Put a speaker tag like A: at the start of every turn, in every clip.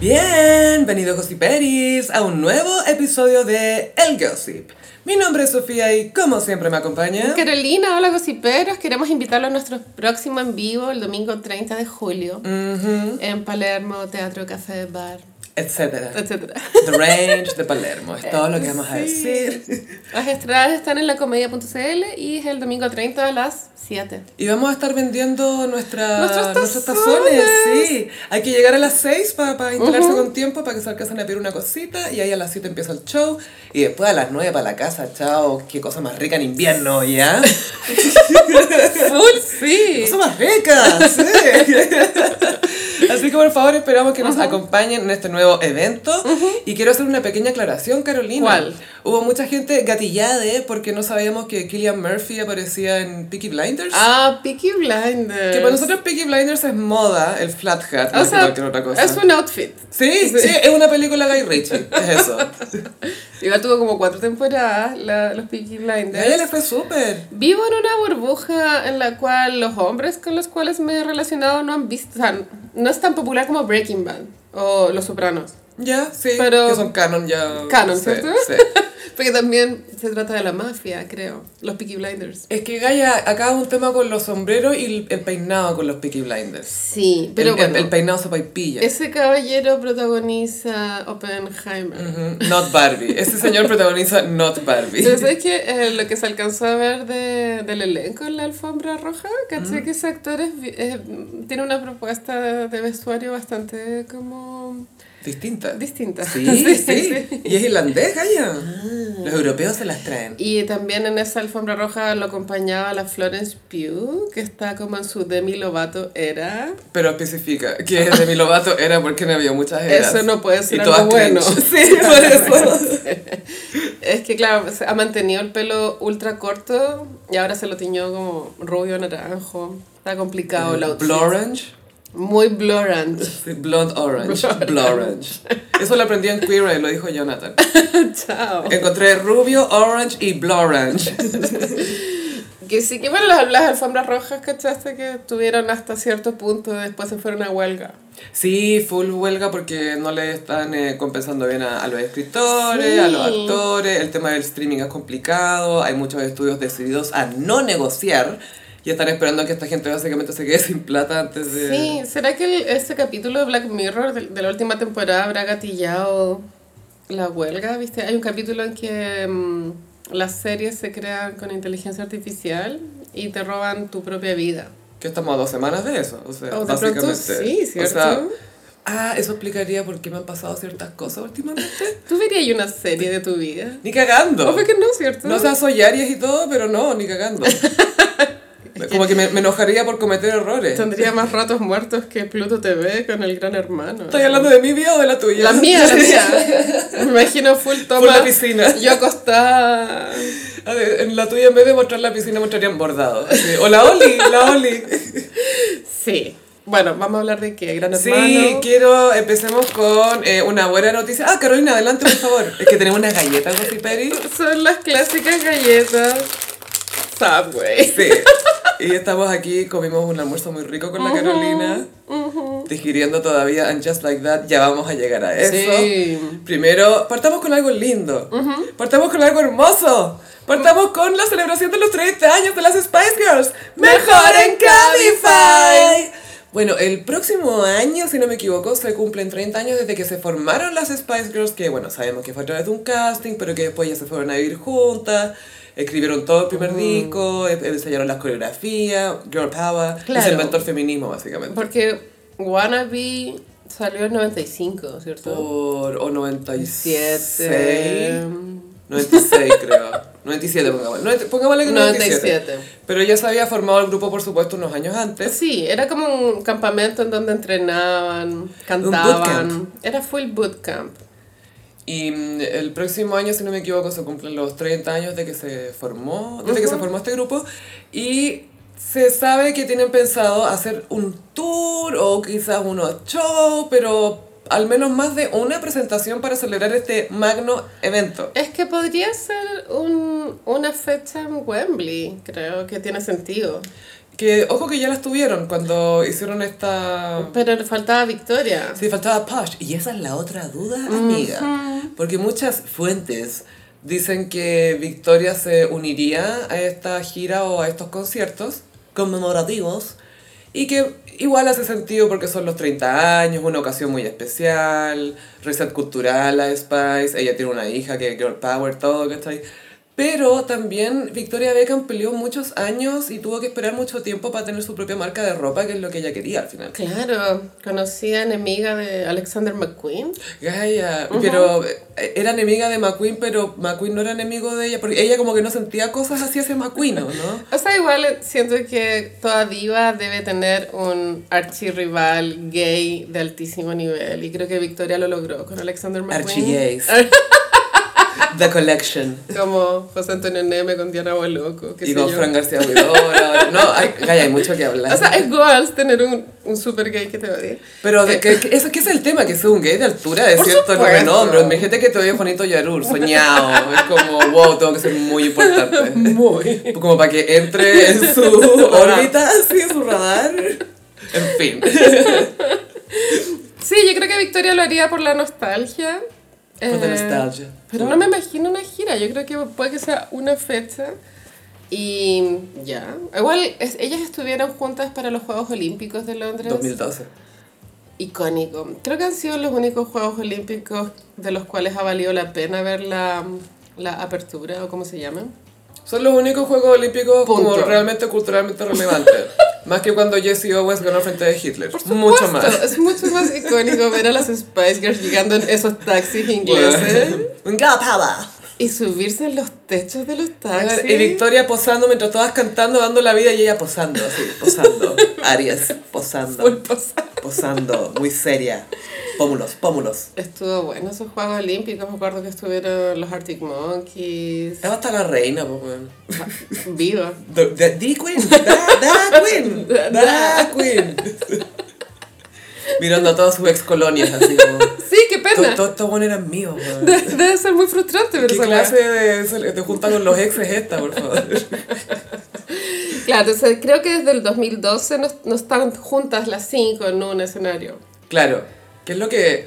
A: Bienvenidos Gossiperis a un nuevo episodio de El Gossip. Mi nombre es Sofía y como siempre me acompaña...
B: Carolina, hola gossiperos, queremos invitarlo a nuestro próximo en vivo el domingo 30 de julio
A: ¿Mm? Ujú,
B: en Palermo, Teatro Café Bar,
A: etcétera.
B: etc.
A: The Range de Palermo, es todo lo que Ah. vamos a decir.
B: Las estradas están en lacomedia.cl y es el domingo 30 a las 7.
A: Y vamos a estar vendiendo nuestra,
B: Nuestros
A: tazones.
B: tazones.
A: Sí, hay que llegar a las 6 para instalarse con tiempo, para que se alcancen a pedir una cosita. Y ahí a las 7 empieza el show. Y después a las 9 para la casa, chao. Qué cosa más rica en invierno, ¿ya?
B: ¡Full sí!
A: ¡Cosa más rica! sí. Así que por favor esperamos que nos acompañen en este nuevo evento. Y quiero hacer una pequeña aclaración, Carolina.
B: ¿Cuál?
A: Hubo mucha gente gatillada ¿eh? porque no sabíamos que Killian Murphy aparecía en Peaky Blinders.
B: Ah, Peaky Blinders.
A: Que para nosotros Peaky Blinders es moda, el flat hat,
B: o
A: más que
B: sea,
A: cualquier otra cosa.
B: es un outfit.
A: Sí, sí, es una película Guy Ritchie, es eso. A
B: Igual tuvo como cuatro temporadas la- los Peaky Blinders.
A: ella le fue súper.
B: Vivo en una burbuja en la cual los hombres con los cuales me he relacionado no han visto, o sea, no es tan popular como Breaking Bad o Los Sopranos.
A: Ya, sí,
B: Pero-
A: que son canon ya.
B: Canon,
A: sí,
B: ¿cierto?
A: sí.
B: Porque también se trata de la mafia, creo, los Peaky Blinders.
A: Es que Gaia, acá un tema con los sombreros y el- el peinado con los Peaky Blinders.
B: Sí,
A: Pero
B: pero
A: el,
B: bueno,
A: el peinado sopaipilla.
B: ese caballero protagoniza Oppenheimer.
A: Ujú, Not Barbie. Ese señor protagoniza Not Barbie.
B: Pero ¿sabes qué? Eh, lo que se alcanzó a ver de- del elenco en la alfombra roja, caché que ese actor es vi- eh, tiene una propuesta de, de vestuario bastante como
A: Distinta.
B: distinta.
A: Sí, sí,
B: sí.
A: Y es irlandés, Gaia. Los europeos se las traen.
B: Y también en esa alfombra roja lo acompañaba la Florence Pugh, que está como en su Demi Lovato era.
A: Pero especifica que de mi Lovato era porque no había muchas eras.
B: Eso no puede ser
A: Y
B: algo
A: todas
B: bueno.
A: cringe.
B: Sí, por eso. es que claro, se ha mantenido el pelo ultra corto y ahora se lo tiñó como rubio naranjo. Está complicado la outfit.
A: Blorange.
B: Muy blorange.
A: Sí, Blonde orange.
B: Blonde.
A: Blorange. Eso lo aprendí en Queer Eye, lo dijo Jonathan.
B: Chao.
A: Encontré rubio, orange y blorange.
B: Que sí que bueno, las, las alfombras rojas, ¿cachaste? Que tuvieron hasta cierto punto, después se fueron a huelga.
A: Sí, full huelga porque no le están eh, compensando bien a, a los escritores,
B: Sí.
A: a los actores, el tema del streaming es complicado, hay muchos estudios decididos a no negociar y están esperando a que esta gente básicamente se quede sin plata antes de...
B: Sí, ¿será que el- este capítulo de Black Mirror de, de la última temporada habrá gatillado la huelga? ¿Viste? Hay un capítulo en que mm, las series se crean con inteligencia artificial y te roban tu propia vida.
A: Que estamos a dos semanas de eso, o sea,
B: O de
A: básicamente.
B: pronto sí, ¿cierto?
A: O sea, ah, eso explicaría por qué me han pasado ciertas cosas últimamente.
B: ¿Tú verías una serie de tu vida?
A: Ni cagando.
B: Obvio que no, ¿cierto?
A: No seas soy Aries y todo, pero no, ni cagando. Como que me, me enojaría por cometer errores.
B: Tendría más ratos muertos que Pluto TV con el gran hermano.
A: ¿Estás hablando de mi vida o de la tuya?
B: La mía, la mía. Me imagino full toma.
A: Full la piscina.
B: Yo acostada.
A: A ver, en la tuya en vez de mostrar la piscina mostrarían bordado. así, O la Oli, la Oli.
B: Sí. Bueno, vamos a hablar de qué, gran hermano.
A: Sí, quiero, empecemos con eh, una buena noticia. Ah, Carolina, adelante, por favor. Es que tenemos unas galletas, Gossip Peri.
B: Son las clásicas galletas Subway.
A: Sí. Y estamos aquí, comimos un almuerzo muy rico con la Carolina. Digiriendo todavía, and just like that, ya vamos a llegar a eso.
B: Sí.
A: Primero, partamos con algo lindo. Partamos con algo hermoso. Partamos con la celebración de los 30 años de las Spice Girls. Mejor en Cabify. Bueno, el próximo año, si no me equivoco, se cumplen 30 años desde que se formaron las Spice Girls, que bueno, sabemos que fue a través de un casting, pero que después ya se fueron a vivir juntas, escribieron todo el primer disco, e- ensayaron las coreografías, Girl Power, y se
B: Claro.
A: inventó el feminismo básicamente.
B: Porque Wannabe salió en 95, ¿cierto?
A: Por, o
B: 7.
A: 96. 96 creo. 97 pongámosle. Noventa- Pongámosle que 97.
B: 97.
A: Pero ya se había formado el grupo, por supuesto, unos años antes.
B: Sí, era como un campamento en donde entrenaban, cantaban. Era full bootcamp.
A: Y mm, el próximo año, si no me equivoco, se cumplen los 30 años de que se formó, desde que se formó este grupo. Y se sabe que tienen pensado hacer un tour o quizás unos shows, pero al menos más de una presentación para celebrar este magno evento.
B: Es que podría ser un, una fecha en Wembley, creo que tiene sentido.
A: Que ojo que ya las tuvieron cuando hicieron esta...
B: Pero faltaba Victoria.
A: Sí, faltaba Posh. Y esa es la otra duda, amiga. Porque muchas fuentes dicen que Victoria se uniría a esta gira o a estos conciertos conmemorativos. Y que igual hace sentido porque son los 30 años, una ocasión muy especial, reset cultural a Spice, ella tiene una hija que Girl Power, todo, ¿cachai? Pero también Victoria Beckham peleó muchos años y tuvo que esperar mucho tiempo para tener su propia marca de ropa, que es lo que ella quería al final.
B: Claro, conocía enemiga de Alexander McQueen.
A: Gaia, pero eh, era enemiga de McQueen, pero McQueen no era enemigo de ella, porque ella como que no sentía cosas así hacia McQueen, ¿no?
B: O sea, igual eh, siento que toda diva debe tener un archirrival gay de altísimo nivel. Y creo que Victoria lo logró con Alexander McQueen.
A: Archie Gaze. The Collection.
B: Como José Antonio Neme con Diana Boloco. qué
A: Y
B: sé
A: con
B: yo.
A: Fran García Huidobro. No, hay, Gaia, hay mucho que hablar.
B: O sea, es goals tener un, un super gay que te odie.
A: Pero de que, que eso que es el tema, que es un gay de altura, de
B: eh, Por
A: cierto
B: supuesto.
A: renombre. Mi gente que todavía es Juanito Yarur, soñado. Es como, wow, tengo que ser muy importante.
B: Muy.
A: Como para que entre en su órbita, así, en su radar. En fin.
B: Sí, yo creo que Victoria lo haría por la nostalgia.
A: Por la
B: Eh,
A: nostalgia.
B: Pero no me imagino una gira, yo creo que puede que sea una fecha y ya. Igual es- ellas estuvieron juntas para los Juegos Olímpicos de Londres.
A: 2012.
B: Icónico. Creo que han sido los únicos Juegos Olímpicos de los cuales ha valido la pena ver la, la apertura o como se llama.
A: Son los únicos Juegos Olímpicos como
B: Punto.
A: realmente culturalmente relevantes. más que cuando Jesse Owens ganó frente a Hitler. Mucho
B: Puesto,
A: más.
B: Es mucho más icónico ver a las Spice Girls llegando en esos taxis ingleses
A: Un girl power.
B: y subirse en los techos de los taxis.
A: Y Victoria posando mientras todas cantando, dando la vida y ella posando, así, posando. Aries, posando,
B: Pulpos.
A: posando, muy seria. Pómulos, pómulos.
B: Estuvo bueno esos Juegos Olímpicos, me acuerdo que estuvieron los Arctic Monkeys,
A: Estaba hasta la reina, pues, weón.
B: viva.
A: The- the- the Queen, da, da Queen, da Queen. Mirando a todas sus ex colonias, así como.
B: Sí, qué pena.
A: Todos estos buenos eran míos, weón.
B: De- Debe ser muy frustrante ver
A: ¿Qué
B: esa
A: clase
B: weá.
A: de, de junta con los exes esta, por favor?
B: Claro, entonces creo que desde el 2012 no, no están juntas las cinco en un escenario.
A: Claro, que es lo que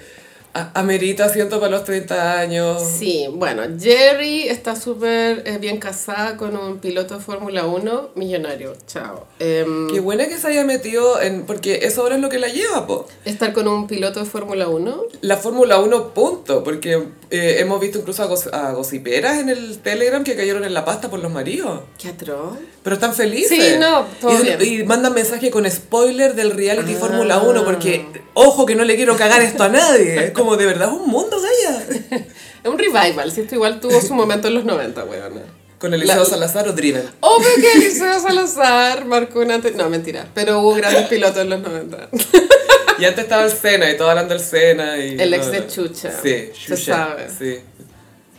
A: a- amerita, siento, para los 30 años.
B: Sí, bueno, Jerry está súper eh, bien casada con un piloto de Fórmula 1 millonario. Chao. Em,
A: Qué buena que se haya metido en. Porque eso ahora es lo que la lleva, po.
B: estar con un piloto de Fórmula 1
A: La Fórmula 1, punto. Porque eh, hemos visto incluso a, gos- a gossiperas en el Telegram que cayeron en la pasta por los maridos.
B: Qué atroz.
A: Pero están felices.
B: Sí, no, todo
A: y,
B: bien.
A: y mandan mensaje con spoiler del reality
B: Ah.
A: Fórmula 1, porque ojo que no le quiero cagar esto a nadie. Es como de verdad es un mundo, Gaya.
B: Es un revival, si esto igual tuvo su momento en los 90, weón.
A: Con Eliseo
B: La-
A: Salazar o Driven.
B: Obvio que Eliseo Salazar marcó un antes. No, mentira. Pero hubo grandes pilotos en los 90.
A: Y antes estaba el Sena y todo hablando del Sena. Y,
B: El ex
A: no,
B: de
A: no.
B: Chucha.
A: Sí,
B: Se
A: Chucha.
B: sabe.
A: Sí.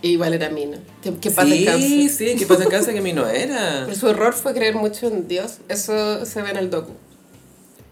B: Y Valera E Mina. Que, que paz
A: Sí,
B: descanse.
A: sí, que pasa en casa que mi no era.
B: Pero Su error fue creer mucho en Dios. Eso se ve en el docu.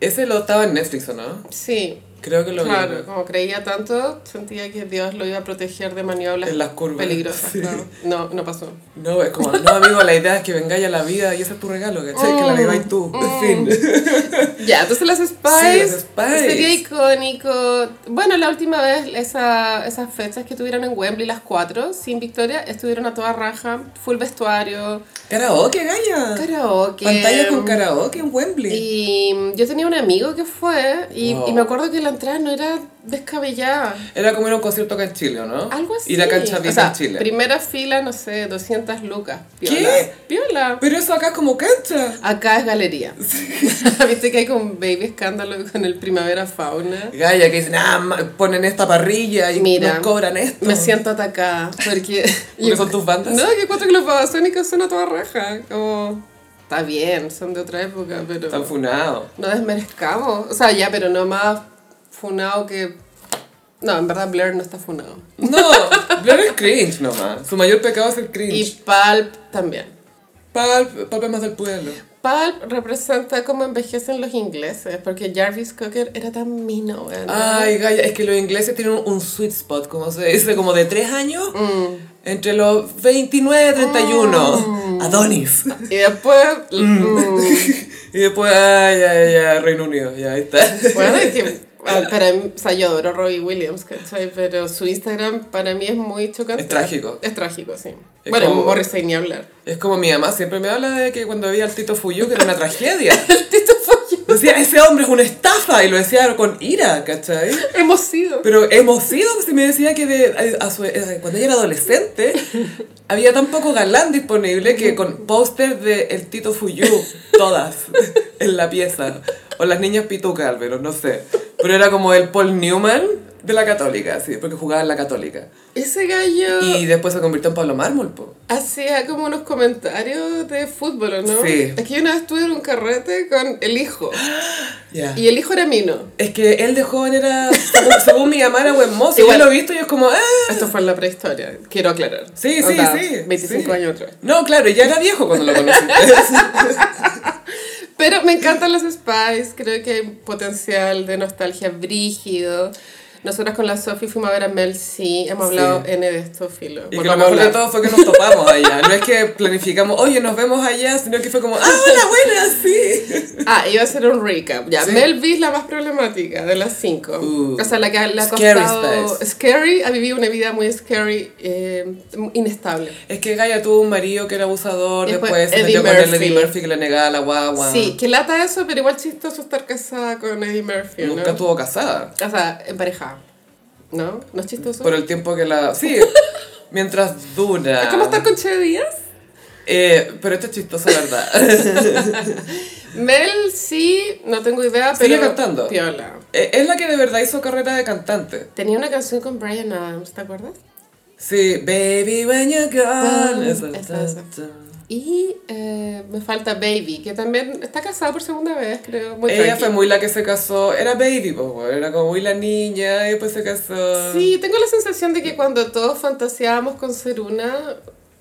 A: Ese lo estaba en Netflix, ¿o no?
B: Sí.
A: Creo que lo vi.
B: Claro, como creía tanto, sentía que Dios lo iba a proteger de maniobras
A: En las curvas.
B: peligrosas.
A: Sí.
B: claro. No, no pasó.
A: No, es como, no, amigo, la idea es que vengáis a la vida y ese es tu regalo, ¿cachai?
B: Mm,
A: que la viváis tú. En fin.
B: Ya, entonces las Spice,
A: las Spice.
B: sería icónico. Bueno, la última vez esa- esas fechas que tuvieron en Wembley, las cuatro, sin victoria, estuvieron a toda raja, full vestuario,
A: Karaoke, Gaya.
B: karaoke.
A: Pantalla con karaoke en Wembley.
B: Y yo tenía un amigo que fue y,
A: Wow.
B: y me acuerdo que la entrada no era descabellada.
A: Era como ir a un concierto acá en Chile, ¿o ¿no?
B: Algo así.
A: Y la cancha
B: o
A: VIP
B: sea,
A: en Chile.
B: Primera fila, no sé, 200 lucas.
A: ¿Qué?
B: Piola. Piola.
A: Pero eso acá es como cancha.
B: Acá es galería. Viste que hay con Baby Escándalo y con el Primavera Fauna.
A: Gaya, que dicen, ah, ma- ponen esta parrilla y
B: Mira,
A: nos cobran esto.
B: Me siento atacada porque...
A: ¿No son tus bandas?
B: No, que cuatro que los babasónicos son a toda raja. Como... Está bien, son de otra época, pero...
A: Están funados.
B: No desmerezcamos. O sea, ya, pero no más funado que... No, en verdad Blair no está funado.
A: No, Blur es cringe nomás. Su mayor pecado es el
B: Y
A: cringe.
B: Pulp también.
A: Pulp, Pulp es más del pueblo.
B: Pulp representa cómo envejecen los ingleses, porque Jarvis Cocker era tan mino, weón.
A: Ay, Gaya, es que los ingleses tienen un- un sweet spot, como se dice, como de tres años,
B: Mm.
A: entre
B: Oh.
A: los 29 y 31. Adonis.
B: Y después... mm,
A: Y después, ah, ya, ya, ya, Reino Unido, ya, ahí está.
B: Bueno, es que ah, para mí, o sea, yo adoro Robbie Williams, ¿cachai? Pero su Instagram para mí es muy chocante.
A: Es trágico.
B: Es trágico, sí.
A: Es
B: bueno,
A: como-
B: Morrissey ni hablar.
A: Es como mi mamá siempre me habla de que cuando veía al Tito Fuyú, que era una tragedia.
B: El Tito Follo.
A: Decía, ese hombre es una estafa, y lo decía con ira, ¿cachai?
B: Hemos sido.
A: Pero hemos sido, si me decía que de- eh, a su- a- cuando ella era adolescente había tan poco galán disponible que con póster de El Tito Fuyú, todas, en la pieza. O las niñas pitucas, al menos, no sé. Pero era como el Paul Newman de la Católica, sí, porque jugaba en la Católica.
B: Ese gallo
A: Y después se convirtió en Pablo Mármol, po.
B: hacía como unos comentarios de fútbol, ¿o ¿no?
A: Sí.
B: Es que yo una vez estuve en un carrete con el hijo.
A: Ya.
B: Y el hijo era Mino.
A: Es que él de joven era, según, según mi mamá, era buen mozo. Yo
B: Igual.
A: lo he visto y es como, ah,
B: Esto fue en la prehistoria, quiero aclarar.
A: Sí, sí,
B: Onda,
A: sí,
B: 25
A: sí.
B: años atrás.
A: No, claro, ya era viejo cuando lo conocí.
B: Pero me encantan las Spice, creo que hay potencial de nostalgia brígido. Nosotras con la Sophie fuimos a ver a Mel C, hemos
A: Sí.
B: hablado N de estos filos.
A: Y que lo
B: Volvamos a
A: mejor de
B: hablar.
A: todo fue que nos topamos allá. No es que planificamos, oye, nos vemos allá, sino que fue como, ah, hola, buena, sí.
B: Ah, iba a hacer un recap. Ya,
A: Sí.
B: Mel B es la más problemática de las cinco.
A: Uh,
B: o sea, la que le ha
A: scary
B: costado...
A: Spice.
B: Scary ha vivido una vida muy scary, eh, inestable.
A: Es que Gaia tuvo un marido que era abusador,
B: Después
A: después, se
B: Eddie
A: metió con el
B: Murphy.
A: Eddie Murphy que le negaba la guagua.
B: Sí, que lata eso, pero igual chistoso estar casada con Eddie Murphy, ¿no?
A: Nunca estuvo casada.
B: O sea, emparejada. ¿No? ¿No es chistoso?
A: Por el tiempo que la. Sí, mientras dura.
B: Es como estar con Che Díaz.
A: Eh, pero esto es chistoso, la ¿verdad?
B: Mel sí, no tengo idea, pero...
A: Sigue cantando.
B: Piola.
A: Eh, es la que de verdad hizo carrera de cantante.
B: Tenía una canción con Brian Adams, ¿te acuerdas?
A: Sí, Baby When You're Gone. Eso,
B: Ah, Esa, esa. Y eh, me falta Baby, que también está casada por segunda vez, creo. Muy
A: Ella
B: tranqui.
A: fue muy la que se casó, era baby, pues, güey, era como muy la niña y después se casó.
B: Sí, tengo la sensación de que cuando todos fantaseábamos con ser una,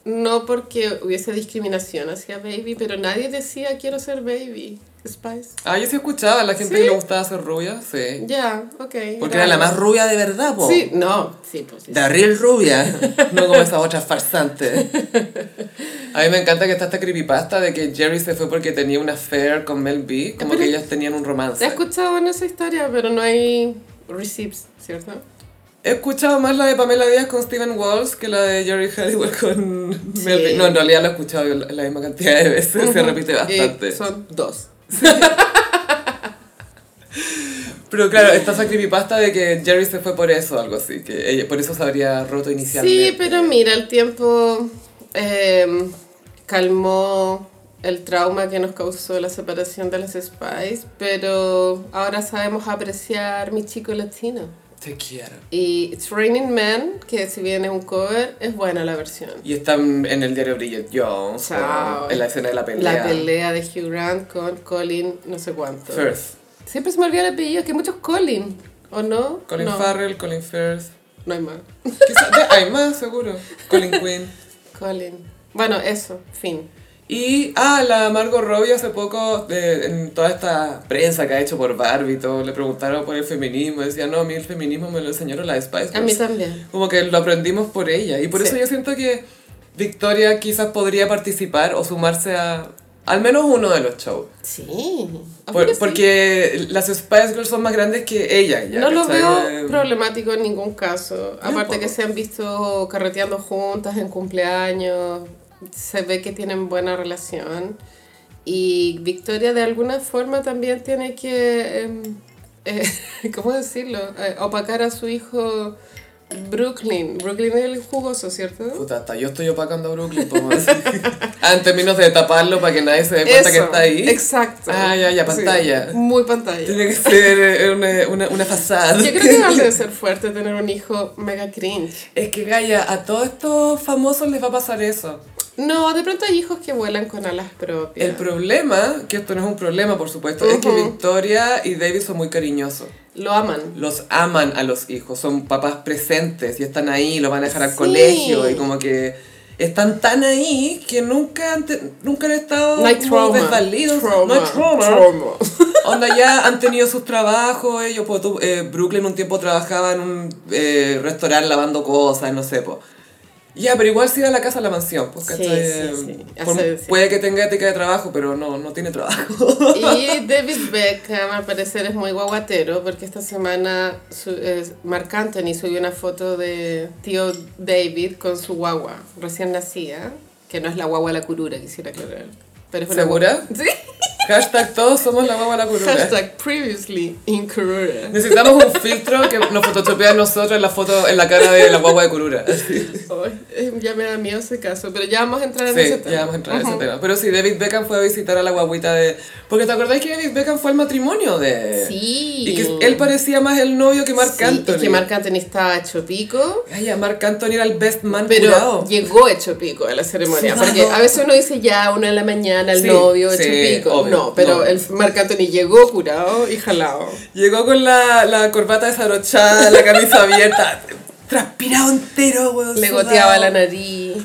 B: no porque hubiese discriminación hacia Baby, pero nadie decía quiero ser Baby. Spice.
A: Ah, yo sí escuchaba a la gente
B: ¿Sí?
A: que le gustaba ser rubia, sí.
B: Ya, ok.
A: Porque era la más rubia de verdad, po.
B: Sí, no, sí, pues sí.
A: De real rubia, no como esas otras farsantes. A mí me encanta que está esta creepypasta de que Jerry se fue porque tenía una affair con Mel B, como
B: Pero-
A: que ellas tenían un romance.
B: He escuchado en esa historia, pero no hay receipts, ¿cierto?
A: He escuchado más la de Pamela Díaz con Steven Walls que la de Jerry Halliwell con
B: Sí.
A: Mel B. No, en realidad lo he escuchado la la misma cantidad de veces, se repite bastante.
B: Eh, son dos.
A: Pero claro, está esa creepypasta de que Jerry se fue por eso, algo así, que ella, por eso se habría roto inicialmente.
B: Sí, pero mira, el tiempo eh, calmó el trauma que nos causó la separación de las Spice, pero ahora sabemos apreciar mi chico latino.
A: Te quiero.
B: Y It's Raining Men, que si bien es un cover, es buena la versión.
A: Y están en el diario Bridget Jones,
B: Chao.
A: o en la escena de la pelea.
B: La pelea de Hugh Grant con Colin, no sé cuánto.
A: Firth.
B: Siempre se me olvida el apellido, que hay muchos Colin, ¿o no?
A: Colin
B: no,
A: Farrell, Colin Firth.
B: No hay más.
A: Quizá- de- hay más, seguro. Colin Quinn.
B: Colin. Bueno, eso, fin.
A: Y, ah, la Margot Robbie hace poco, de- en toda esta prensa que ha hecho por Barbie y todo, le preguntaron por el feminismo. Decía, no, a mí el feminismo me lo enseñaron las Spice
B: A mí
A: Girls".
B: también.
A: Como que lo aprendimos por ella. Y por
B: Sí.
A: eso yo siento que Victoria quizás podría participar o sumarse a al menos uno de los shows.
B: Sí.
A: Por-
B: obvio que sí.
A: Porque las Spice Girls son más grandes que ella. ya,
B: no lo
A: ¿cachai?
B: veo
A: Eh,
B: problemático en ningún caso. Aparte
A: tampoco.
B: que se han visto carreteando juntas en cumpleaños, se ve que tienen buena relación. Y Victoria de alguna forma también tiene que, em, eh, ¿cómo decirlo? Eh, opacar a su hijo Brooklyn. Brooklyn es el jugoso, ¿cierto?
A: Puta, hasta yo estoy opacando a Brooklyn. como así. ah, en términos de taparlo para que nadie se dé cuenta que
B: Eso,
A: está ahí.
B: Exacto.
A: Ah, ya, ya,
B: Sí,
A: pantalla.
B: muy pantalla.
A: Tiene que ser eh, una, una, una fachada.
B: Yo creo que igual debe ser fuerte tener un hijo mega cringe.
A: Es que, Gaia, a todos estos famosos les va a pasar eso.
B: No, de pronto hay hijos que vuelan con alas propias.
A: El problema, que esto no es un problema, por supuesto, es que
B: Ujú. Victoria
A: Victoria y David son muy cariñosos.
B: Lo aman.
A: Los aman a los hijos, son papás presentes y están ahí, lo van a dejar al
B: Sí.
A: colegio y como que están tan ahí que nunca han, te- nunca han estado
B: No hay
A: como
B: trauma.
A: desvalidos.
B: Trauma.
A: No hay trauma.
B: Trauma.
A: Onda, ya han tenido sus trabajos, ellos, po, tú, eh, Brooklyn un tiempo trabajaba en un eh, restaurante lavando cosas, no sé, po. Ya, pero igual sigue a la casa a la mansión, pues,
B: Sí,
A: ¿cachai?
B: sí, sí.
A: Por-
B: Hace- sí.
A: Puede que tenga ética de trabajo, pero no, no tiene trabajo.
B: Y David Beckham, al parecer, es muy guaguatero porque esta semana su, eh, Marc Anthony subió una foto de tío David con su guagua recién nacida, que no es la guagua la curura, quisiera aclarar. Pero es una
A: ¿Segura?
B: guagua- Sí.
A: Hashtag todos somos la guagua la curura.
B: Hashtag previously in curura.
A: Necesitamos un filtro que nos photoshopee a nosotros en la foto, en la cara de la guagua de curura. Sí,
B: Ay, eh, ya me da miedo ese caso, pero ya vamos a entrar en ese tema.
A: ya vamos a entrar en ese tema. Pero sí, David Beckham fue a visitar a la guaguita de... Porque te acordás que David Beckham fue al matrimonio de...
B: Sí.
A: Y que él parecía más el novio que Marc
B: Sí,
A: Anthony.
B: Y que Marc Anthony estaba hecho pico.
A: Ay, a Marc Anthony era el best man
B: Pero
A: curado.
B: llegó hecho pico a la ceremonia.
A: Sudado.
B: Porque a veces uno dice ya, una de la mañana, el
A: Sí,
B: novio,
A: sí,
B: hecho pico.
A: obvio,
B: no, pero
A: no.
B: el Marc Anthony llegó curado y jalado.
A: Llegó con la, la corbata desabrochada, la camisa abierta, transpirado entero, weón.
B: Le
A: sudado.
B: goteaba la nariz.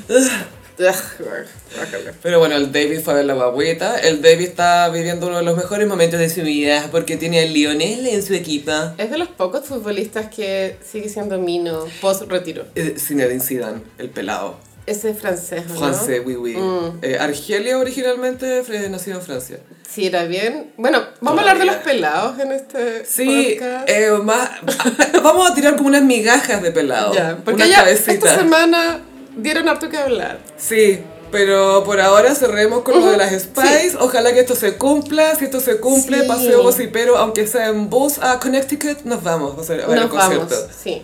B: Ugh, bájalo.
A: Pero bueno, el David fue a ver la guaguita. El David está viviendo uno de los mejores momentos de su vida porque tiene a Lionel en su equipo.
B: es de los pocos futbolistas que sigue siendo mino post-retiro.
A: Eh, Zinedine Zidane, el pelado.
B: Ese es francés, ¿no? Mm.
A: Francés, oui, oui. Eh, Argelia originalmente, fue nacido en Francia.
B: Si era bien. Bueno, vamos a
A: Todavía.
B: hablar de los pelados en este
A: Sí,
B: podcast.
A: eh, más, vamos a tirar como unas migajas de pelado.
B: ya, porque
A: unas
B: ya
A: cabecitas.
B: esta semana dieron harto que hablar.
A: Sí, pero por ahora cerremos con lo de las Spice. Ojalá que esto se cumpla. Si esto se cumple,
B: Sí.
A: paseo gossipero, aunque sea en bus a Connecticut, nos vamos. O sea, a ver el
B: Nos vamos,
A: concierto.
B: sí.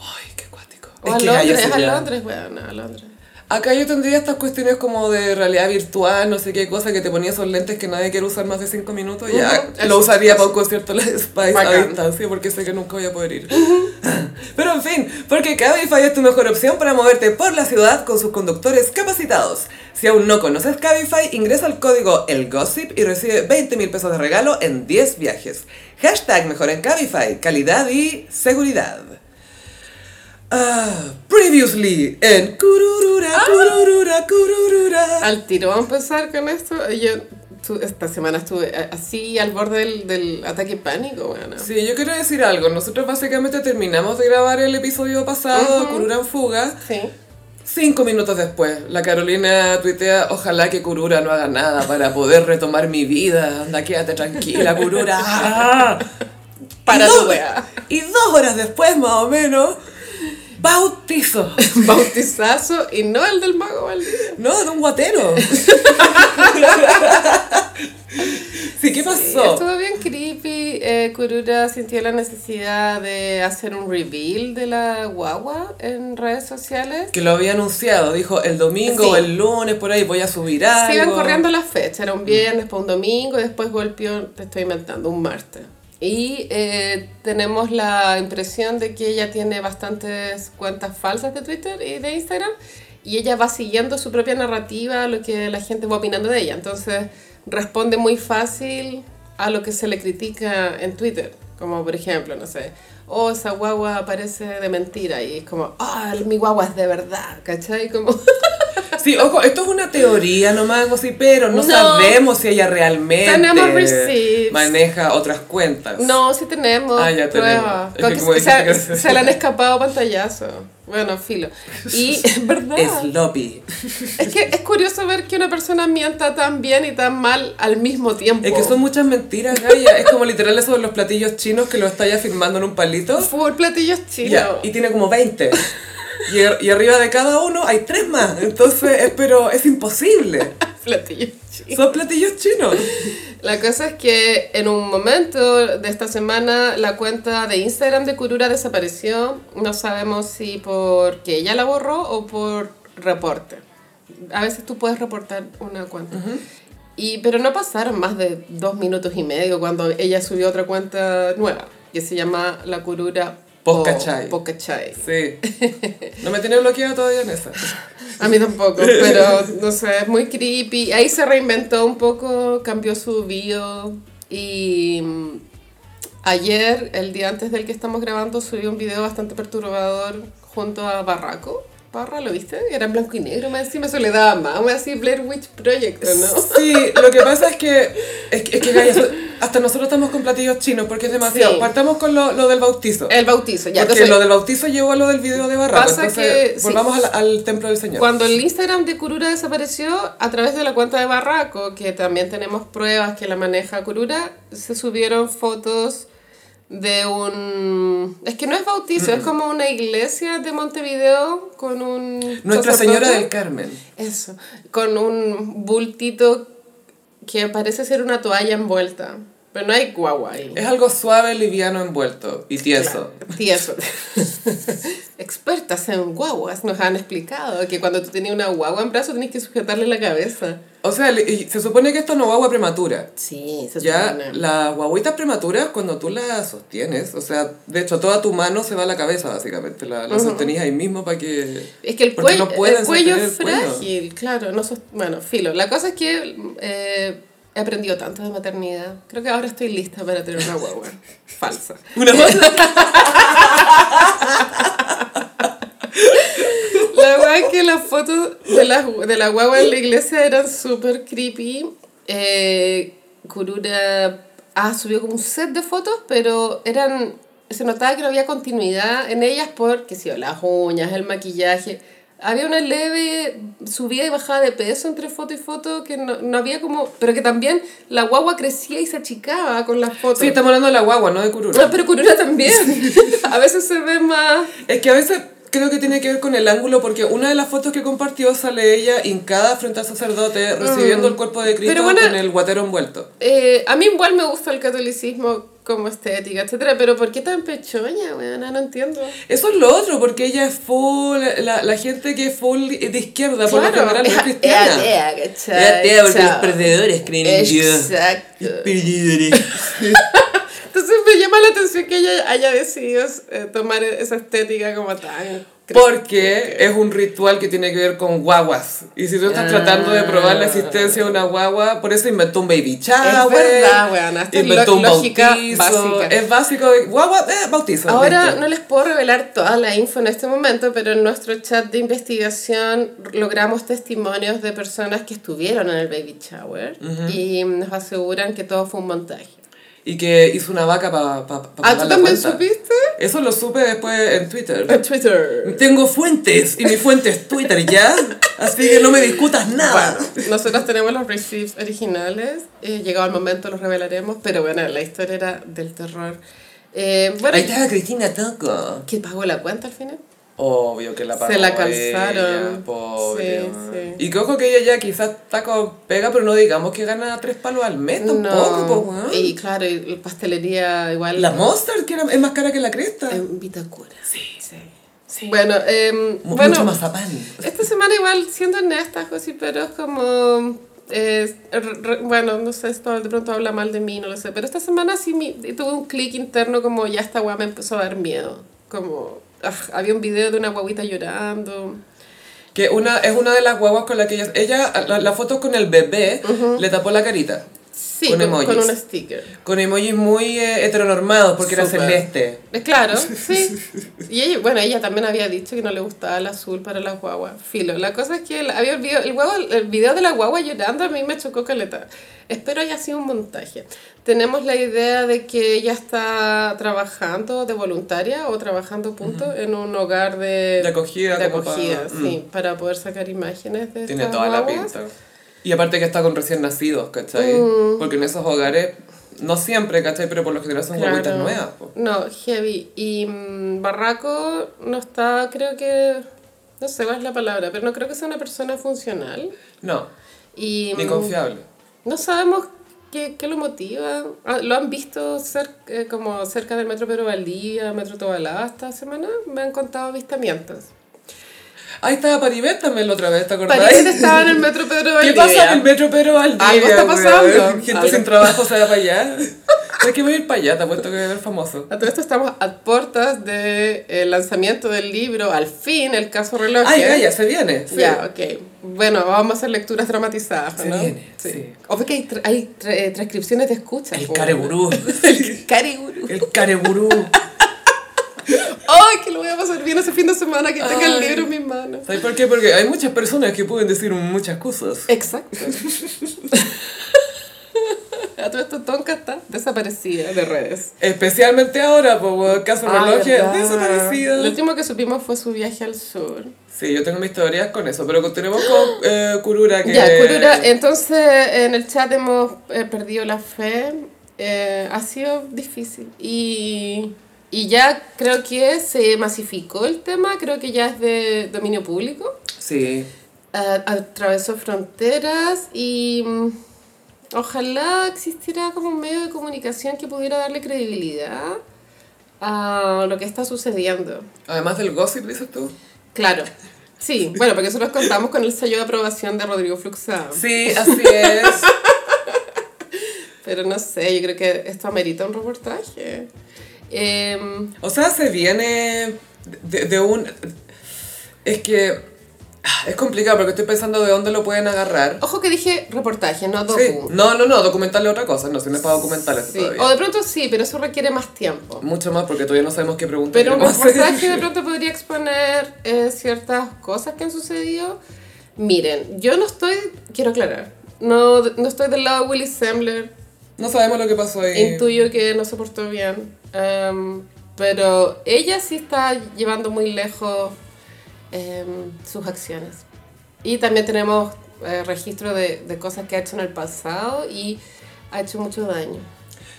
A: Ay, qué cuático.
B: O a
A: que gallo
B: Londres, a
A: sería.
B: Londres, weón, a Londres.
A: Acá yo tendría estas cuestiones como de realidad virtual, no sé qué cosa, que te ponía esos lentes que nadie quiere usar más de 5 minutos. Ya
B: Ujú,
A: lo
B: eso,
A: usaría para un concierto de las Spice a
B: Bacán.
A: distancia, porque sé que nunca voy a poder ir. Pero en fin, porque Cabify es tu mejor opción para moverte por la ciudad con sus conductores capacitados. Si aún no conoces Cabify, ingresa el código ELGOSSIP y recibe 20 mil pesos de regalo en 10 viajes. Hashtag mejor en Cabify, calidad y seguridad. Ah, previously en Cururura, Cururura, Cururura.
B: Al tiro, vamos a empezar con esto. Yo tu- esta semana estuve eh, así al borde del, del ataque pánico, weón.
A: Sí, yo quiero decir algo. Nosotros básicamente terminamos de grabar el episodio pasado, Curura en fuga.
B: Sí.
A: Cinco minutos después, la Carolina tuitea, ojalá que Curura no haga nada para poder retomar mi vida. Anda, quédate tranquila, Curura. Ah.
B: Para
A: Y
B: tu
A: dos-
B: weá.
A: Y dos horas después, más o menos, bautizo.
B: Bautizazo y no el del mago, Valdivia.
A: No, de un guatero. sí, ¿qué pasó?
B: Sí, estuvo bien creepy. Eh, Kurura sintió la necesidad de hacer un reveal de la guagua en redes sociales.
A: Que lo había anunciado, dijo el domingo o
B: Sí.
A: el lunes por ahí voy a subir algo.
B: Se iban corriendo las fechas, era un viernes, para un domingo, y después golpeó, te estoy inventando, un martes. Y eh, tenemos la impresión de que ella tiene bastantes cuentas falsas de Twitter y de Instagram, y ella va siguiendo su propia narrativa, lo que la gente va opinando de ella. Entonces responde muy fácil a lo que se le critica en Twitter, como por ejemplo, no sé, oh, esa guagua parece de mentira, y es como, ah, mi guagua es de verdad, ¿cachai? Como...
A: Sí, ojo, esto es una teoría nomás, así, pero no,
B: No.
A: sabemos si ella
B: Tenemos
A: realmente
B: receipts.
A: maneja otras cuentas.
B: No, sí tenemos.
A: Ah, ya
B: pruebas.
A: tenemos. Es que
B: Con
A: como
B: que
A: dijiste
B: se,
A: que-
B: se le han escapado pantallazos. Bueno, filo. Y es verdad.
A: Sloppy.
B: Es que es curioso ver que una persona mienta tan bien y tan mal al mismo tiempo.
A: Es que son muchas mentiras, Gaia. Es como literal eso de los platillos chinos que lo está ya firmando en un palito.
B: Full platillos chinos.
A: Ya, y tiene como 20. Y, ar- y arriba de cada uno hay tres más. Entonces, es- pero es imposible.
B: Platillos chinos.
A: Son platillos chinos.
B: La cosa es que en un momento de esta semana la cuenta de Instagram de Kurura desapareció. No sabemos si porque ella la borró o por reporte. A veces tú puedes reportar una cuenta. y, pero no pasaron más de dos minutos y medio cuando ella subió otra cuenta nueva que se llama La Kurura Po-
A: Pocachai.
B: Pocachai.
A: Sí. No me tiene bloqueado todavía en esa.
B: A mí tampoco, pero no sé, es muy creepy. Ahí se reinventó un poco, cambió su bio y mm, ayer, el día antes del que estamos grabando, subió un video bastante perturbador junto a Barraco. Parra, ¿lo viste? Era en blanco y negro, más encima eso le daba más, más así Blair Witch Project, ¿o ¿no?
A: Sí, lo que pasa es que, es que, es que, Gaya, hasta nosotros estamos con platillos chinos porque es demasiado.
B: Sí.
A: Partamos con lo, lo del bautizo.
B: El bautizo, ya.
A: porque
B: Entonces,
A: lo del bautizo llevó a lo del video de Barra.
B: Pasa
A: entonces,
B: que- sí.
A: volvamos al, al templo del Señor.
B: cuando el Instagram de Kurura desapareció, a través de la cuenta de Barraco, que también tenemos pruebas que la maneja Kurura, se subieron fotos de un... Es que no es bautizo,
A: Mm.
B: es como una iglesia de Montevideo con un...
A: Nuestra
B: sacerdote.
A: Señora del Carmen.
B: Eso, con un bultito que parece ser una toalla envuelta, pero no hay guagua ahí.
A: Es algo suave, liviano, envuelto y tieso.
B: Tieso. Expertas en guaguas nos han explicado que cuando tú tenías una guagua en brazo tenías que sujetarle la cabeza.
A: O sea, le- y se supone que esto no es agua prematura.
B: Sí, se
A: Ya,
B: supone.
A: las guaguitas prematuras, cuando tú las sostienes, o sea, de hecho, toda tu mano se va a la cabeza, básicamente. La, la sostenías ahí mismo para que.
B: Es que el,
A: porque
B: cuello
A: no pueden
B: el cuello es
A: sostener el cuello.
B: frágil, claro. No sos- bueno, filo. La cosa es que eh, he aprendido tanto de maternidad. Creo que ahora estoy lista para tener una guagua falsa.
A: Una más.
B: La verdad es que las fotos de la, de la guagua en la iglesia eran súper creepy. Eh, Kurura ah, subió como un set de fotos, pero eran se notaba que no había continuidad en ellas porque sí, las uñas, el maquillaje. Había una leve subida y bajada de peso entre foto y foto que no, no había como... Pero que también la guagua crecía y se achicaba con las fotos.
A: Sí, estamos hablando de la guagua, no de
B: Ah,
A: curura.
B: pero Kurura también. A veces se ve más...
A: Es que a veces creo que tiene que ver con el ángulo, porque una de las fotos que compartió sale ella hincada frente al sacerdote, recibiendo el cuerpo de Cristo
B: Mm. Pero bueno-
A: con el guatero envuelto.
B: Eh, a mí igual me gusta el catolicismo como estética, etcétera, pero ¿por qué tan pechoña, weona? No entiendo.
A: Eso es lo otro, porque ella es full, la, la gente que es full de izquierda, por lo general, no es cristiana.
B: atea, ¿cachai? Chao.
A: perdedores creen
B: Exacto. Entonces me llama la atención que ella haya decidido eh, tomar esa estética como tan...
A: Porque es un ritual que tiene que ver con guaguas. Y si tú estás
B: Ah.
A: tratando de probar la existencia de una guagua, por eso inventó un baby shower.
B: verdad, weona, esta es
A: Inventó
B: lo-
A: un
B: lógica
A: bautizo.
B: básica.
A: Es básico. de- Guagua, eh, bautizo.
B: Ahora
A: listo.
B: no les puedo revelar toda la info en este momento, pero en nuestro chat de investigación logramos testimonios de personas que estuvieron en el baby shower y nos aseguran que todo fue un montaje.
A: Y que hizo una vaca para pa, pa
B: Ah,
A: pagar
B: ¿tú
A: la
B: también
A: cuenta.
B: supiste?
A: Eso lo supe después en Twitter.
B: En Twitter.
A: Tengo fuentes y mi fuente es Twitter, ¿ya? Así que no me discutas nada.
B: Bueno, nosotros tenemos los receipts originales. eh, llegado el momento los revelaremos, pero bueno, la historia era del terror. Eh, bueno,
A: Ahí estaba Cristina Toco.
B: que pagó la cuenta al final.
A: Obvio que la pagó
B: Se la
A: ella,
B: calzaron.
A: pobre.
B: Sí,
A: man.
B: sí.
A: Y que ojo que ella ya quizás está con pega, pero no digamos que gana tres palos al mes Eh, tampoco, po, weón.
B: y claro, y la pastelería igual.
A: La Monster, que era, es más cara que la cresta.
B: En Vitacura. Sí. Bueno, em,
A: Mu-
B: bueno
A: Mucho mazapán.
B: Pues, esta semana igual, siendo honestas, José, pero es como... eh, re- re- bueno, no sé, esto de pronto habla mal de mí, no lo sé, pero esta semana sí mi- tuve un clic interno como ya esta weá me empezó a dar miedo. Como ah, había un video de una guaguita llorando.
A: Que una, es una de las guaguas con la que ella... Ella, la, la foto con el bebé, le tapó la carita.
B: Sí,
A: Con
B: con,
A: emojis.
B: con un sticker.
A: Con emojis muy eh, heteronormados, porque
B: Súper.
A: era celeste.
B: Eh, Claro, sí. Y ella, bueno, ella también había dicho que no le gustaba el azul para las guaguas. Filo, la cosa es que el- había el video, el, guagua- el video de la guagua llorando a mí me chocó caleta. Espero haya sido un montaje. Tenemos la idea de que ella está trabajando de voluntaria o trabajando punto en un hogar de,
A: De acogida,
B: de
A: como para-
B: acogida,
A: mm.
B: sí, para poder sacar imágenes de
A: Tiene
B: estas
A: toda la
B: guaguas.
A: pinta. Y aparte que está con recién nacidos, ¿cachai?
B: Mm.
A: Porque en esos hogares, no siempre, ¿cachai? Pero por lo general son guaguitas
B: Claro.
A: nuevas, po.
B: No, heavy. Y mm, Barraco no está, creo que. No sé cuál es la palabra, pero no creo que sea una persona funcional.
A: No,
B: Y.
A: ni
B: mm,
A: confiable.
B: No sabemos qué, qué lo motiva. Ah, ¿Lo han visto cer- eh, como cerca del metro Pedro Valdivia, metro Tobalaba esta semana? Me han contado avistamientos.
A: Ahí estaba Paribet también la otra vez, ¿te acordás?
B: Parece que estaba en el metro Pedro
A: ¿Qué
B: Valdivia.
A: pasa en el metro Pedro Valdivia?
B: Algo está pasando.
A: weón? Gente
B: Algo.
A: sin trabajo se va para allá. Hay que voy a ir para allá, te apuesto que voy a ver famoso.
B: A todo esto estamos a puertas del lanzamiento del libro, al fin, el caso reloj.
A: Ay, Gaya, se viene. sí.
B: Ya, ok. Bueno, vamos a hacer lecturas dramatizadas,
A: Se
B: ¿no?
A: viene, sí.
B: Obvio que hay, tra- hay tra- eh, transcripciones de escucha.
A: El
B: po.
A: caregurú.
B: El caregurú.
A: El caregurú.
B: ¡Oh, ay, que lo voy a pasar bien ese fin de semana que tenga el
A: Ay.
B: libro en mis manos.
A: ¿Sabes por qué? Porque hay muchas personas que pueden decir muchas cosas.
B: Exacto. A todo esto, Tonka está desaparecida de redes.
A: Especialmente ahora, por caso
B: Ah,
A: reloj
B: ¿verdad?
A: desaparecido.
B: Lo último que supimos fue su viaje al sur.
A: Sí, yo tengo mis teorías con eso, pero continuemos con eh, Kurura. Que...
B: Ya, Kurura, eh- entonces en el chat hemos eh, perdido la fe. eh, ha sido difícil. Y, y ya creo que se masificó el tema, creo que ya es de dominio público.
A: Sí.
B: Ah, atravesó fronteras y mm, ojalá existiera como un medio de comunicación que pudiera darle credibilidad a lo que está sucediendo.
A: Además del gossip, dices tú.
B: Claro. Sí, bueno, porque nosotros contamos con el sello de aprobación de Rodrigo Fluxam.
A: Sí, así es.
B: Pero no sé, yo creo que esto amerita un reportaje. Em,
A: O sea, se viene de, de un... Es que... ah, Es complicado porque estoy pensando de dónde lo pueden agarrar.
B: ojo que dije reportaje, no docu.
A: Sí. No, no, no, documentarle otra cosa. No, si no es para documentarle
B: Sí,
A: todavía.
B: O de pronto sí, pero eso requiere más tiempo.
A: Mucho más porque todavía no sabemos qué pregunta
B: Pero un
A: queremos hacer.
B: reportaje de pronto podría exponer eh, ciertas cosas que han sucedido. Miren, yo no estoy, quiero aclarar, no, no estoy del lado de Willy Sembler.
A: No sabemos lo que pasó ahí.
B: Intuyo que no se portó bien. em, pero ella sí está llevando muy lejos em, sus acciones. Y también tenemos eh, registro de, de cosas que ha hecho en el pasado y ha hecho mucho daño.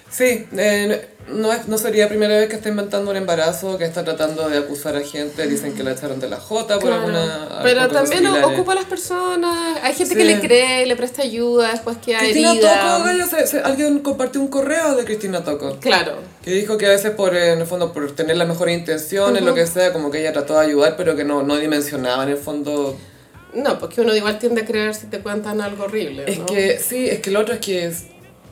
A: Sí, eh, no, es- no sería la primera vez que está inventando un embarazo, que está tratando de acusar a gente, dicen que la echaron de la Jota por
B: Claro.
A: alguna...
B: Pero
A: por cosas
B: también
A: similares.
B: ocupa a las personas. Hay gente que
A: Sí.
B: le cree, le presta ayuda, después queda
A: Cristina
B: herida.
A: Toco, gallo, se- se- alguien compartió un correo de Cristina Toco.
B: Claro.
A: Que dijo que a veces por, eh, en el fondo, por tener las mejores intenciones, lo que sea, como que ella trató de ayudar, pero que no, no dimensionaba en el fondo.
B: No, porque uno igual tiende a creer si te cuentan algo horrible.
A: Es
B: ¿no?
A: que, sí, es que lo otro es que, es-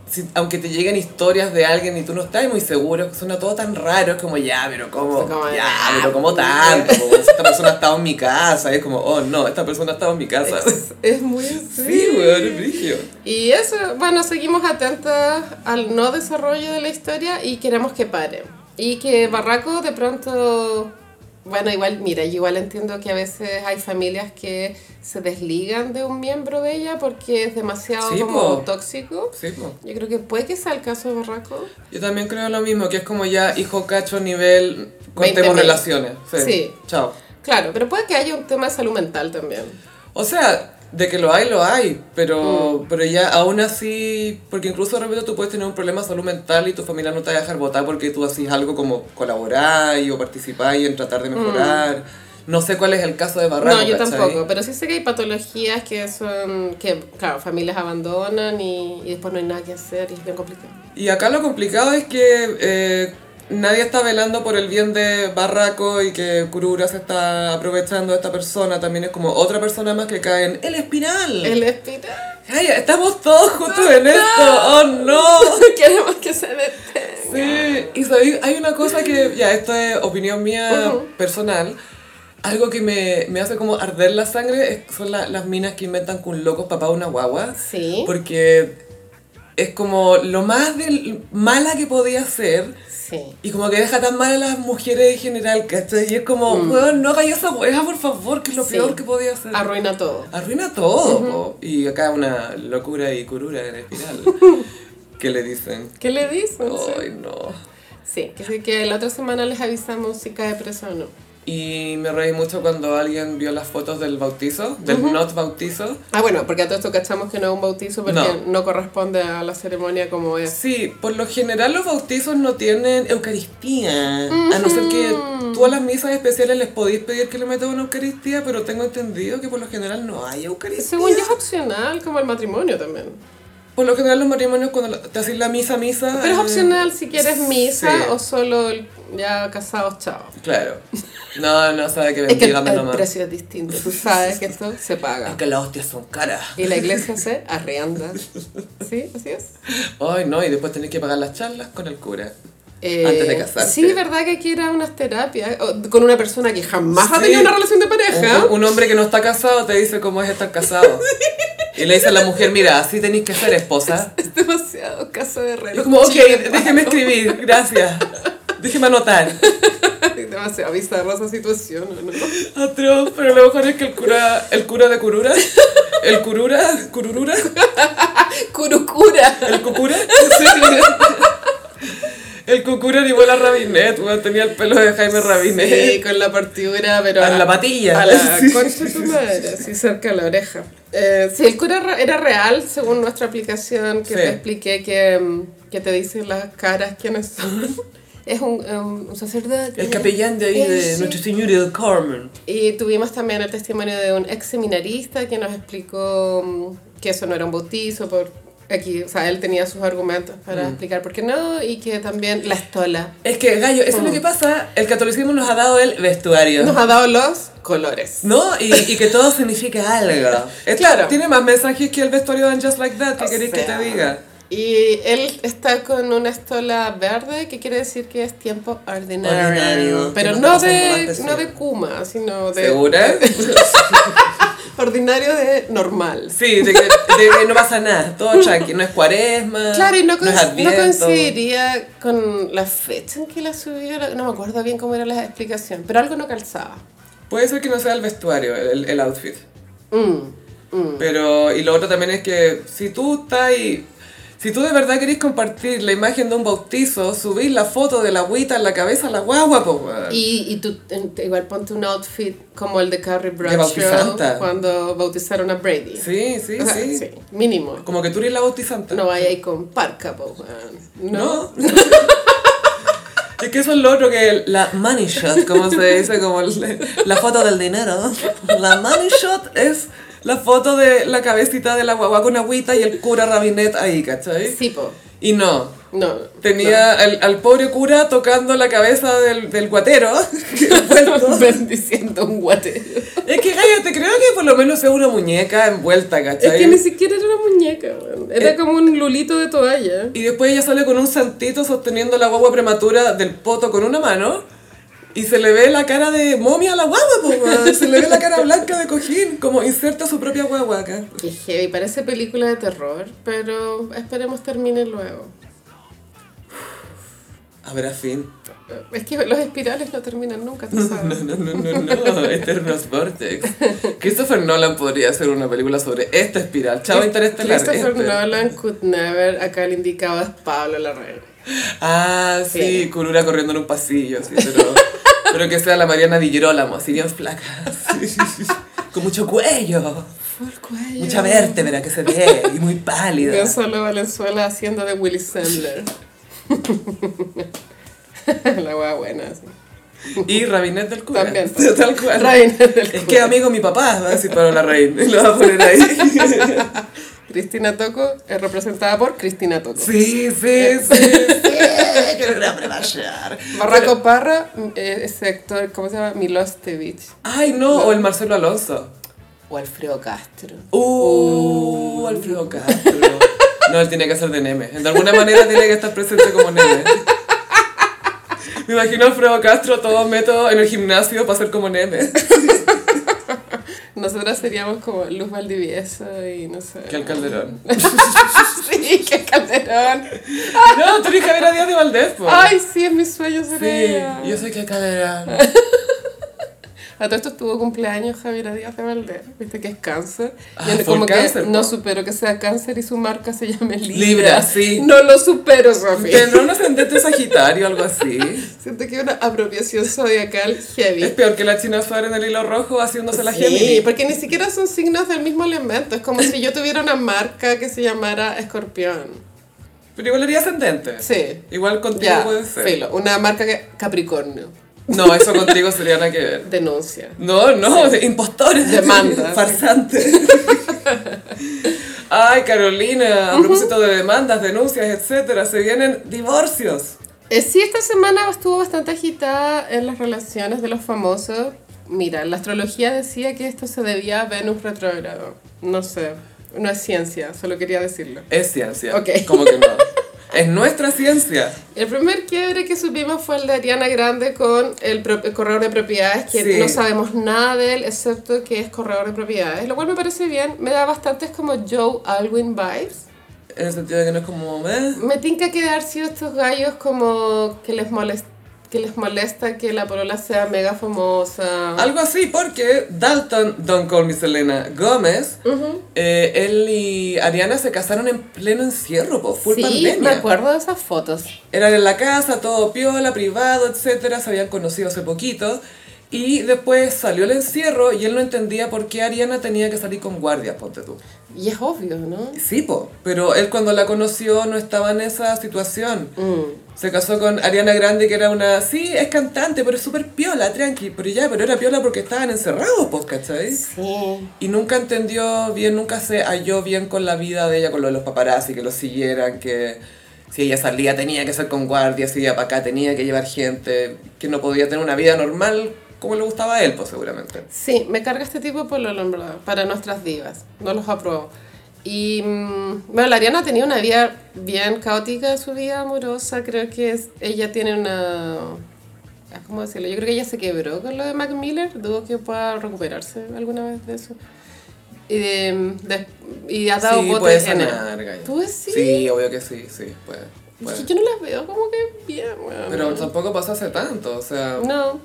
A: si- aunque te lleguen historias de alguien y tú no estás muy seguro, suena todo tan raro, es como, ya, pero como,
B: Como,
A: ya,
B: ah,
A: pero como
B: puta.
A: tanto, como, esta persona ha estado en mi casa, y es como, oh no, esta persona ha estado en mi casa.
B: Es, es muy así.
A: Sí, weón, es brígido.
B: Y eso, bueno, seguimos atentas al no desarrollo de la historia y queremos que pare. Y que Barraco de pronto, bueno, igual, mira, yo igual entiendo que a veces hay familias que se desligan de un miembro de ella porque es demasiado
A: Sí,
B: como
A: po.
B: tóxico.
A: Sí, po.
B: Yo creo que puede que sea el caso de Barraco.
A: Yo también creo lo mismo, que es como ya hijo cacho nivel, cortemos
B: 20.000.
A: relaciones. Sí.
B: Sí.
A: Chao.
B: Claro, pero puede que haya un tema de salud mental también.
A: O sea, de que lo hay, lo hay, pero,
B: Mm.
A: pero ya aún así, porque incluso de repente tú puedes tener un problema de salud mental y tu familia no te va a dejar votar porque tú haces algo como colaborar y o participar y en tratar de mejorar. No sé cuál es el caso de Barranco.
B: Mm. no, yo
A: ¿cachai?
B: tampoco, pero sí sé que hay patologías que son, que claro, familias abandonan y, y después no hay nada que hacer y es bien complicado.
A: Y acá lo complicado es que eh, nadie está velando por el bien de Barraco y que Kurura se está aprovechando de esta persona. También es como otra persona más que cae en el espiral.
B: El espiral.
A: Ay, estamos todos juntos en esto. Oh, no.
B: Queremos que se detenga.
A: Sí, y sabéis, hay una cosa que, ya, esto es opinión mía
B: Ujú.
A: personal, algo que me, me hace como arder la sangre es- son la- las minas que inventan con locos papá una guagua,
B: Sí.
A: porque es como lo más del- mala que podía ser.
B: Sí.
A: Y como que deja tan mal a las mujeres en general, ¿cachai? Y es como, weón, no hagáis esa weá, por favor, que es lo
B: Mm. Sí.
A: peor que podía hacer.
B: Arruina todo.
A: Arruina todo, po. Y acá una locura y curura en espiral. que le dicen,
B: ¿Qué le dicen?
A: ay, no.
B: Sí, que, sí, que la otra semana les avisamos si cae preso o no.
A: Y me reí mucho cuando alguien vio las fotos del bautizo, del not bautizo.
B: Ah, bueno, porque a todo esto cachamos que no es un bautizo porque
A: No.
B: no, corresponde a la ceremonia como es.
A: Sí, por lo general los bautizos no tienen Eucaristía. A no ser que tú a las misas especiales les podís pedir que le metan una Eucaristía, pero tengo entendido que por lo general no hay Eucaristía.
B: Según yo es opcional, como el matrimonio también.
A: Por lo general los matrimonios cuando te haces la misa, misa...
B: Pero es
A: eh,
B: opcional si quieres misa
A: sí.
B: o solo el- ya casados, chao.
A: Claro. No, no, sabe que
B: Es que el,
A: bendigan
B: el
A: nomás.
B: precio es distinto, tú sabes que esto se paga.
A: Es que las hostias son caras.
B: Y la iglesia se arrienda. ¿Sí? ¿Así es?
A: Ay, no, y después tenés que pagar las charlas con el cura.
B: Eh,
A: Antes de casarte.
B: Sí, verdad que aquí era unas terapias o- con una persona que jamás ha
A: Sí.
B: tenido una relación de pareja.
A: Un, un hombre que no está casado te dice cómo es estar casado. Y le dice a la mujer, mira, así tenéis que ser esposa.
B: Es demasiado caso de
A: Y es
B: reloj.
A: como, ok, déjeme escribir, gracias. Déjeme anotar.
B: Te va demasiado bizarra esa situación, ¿o ¿no?
A: Atroz, pero lo mejor es que el cura, el cura de Curura, el Curura, Cururura,
B: Curucura.
A: el Cucura, sí. El Cucura ni a Rabinet, weón, tenía el pelo de Jaime Rabinet.
B: Sí, con la partidura, pero...
A: A la patilla.
B: A la
A: Sí.
B: concha de tu madre, así cerca de la oreja. Eh, sí, el cura re- era real, según nuestra aplicación que
A: Sí.
B: te expliqué, que, mm, que te dicen las caras quiénes son. Es un, um, un sacerdote.
A: El capellán de ahí de
B: Sí.
A: Nuestro Señor del Carmen.
B: Y tuvimos también el testimonio de un ex seminarista que nos explicó mm, que eso no era un bautizo, por aquí, o sea, él tenía sus argumentos para
A: Mm.
B: explicar por qué no, y que también la estola
A: Es que, gallo, eso es lo que pasa. El catolicismo nos ha dado el vestuario.
B: Oh. nos ha dado los colores.
A: ¿No? Y, y que todo significa algo. Esto
B: Claro.
A: Tiene más mensajes que el vestuario de Just Like That. ¿Qué
B: O
A: queréis que
B: sea.
A: te diga?
B: Y él está con una estola verde, que quiere decir que es tiempo ordinario.
A: Ordinario,
B: Pero
A: que no
B: no
A: está pasando
B: de,
A: nada
B: no de Kuma, sino de
A: ¿Segura?
B: ordinario de normal.
A: Sí, de que, de que no pasa nada. Todo tranqui. No es cuaresma.
B: Claro, y no,
A: es
B: cons- no
A: adviento.
B: coincidiría con la fecha en que la subió, la- no me acuerdo bien cómo era la explicación, pero algo no calzaba.
A: Puede ser que no sea el vestuario, el, el outfit.
B: Mm, mm.
A: Pero, y lo otro también es que si tú estás ahí- si tú de verdad querés compartir la imagen de un bautizo, subir la foto de la agüita en la cabeza a la guagua, pues, weón.
B: Y, y tú en- te- igual ponte un outfit como el de Carrie
A: bautizanta.
B: Bradshaw cuando bautizaron a Brady.
A: Sí, sí,
B: O sea,
A: sí,
B: sí, Mínimo.
A: Como que tú eres la bautizante.
B: No vaya ahí con parca, po, weón. No.
A: ¿No? Es que eso es lo otro que la money shot, como se dice, como el- la foto del dinero. La money shot es la foto de la cabecita de la guagua con agüita y el cura rabinet ahí, ¿cachai?
B: Sí, po.
A: Y no,
B: No.
A: Tenía al, al pobre cura tocando la cabeza del, del guatero.
B: no. Bendiciendo un guate.
A: es que, gallo, te creo que por lo menos sea una muñeca envuelta,
B: Es
A: ¿cachai?
B: que ni siquiera era una muñeca, weón. Era
A: Eh.
B: como un lulito de toalla.
A: Y después ella sale con un santito sosteniendo la guagua prematura del poto con una mano. Y se le ve la cara de momia a la guagua, po, weón. Se le ve la cara blanca de cojín, como inserta su propia guagua acá.
B: Qué heavy, parece película de terror, pero esperemos termine luego.
A: Habrá fin.
B: Es que los espirales no terminan nunca, tú
A: No,
B: sabes.
A: no, no, no, no. Eternos Vortex. Christopher Nolan podría hacer una película sobre esta espiral. Chao, Interestelar.
B: Christopher
A: este.
B: Nolan could never, acá el indicado es Pablo Larraín.
A: Ah, sí,
B: Sí.
A: Curura corriendo en un pasillo, sí, pero, pero que sea la Mariana Di Girolamo, así bien flaca. sí, sí, sí, Con mucho cuello, mucha vértebra que se ve y muy pálida.
B: Gonzalo Valenzuela haciendo de Willy Sandler. La hueá buena, sí.
A: Y Rabinet del Cura.
B: También.
A: Tal cual.
B: Rabinet del
A: Es
B: Cura.
A: que amigo mi papá, va a decir Pablo Larraín. y Lo va a poner ahí.
B: Cristina Toco es representada por Cristina Toco.
A: Sí, sí, sí. sí. Yo lo voy a prevallar.
B: Barraco Parra eh, es actor, ¿cómo se llama? Milostevich.
A: Ay, no, o el Marcelo Alonso.
B: O Alfredo Castro.
A: Uh, Alfredo Castro. No, él tiene que ser de Neme. De alguna manera tiene que estar presente como Neme. Me imagino a Alfredo Castro todo meto en el gimnasio para ser como Neme.
B: Nosotras seríamos como Luz Valdivieso y no sé.
A: Que el Calderón.
B: sí, que el Calderón.
A: No, tú eres Javier Díaz de Valdés, po.
B: Ay, sí, es mi sueño
A: Sí,
B: sería.
A: yo soy que el Calderón.
B: A todo esto estuvo cumpleaños Javier Díaz de Valdés, viste que es cáncer.
A: Ah,
B: y él
A: full
B: como
A: cáncer,
B: que no
A: po.
B: supero que sea cáncer y su marca se llame Libra.
A: Libra, sí.
B: No lo supero, Sofía.
A: Tendrá un ascendente sagitario o algo así.
B: Siento que es una apropiación zodiacal heavy.
A: Es peor que la China Suárez en el hilo rojo haciéndose la
B: Sí,
A: Gemini.
B: porque ni siquiera son signos del mismo elemento. Es como si yo tuviera una marca que se llamara escorpión.
A: Pero igual haría ascendente.
B: Sí.
A: Igual contigo
B: Ya,
A: puede ser.
B: filo. Una marca que Capricornio.
A: No, eso contigo sería nada que ver.
B: Denuncia.
A: No, no, impostores.
B: Demanda.
A: Farsantes. Ay, Carolina, a propósito de demandas, denuncias, etcétera, se vienen divorcios.
B: Eh, sí, esta semana estuvo bastante agitada en las relaciones de los famosos. Mira, la astrología decía que esto se debía a Venus retrógrado. No sé, no es ciencia, solo quería decirlo.
A: Es ciencia.
B: Ok.
A: Como que no. Es nuestra ciencia.
B: El primer quiebre que supimos fue el de Ariana Grande con el, pro- el corredor de propiedades, que
A: Sí.
B: no sabemos nada de él, excepto que es corredor de propiedades, lo cual me parece bien, me da bastantes como Joe Alwyn vibes.
A: En el sentido de que no es como. ¿eh?
B: Me tinca que haber sido estos gallos como que les molestó que les molesta que la polola sea mega famosa.
A: Algo así, porque Dalton, Don't Call Me Selena Gómez, eh, él y Ariana se casaron en pleno encierro, por full
B: sí, me
A: pandemia.
B: acuerdo de esas fotos.
A: Eran en la casa, todo piola, privado, etcétera, se habían conocido hace poquito. Y después salió el encierro y él no entendía por qué Ariana tenía que salir con guardias, ponte tú.
B: Y es obvio, ¿no?
A: Sí, po, pero él cuando la conoció no estaba en esa situación.
B: Mm.
A: Se casó con Ariana Grande, que era una. Sí, es cantante, pero es súper piola, tranqui. Pero ya, pero era piola porque estaban encerrados, po, ¿cachai?
B: Sí.
A: Y nunca entendió bien, nunca se halló bien con la vida de ella, con lo de los paparazzi, que lo siguieran, que si ella salía tenía que ser con guardia, si ella para acá tenía que llevar gente, que no podía tener una vida normal como le gustaba a él, pues seguramente.
B: Sí, me carga este tipo de pololo, en verdad, para nuestras divas. No los apruebo. Y mm, bueno, la Ariana tenía una vida bien caótica de su vida amorosa. Creo que es, ella tiene una. ah, ¿Cómo decirlo? Yo creo que ella se quebró con lo de Mac Miller. Dudo que pueda recuperarse alguna vez de eso. Y, de- de- y ha dado
A: sí,
B: botes
A: puede
B: en él.
A: sanar, Gaya.
B: ¿Tú decís?
A: Sí, obvio que sí, sí, puede. puede.
B: Yo no las veo como que bien, weón.
A: Pero tampoco pasó hace tanto, o sea,
B: No,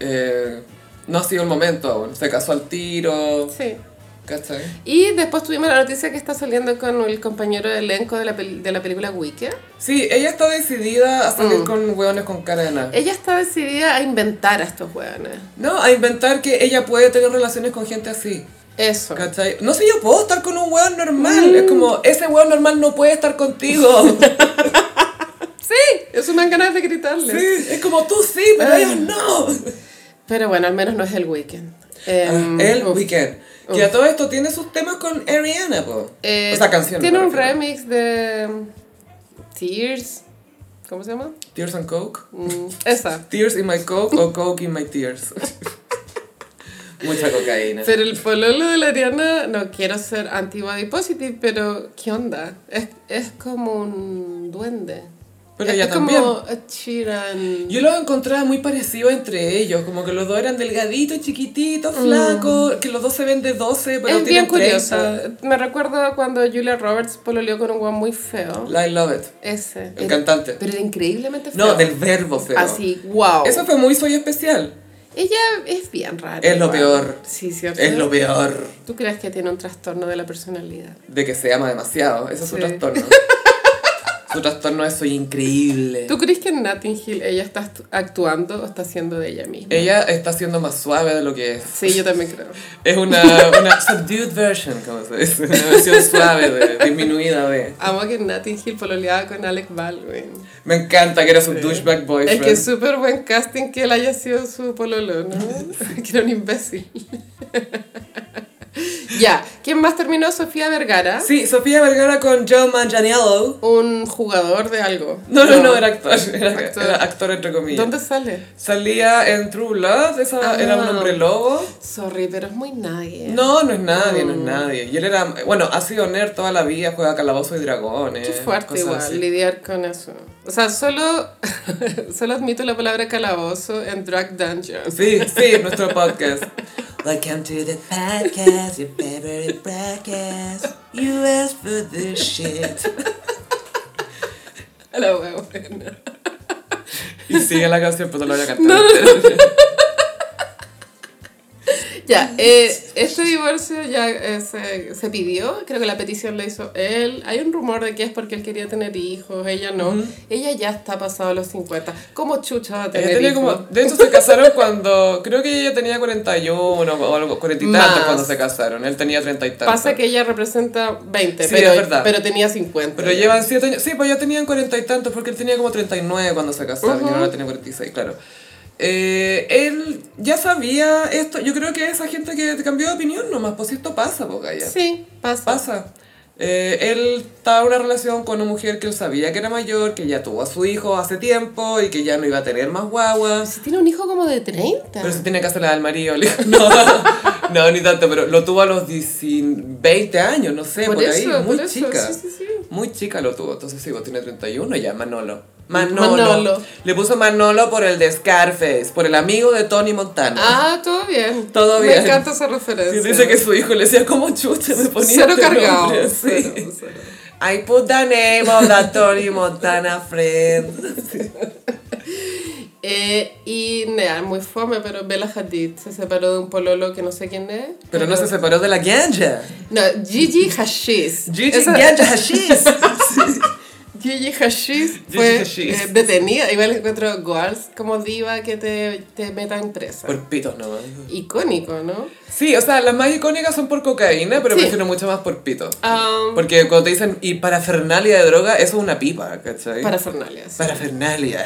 A: eh, no ha sido el momento aún. Se casó al tiro,
B: sí.
A: ¿cachai?
B: Y después tuvimos la noticia que está saliendo con el compañero de elenco de la, peli- de la película Wicked.
A: Sí, ella está decidida a salir con hueones con cara de nada.
B: Mm. Ella está decidida a inventar a estos hueones.
A: No, a inventar que ella puede tener relaciones con gente así.
B: Eso.
A: ¿Cachai? No sé, yo puedo estar con un hueón normal.
B: Mm.
A: Es como, ese hueón normal no puede estar contigo.
B: Sí, eso me dan ganas de gritarle.
A: sí, es como tú sí, pero
B: Ah.
A: ellos no.
B: Pero bueno, al menos no es el weekend. Em,
A: Ah, El
B: uf.
A: weekend. Que a todo esto tiene sus temas con Ariana, po.
B: Eh,
A: o sea, canciones.
B: Tiene
A: me
B: un
A: refiero.
B: remix de mm, Tears. ¿Cómo se llama?
A: Tears and Coke.
B: Mm, esa.
A: Tears in my Coke o Coke in my tears. Mucha cocaína.
B: Pero el pololo de la Ariana, no quiero ser antibody positive, pero ¿qué onda? Es, es como un duende.
A: Pero
B: es,
A: ella
B: es como Ed Sheeran.
A: Yo los encontraba muy parecidos entre ellos, como que los dos eran delgaditos, chiquititos, flacos, que los dos se ven de 12, pero
B: Mm.
A: tienen
B: es bien
A: 30.
B: curiosa. Me recuerdo a cuando Julia Roberts pololeó con un guan muy feo.
A: I love it.
B: Ese.
A: El cantante.
B: Pero era increíblemente feo.
A: No, del verbo feo.
B: Así, wow.
A: Eso fue muy soy especial.
B: Ella es bien rara.
A: Es lo
B: igual.
A: peor.
B: Sí, cierto.
A: Es lo peor
B: ¿Tú crees que tiene un trastorno de la personalidad?
A: de que se ama demasiado. Eso es su
B: Sí.
A: trastorno. su trastorno es soy increíble.
B: ¿Tú crees que en Notting Hill ella está act- actuando o está siendo de ella misma?
A: Ella está siendo más suave de lo que es.
B: Sí, yo también creo.
A: Es una, una subdued version, como se dice. Una versión suave, de, disminuida de.
B: Amo que en Notting Hill pololeaba con Alec Baldwin.
A: Me encanta que eres un douchebag
B: Es
A: boyfriend.
B: que es súper buen casting que él haya sido su pololo, ¿no?
A: Mm.
B: que era un imbécil. ya, ¿quién más terminó? Sofía Vergara.
A: Sí, Sofía Vergara con Joe Manganiello.
B: Un jugador de algo.
A: No, no, no, era actor. Era era actor,
B: Actor.
A: entre comillas.
B: ¿Dónde sale?
A: Salía en True Love, esa
B: Ah.
A: era un hombre lobo.
B: Sorry, pero es muy nadie.
A: No, no es nadie, no es nadie. Y él era, bueno, ha sido nerd toda la vida, juega calabozos y dragones.
B: Qué fuerte
A: Eh, cosas
B: igual
A: así.
B: lidiar con eso. O sea, solo, solo admito la palabra calabozo en Drag Dungeons.
A: Sí, sí, nuestro podcast.
C: Welcome to the podcast, your favorite podcast. You asked for this shit.
B: A la wea buena.
A: Y sigue la canción, pues no la voy a cantar.
B: Ya, eh, este divorcio ya eh, se, se pidió, creo que la petición la hizo él. Hay un rumor de que es porque él quería tener hijos, ella no. Ella ya está pasado los 50. ¿Cómo chucha va a
A: Ella
B: tener
A: Eh, tenía
B: hijos?
A: como, de hecho, se casaron cuando. Creo que ella tenía 41 o algo, 40 y tantos
B: Más.
A: cuando se casaron. Él tenía 30 y tantos.
B: Pasa que ella representa 20,
A: Sí,
B: pero,
A: es verdad.
B: pero tenía 50.
A: Pero llevan 7 años. Sí, pues ya tenían 40 y tantos porque él tenía como 39 cuando se casaron. Y ahora tiene 46, claro. Eh, él ya sabía esto. Yo creo que esa gente que cambió de opinión nomás, pues esto pasa, pues Gaya.
B: Sí, pasa.
A: Pasa. Eh, él estaba en una relación con una mujer que él sabía que era mayor, que ya tuvo a su hijo hace tiempo y que ya no iba a tener más guaguas.
B: Si tiene un hijo como de 30.
A: Pero se tiene que hacer la del marido. le digo, no, no, ni tanto, pero lo tuvo a los 19, 20 años, no sé, por, ahí, muy
B: eso,
A: chica.
B: sí, sí, sí.
A: Muy chica lo tuvo, entonces sí, vos tiene 31 ya, Manolo. Manolo.
B: Manolo.
A: Le puso Manolo por el de Scarface, por el amigo de Tony Montana.
B: Ah, todo bien.
A: Todo bien.
B: Me encanta esa
A: Sí,
B: referencia.
A: dice que su hijo le decía como chucha, me ponía
B: Cero
A: este
B: cargado.
A: nombre", sí.
B: Cero, cero.
A: I put the name of the Tony Montana friend.
B: Eh, y nada, muy fome, pero Bella Hadid se separó de un pololo que no sé quién es.
A: Pero no se separó de la ganja.
B: No, Gigi Hashish.
A: Gigi
B: Esa-
A: Ganja Hashish.
B: Gigi Hashish
A: Gigi
B: fue
A: Hadid.
B: eh, detenida. Igual encuentro goals como diva que te, te metan presa.
A: Por pitos nomás.
B: Icónico, ¿no?
A: Sí, o sea, las más icónicas son por cocaína, pero
B: Sí.
A: prefiero mucho más por pitos.
B: Um,
A: Porque cuando te dicen, y parafernalia de droga, eso es una pipa, ¿cachai?
B: Parafernalia, sí.
A: Parafernalia.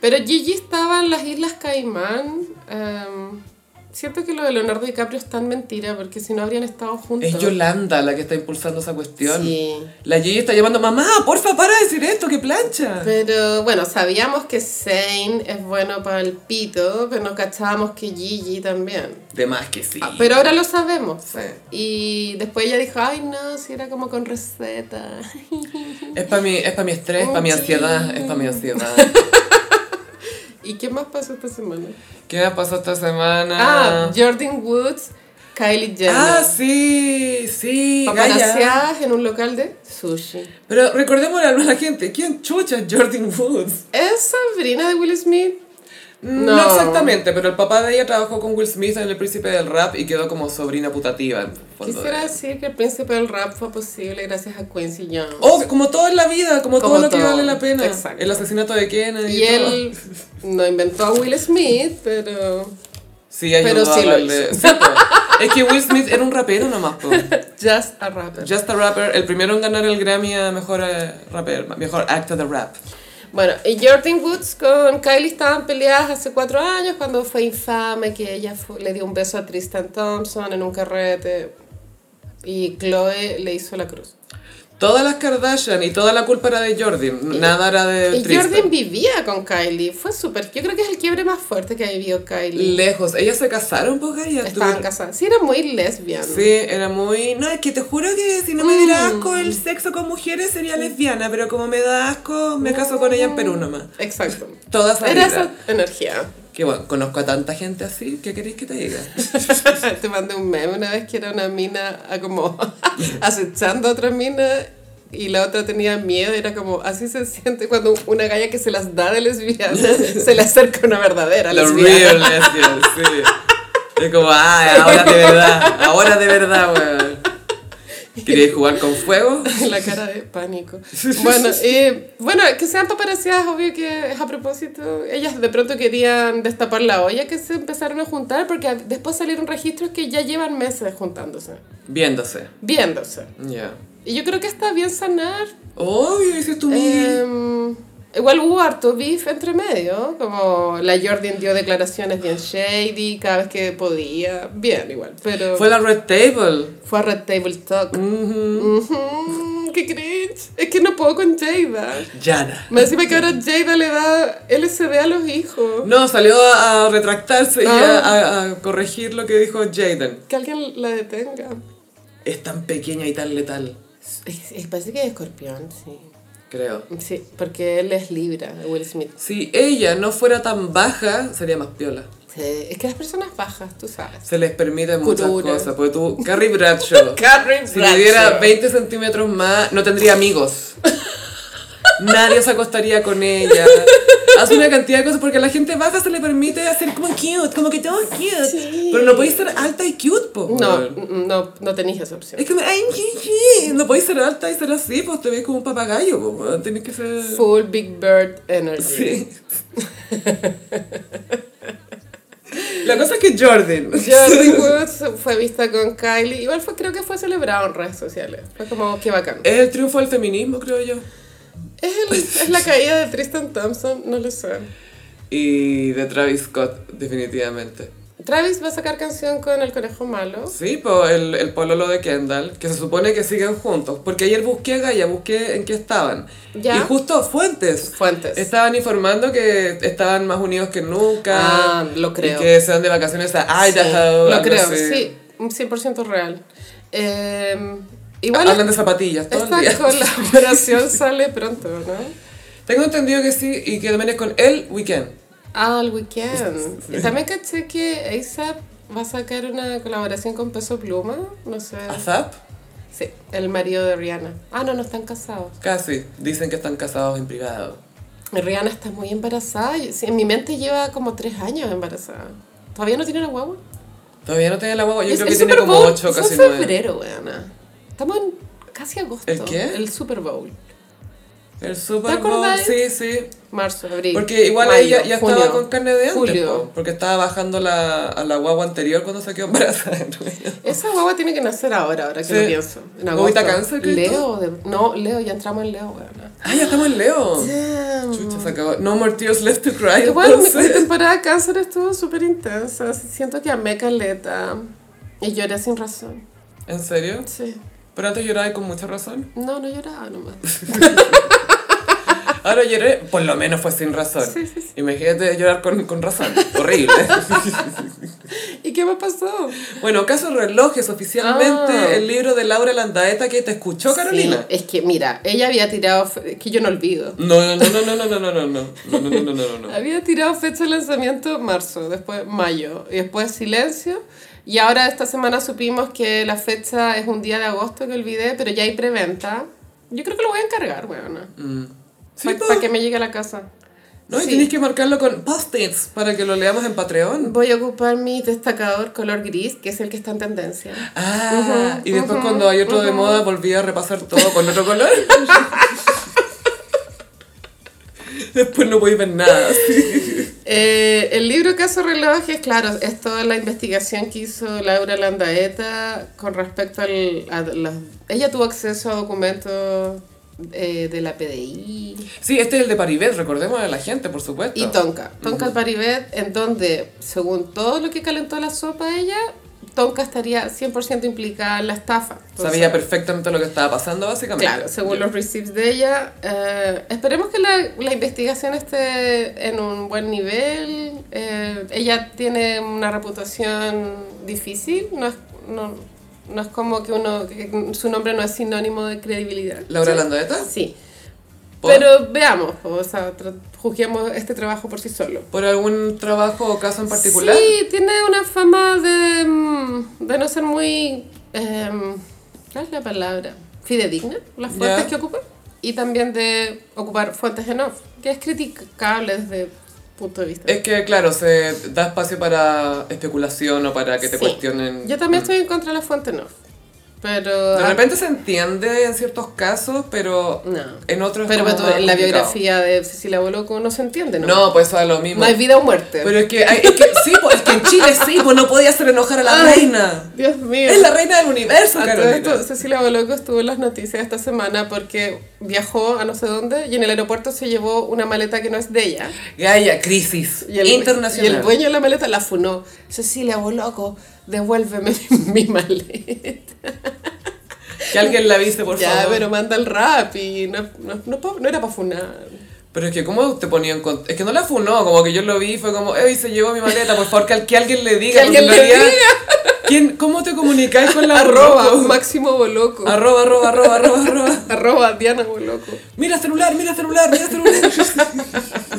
B: Pero Gigi estaba en las Islas Caimán. em, siento que lo de Leonardo DiCaprio es tan mentira porque si no habrían estado juntos.
A: Es Yolanda la que está impulsando esa cuestión.
B: Sí.
A: La Gigi está llamando, mamá, porfa, para de decir esto, que plancha.
B: Pero bueno, sabíamos que Zane es bueno para el pito, pero no cachábamos que Gigi también.
A: De más que sí.
B: Ah, pero ahora lo sabemos.
A: Sí.
B: Y después ella dijo, ay no, si era como con receta.
A: Es para mi, es pa mi estrés, es para mi
B: Oh,
A: ansiedad,
B: sí.
A: es para mi ansiedad.
B: ¿Y qué más pasó esta semana?
A: ¿Qué me ha pasado esta semana?
B: Ah, Jordan Woods, Kylie Jenner.
A: Ah, sí, sí. Gaya.
B: Paparaseadas en un local de sushi.
A: Pero recordemos a la gente, ¿quién chucha es Jordan Woods?
B: ¿Es Sabrina de Will Smith?
A: No.
B: No.
A: exactamente, pero el papá de ella trabajó con Will Smith en El Príncipe del Rap y quedó como sobrina putativa. en el fondo
B: Quisiera
A: de-
B: decir que el príncipe del rap fue posible gracias a Quincy Jones.
A: Oh, como todo en la vida, como,
B: Como
A: todo lo que
B: todo.
A: vale la pena.
B: Exacto.
A: El asesinato de Kennedy.
B: y él no inventó a Will Smith, pero
A: Sí, ayudó
B: Pero sí
A: a
B: lo
A: darle-
B: hizo.
A: Sí, po. Es que Will Smith era un rapero nomás, po.
B: just a rapper.
A: Just a Rapper, el primero en ganar el Grammy a Mejor eh, Rapper, Mejor Actor de Rap.
B: Bueno, y Jordan Woods con Kylie estaban peleadas hace cuatro años cuando fue infame que ella fu- le dio un beso a Tristan Thompson en un carrete y Chloe le hizo la cruz.
A: Todas las Kardashian y toda la culpa era de Jordan, nada era de
B: Y
A: Tristan.
B: Jordan vivía con Kylie, fue súper. Yo creo que es el quiebre más fuerte que ha vivido Kylie.
A: Lejos, ellas se casaron, po, Gaya, tú-
B: Estaban casadas. Sí, era muy lesbiana.
A: Sí, era muy... No, es que te juro que si no me diera asco el sexo con mujeres sería lesbiana, pero como me da asco, me caso con ella en Perú nomás.
B: Exacto.
A: Toda esa vida.
B: Era esa energía.
A: Que bueno, conozco a tanta gente así, ¿qué queréis que te diga?
B: Te mandé un meme una vez que era una mina ah, como acechando a otra mina y la otra tenía miedo. Era como, así se siente cuando una galla que se las da de lesbiana se le acerca una verdadera
A: La
B: lesbiana.
A: real lesbian, sí. Es como, ay, ahora de verdad, ahora de verdad, weón. ¿Queréis jugar con fuego?
B: La cara de pánico. Bueno, eh, bueno que sean paparazziadas, obvio que es a propósito. Ellas de pronto querían destapar la olla que se empezaron a juntar porque después salieron registros que ya llevan meses juntándose,
A: Viéndose.
B: viéndose.
A: Ya. Eh,
B: Y yo creo que está bien sanar
A: Obvio, ese es tu mini.
B: Em, igual hubo harto beef entre medio, como la Jordan dio declaraciones bien shady cada vez que podía, bien igual, pero
A: Fue
B: fue,
A: la Red Table.
B: a Red Table Talk.
A: Mm.
B: Ujú, ¡Qué cringe! Es que no puedo con Jada.
A: Yana.
B: Me encima que ahora Jada le da LSD a los hijos.
A: No, salió a, a retractarse y a,
B: Ah.
A: a- a corregir lo que dijo Jaden.
B: Que alguien la detenga.
A: Es tan pequeña y tan letal,
B: Es- es- parece que es escorpión, sí.
A: creo.
B: Sí, porque él es Libra, Will Smith.
A: Si ella no fuera tan baja, sería más piola.
B: Sí, es que las personas bajas, tú sabes.
A: Se les permite muchas
B: Curura.
A: cosas. Porque tú, Carrie Bradshaw.
B: Carrie
A: Si tuviera 20
B: Bradshaw.
A: centímetros más, no tendría amigos. Nadie se acostaría con ella. Hace una cantidad de cosas porque a la gente baja se le permite hacer como cute, como que todo es cute. Pero no podéis ser alta y cute, po.
B: No, mm,
A: weón.
B: no, no tenéis esa opción.
A: Es como, ay, sí, sí. No podéis ser alta y ser así, pues te ves como un papagayo, po. weón. Tenés que ser.
B: Full Big Bird
A: Sí.
B: Energy.
A: La cosa es que Jordan.
B: Jordan Woods fue vista con Kylie. Igual fue, creo que fue celebrado en redes sociales. Fue como, qué bacán.
A: Es el triunfo del feminismo, creo yo.
B: Es, el-
A: pues,
B: es la caída de Tristan Thompson, no lo sé.
A: Y de Travis Scott, definitivamente.
B: Travis va a sacar canción con El Conejo Malo.
A: Sí, pues el, el pololo de Kendall, que se supone que siguen juntos. Porque ayer busqué a Gaia, busqué en qué estaban.
B: Ya.
A: Y justo Fuentes.
B: Fuentes.
A: Estaban informando que estaban más unidos que nunca.
B: Ah, lo creo.
A: Y que se van de vacaciones a
B: Sí,
A: Idaho.
B: lo
A: algo
B: creo,
A: así.
B: sí. un 100% real. Eh, igual
A: Hablan de zapatillas todo el
B: esta
A: día.
B: colaboración sale pronto, ¿no?
A: Tengo entendido que sí, y que también es con el weekend.
B: Ah, el weekend. Y También caché que ASAP va a sacar una colaboración con Peso Pluma. No sé.
A: ASAP,
B: Sí, el marido de Rihanna. Ah, no, no están casados.
A: casi. Dicen que están casados en privado.
B: Rihanna está muy embarazada. y- sí, en mi mente lleva como tres años embarazada. ¿Todavía no tiene la guagua?
A: Todavía no tiene la guagua. Oh, Yo
B: Es-
A: creo que
B: el
A: tiene
B: Super
A: como
B: Bowl
A: 8,
B: fue
A: casi
B: en
A: 9.
B: febrero, weana. Estamos en casi agosto.
A: ¿El qué?
B: El Super Bowl.
A: El Super
B: ¿Te
A: Bowl,
B: acordás?
A: sí, sí.
B: Marzo, abril.
A: Porque igual
B: mayo,
A: ella ya estaba
B: junio,
A: con carne de antes,
B: Julio.
A: po, porque estaba bajando la, a la guagua anterior cuando se quedó embarazada. en realidad.
B: Esa guagua tiene que nacer ahora, ahora que
A: Sí.
B: lo pienso. En agosto.
A: ¿Guaguita cáncer, crees
B: Leo, de- no, Leo, ya entramos en Leo, weona.
A: Ah, ya estamos en Leo. Chucha, se acabó. No more tears left to cry.
B: Igual mi, mi
A: entonces.
B: temporada de cáncer estuvo súper intensa. Siento que amé caleta. Y lloré sin razón.
A: ¿En serio?
B: Sí.
A: Pero antes lloraba y con mucha razón.
B: No, no lloraba nomás.
A: Ahora lloré, por lo menos fue sin razón.
B: Ah. Sí, sí, sí.
A: Imagínate llorar con, con razón. Horrible.
B: ¿Y qué me pasó?
A: bueno, caso relojes, oficialmente
B: Ah.
A: el libro de Laura Landaeta que te escuchó, Carolina.
B: Sí, es que, mira, ella había tirado... fe- Es que yo no olvido.
A: No, no, no, no, no, no, no, no, no, no, no, no, no, no, no.
B: Había tirado fecha de lanzamiento marzo, después mayo, y después silencio. Y ahora esta semana supimos que la fecha es un día de agosto que olvidé, pero ya hay preventa. Yo creo que lo voy a encargar, weona.
A: Mm. Sí,
B: para
A: po.
B: que me llegue a la casa.
A: No, y
B: Sí.
A: tienes que marcarlo con post-its para que lo leamos en Patreon.
B: Voy a ocupar mi destacador color gris, que es el que está en tendencia.
A: Ah, y después cuando hay otro de moda volví a repasar todo con otro color. después no podéis ver nada.
B: Eh, el libro Caso Relojes, claro, es toda la investigación que hizo Laura Landaeta con respecto al, a las... Ella tuvo acceso a documentos eh, de la PDI
A: Sí, este es el de Paribet, recordemos a la gente, por supuesto.
B: y Tonka. Tonka Paribet, en donde, según todo lo que calentó la sopa ella, Tonka estaría 100% implicada en la estafa. Entonces,
A: Sabía perfectamente lo que estaba pasando, básicamente.
B: Claro, según los receipts de ella. eh, esperemos que la, la investigación esté en un buen nivel. eh, ella tiene una reputación difícil, no es, no, no es como que uno que su nombre no es sinónimo de credibilidad.
A: ¿Laura Landaeta?
B: Sí.
A: ¿Por?
B: Pero veamos, o sea, tra- juzguemos este trabajo por sí solo.
A: ¿Por algún trabajo o caso en particular?
B: Sí, tiene una fama de, mm, de no ser muy... em, ¿Cuál es la palabra? Fidedigna, las
A: Ya.
B: fuentes que ocupa. Y también de ocupar fuentes en off, que es criticable desde punto de vista.
A: Es que, claro, se da espacio para especulación o para que te
B: Sí.
A: cuestionen. Mm.
B: Yo también estoy en contra de la fuente en off. Pero...
A: De repente se entiende en ciertos casos, pero
B: No.
A: en otros es
B: Pero,
A: como
B: pero
A: más
B: en la
A: complicado.
B: biografía de Cecilia Boloco no se entiende, ¿no?
A: No, pues eso es lo mismo.
B: No hay vida o muerte.
A: Pero es que, hay- es que sí, pues, es que en Chile sí, pues no podía hacer enojar a la
B: Ay,
A: reina.
B: Dios mío.
A: Es la reina del universo,
B: A todo
A: Carolina.
B: esto, Cecilia Boloco estuvo en las noticias esta semana porque viajó a no sé dónde y en el aeropuerto se llevó una maleta que no es de ella.
A: Gaia, crisis
B: Y el,
A: internacional.
B: Y el dueño de la maleta la funó. Cecilia Boloco, devuélveme mi maleta.
A: Que alguien la avise, por
B: ya,
A: favor.
B: pero manda el rap y no, no, no pa- no era para funar.
A: Pero es que, ¿cómo te ponían con.? Es que no la funó, como que yo lo vi, fue como, ¡Ey, se llevó mi maleta! Por favor, que, al- que alguien le diga.
B: Que alguien
A: porque en
B: le
A: realidad, ¿quién, ¿Cómo te comunicáis con la
B: Arroba,
A: Boloco?
B: Máximo Boloco.
A: Arroba, arroba, arroba, arroba, arroba.
B: Arroba Diana Boloco.
A: Mira celular, mira celular, mira celular.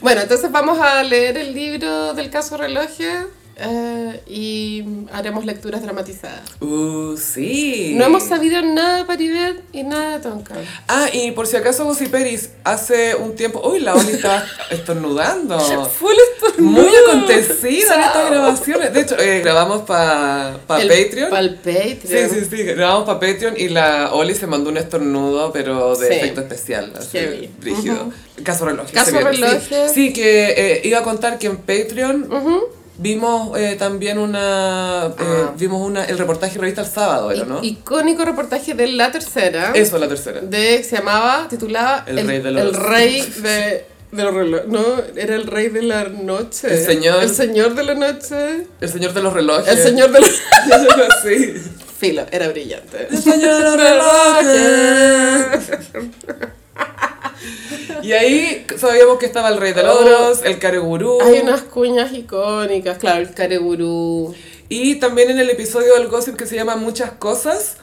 B: Bueno, entonces vamos a leer el libro del caso Relojes eh, y haremos lecturas dramatizadas.
A: Uh, sí.
B: No hemos sabido nada de Paribet y nada de Tonka.
A: Ah, y por si acaso Gossip Peris hace un tiempo. Uy, la Oli está estornudando.
B: Full
A: Muy acontecida en estas
B: Chao.
A: grabaciones. De hecho, eh, grabamos para Patreon.
B: Para el Patreon.
A: sí, sí, sí, grabamos para Patreon y la Oli se mandó un estornudo, pero de
B: Sí.
A: efecto especial, así,
B: Heavy.
A: rígido. Caso reloj.
B: Caso relojes.
A: Sí, que eh, iba a contar que en Patreon vimos eh, también una, eh,
B: Ah.
A: vimos una, el reportaje revista el sábado, ¿era,
B: I-
A: no?
B: Icónico reportaje de la tercera.
A: Eso, la tercera.
B: De, se llamaba, titulaba
A: El rey de los-
B: el rey de, de los relojes. No, era el rey de la noche.
A: El señor.
B: El señor de la noche.
A: El señor de los relojes.
B: El señor de la
A: sí.
B: Filo, era brillante.
A: El señor de los relojes. Y ahí sabíamos que estaba el rey de
B: Oh.
A: los oros, el carugurú.
B: Hay unas cuñas icónicas, claro, el caregurú.
A: Y también en el episodio del gossip que se llama Muchas Cosas,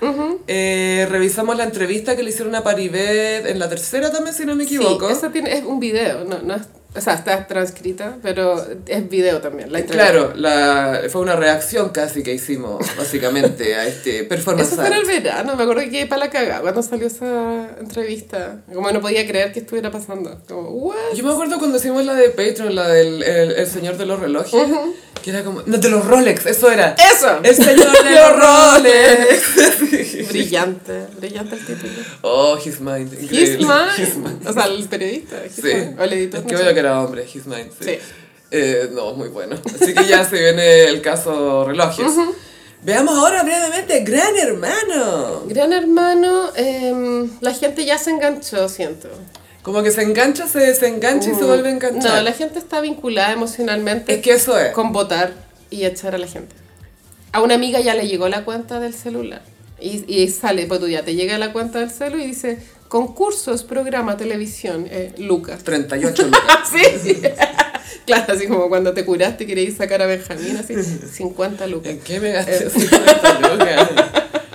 A: eh, revisamos la entrevista que le hicieron a Paribet en la tercera también, si no me equivoco.
B: Sí, esa tiene, es un video, no, no es O sea, está transcrita, pero es video también. La entrevista.
A: Claro, la, fue una reacción casi que hicimos, básicamente, a este performance.
B: Eso fue en
A: art.
B: el verano, me acuerdo que para la cagada cuando salió esa entrevista. Como no podía creer que estuviera pasando. Como, ¿what?
A: Yo me acuerdo cuando hicimos la de Patreon, la del el, el señor de los relojes, que era como... No, de los Rolex, eso era.
B: ¡Eso!
A: El señor de los Rolex.
B: brillante, brillante el título.
A: Oh, His Mind.
B: His
A: increíble. His Mind.
B: Mind. O sea, el periodista. His
A: Sí.
B: Mind. O el editor.
A: Qué
B: no
A: bueno
B: sé.
A: que era hombre, His Mind. Sí.
B: Sí.
A: Eh, no, muy bueno. Así que ya se viene el caso relojes. Veamos ahora brevemente Gran Hermano.
B: Gran hermano, em, la gente ya se enganchó, siento. Uh.
A: Como que se engancha, se desengancha y se vuelve a enganchar.
B: No, la gente está vinculada emocionalmente
A: Es que eso es.
B: con votar y echar a la gente. A una amiga ya le llegó la cuenta del celular. Y, y sale, pues tú ya te llega la cuenta del celular y dice, concursos, programa, televisión, eh, Lucas. Ah,
A: 38 lucas.
B: Sí. claro, así como cuando te curaste y querías sacar a Benjamín, así, 50 lucas.
A: ¿En qué me gasté 50 lucas?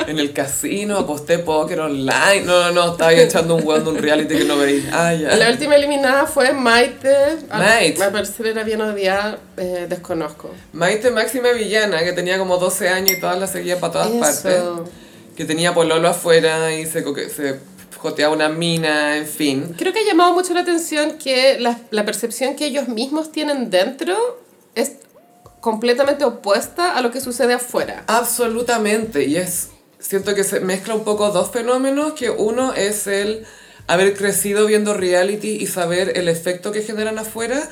A: En el casino, aposté póker online. No, no, no, estaba ahí echando un hueón de un reality que no veía. Ah,
B: La
A: ya.
B: última eliminada fue Maite. A-
A: Maite.
B: A parecer era bien odiada, eh, desconozco.
A: Maite Máxima Villana, que tenía como 12 años y todas las seguía para todas
B: Eso.
A: partes. Que tenía pololo afuera y se, coque- se joteaba una mina, en fin.
B: Creo que ha llamado mucho la atención que la, la percepción que ellos mismos tienen dentro es completamente opuesta a lo que sucede afuera.
A: Absolutamente, y es... Siento que se mezcla un poco dos fenómenos, que uno es el haber crecido viendo reality y saber el efecto que generan afuera,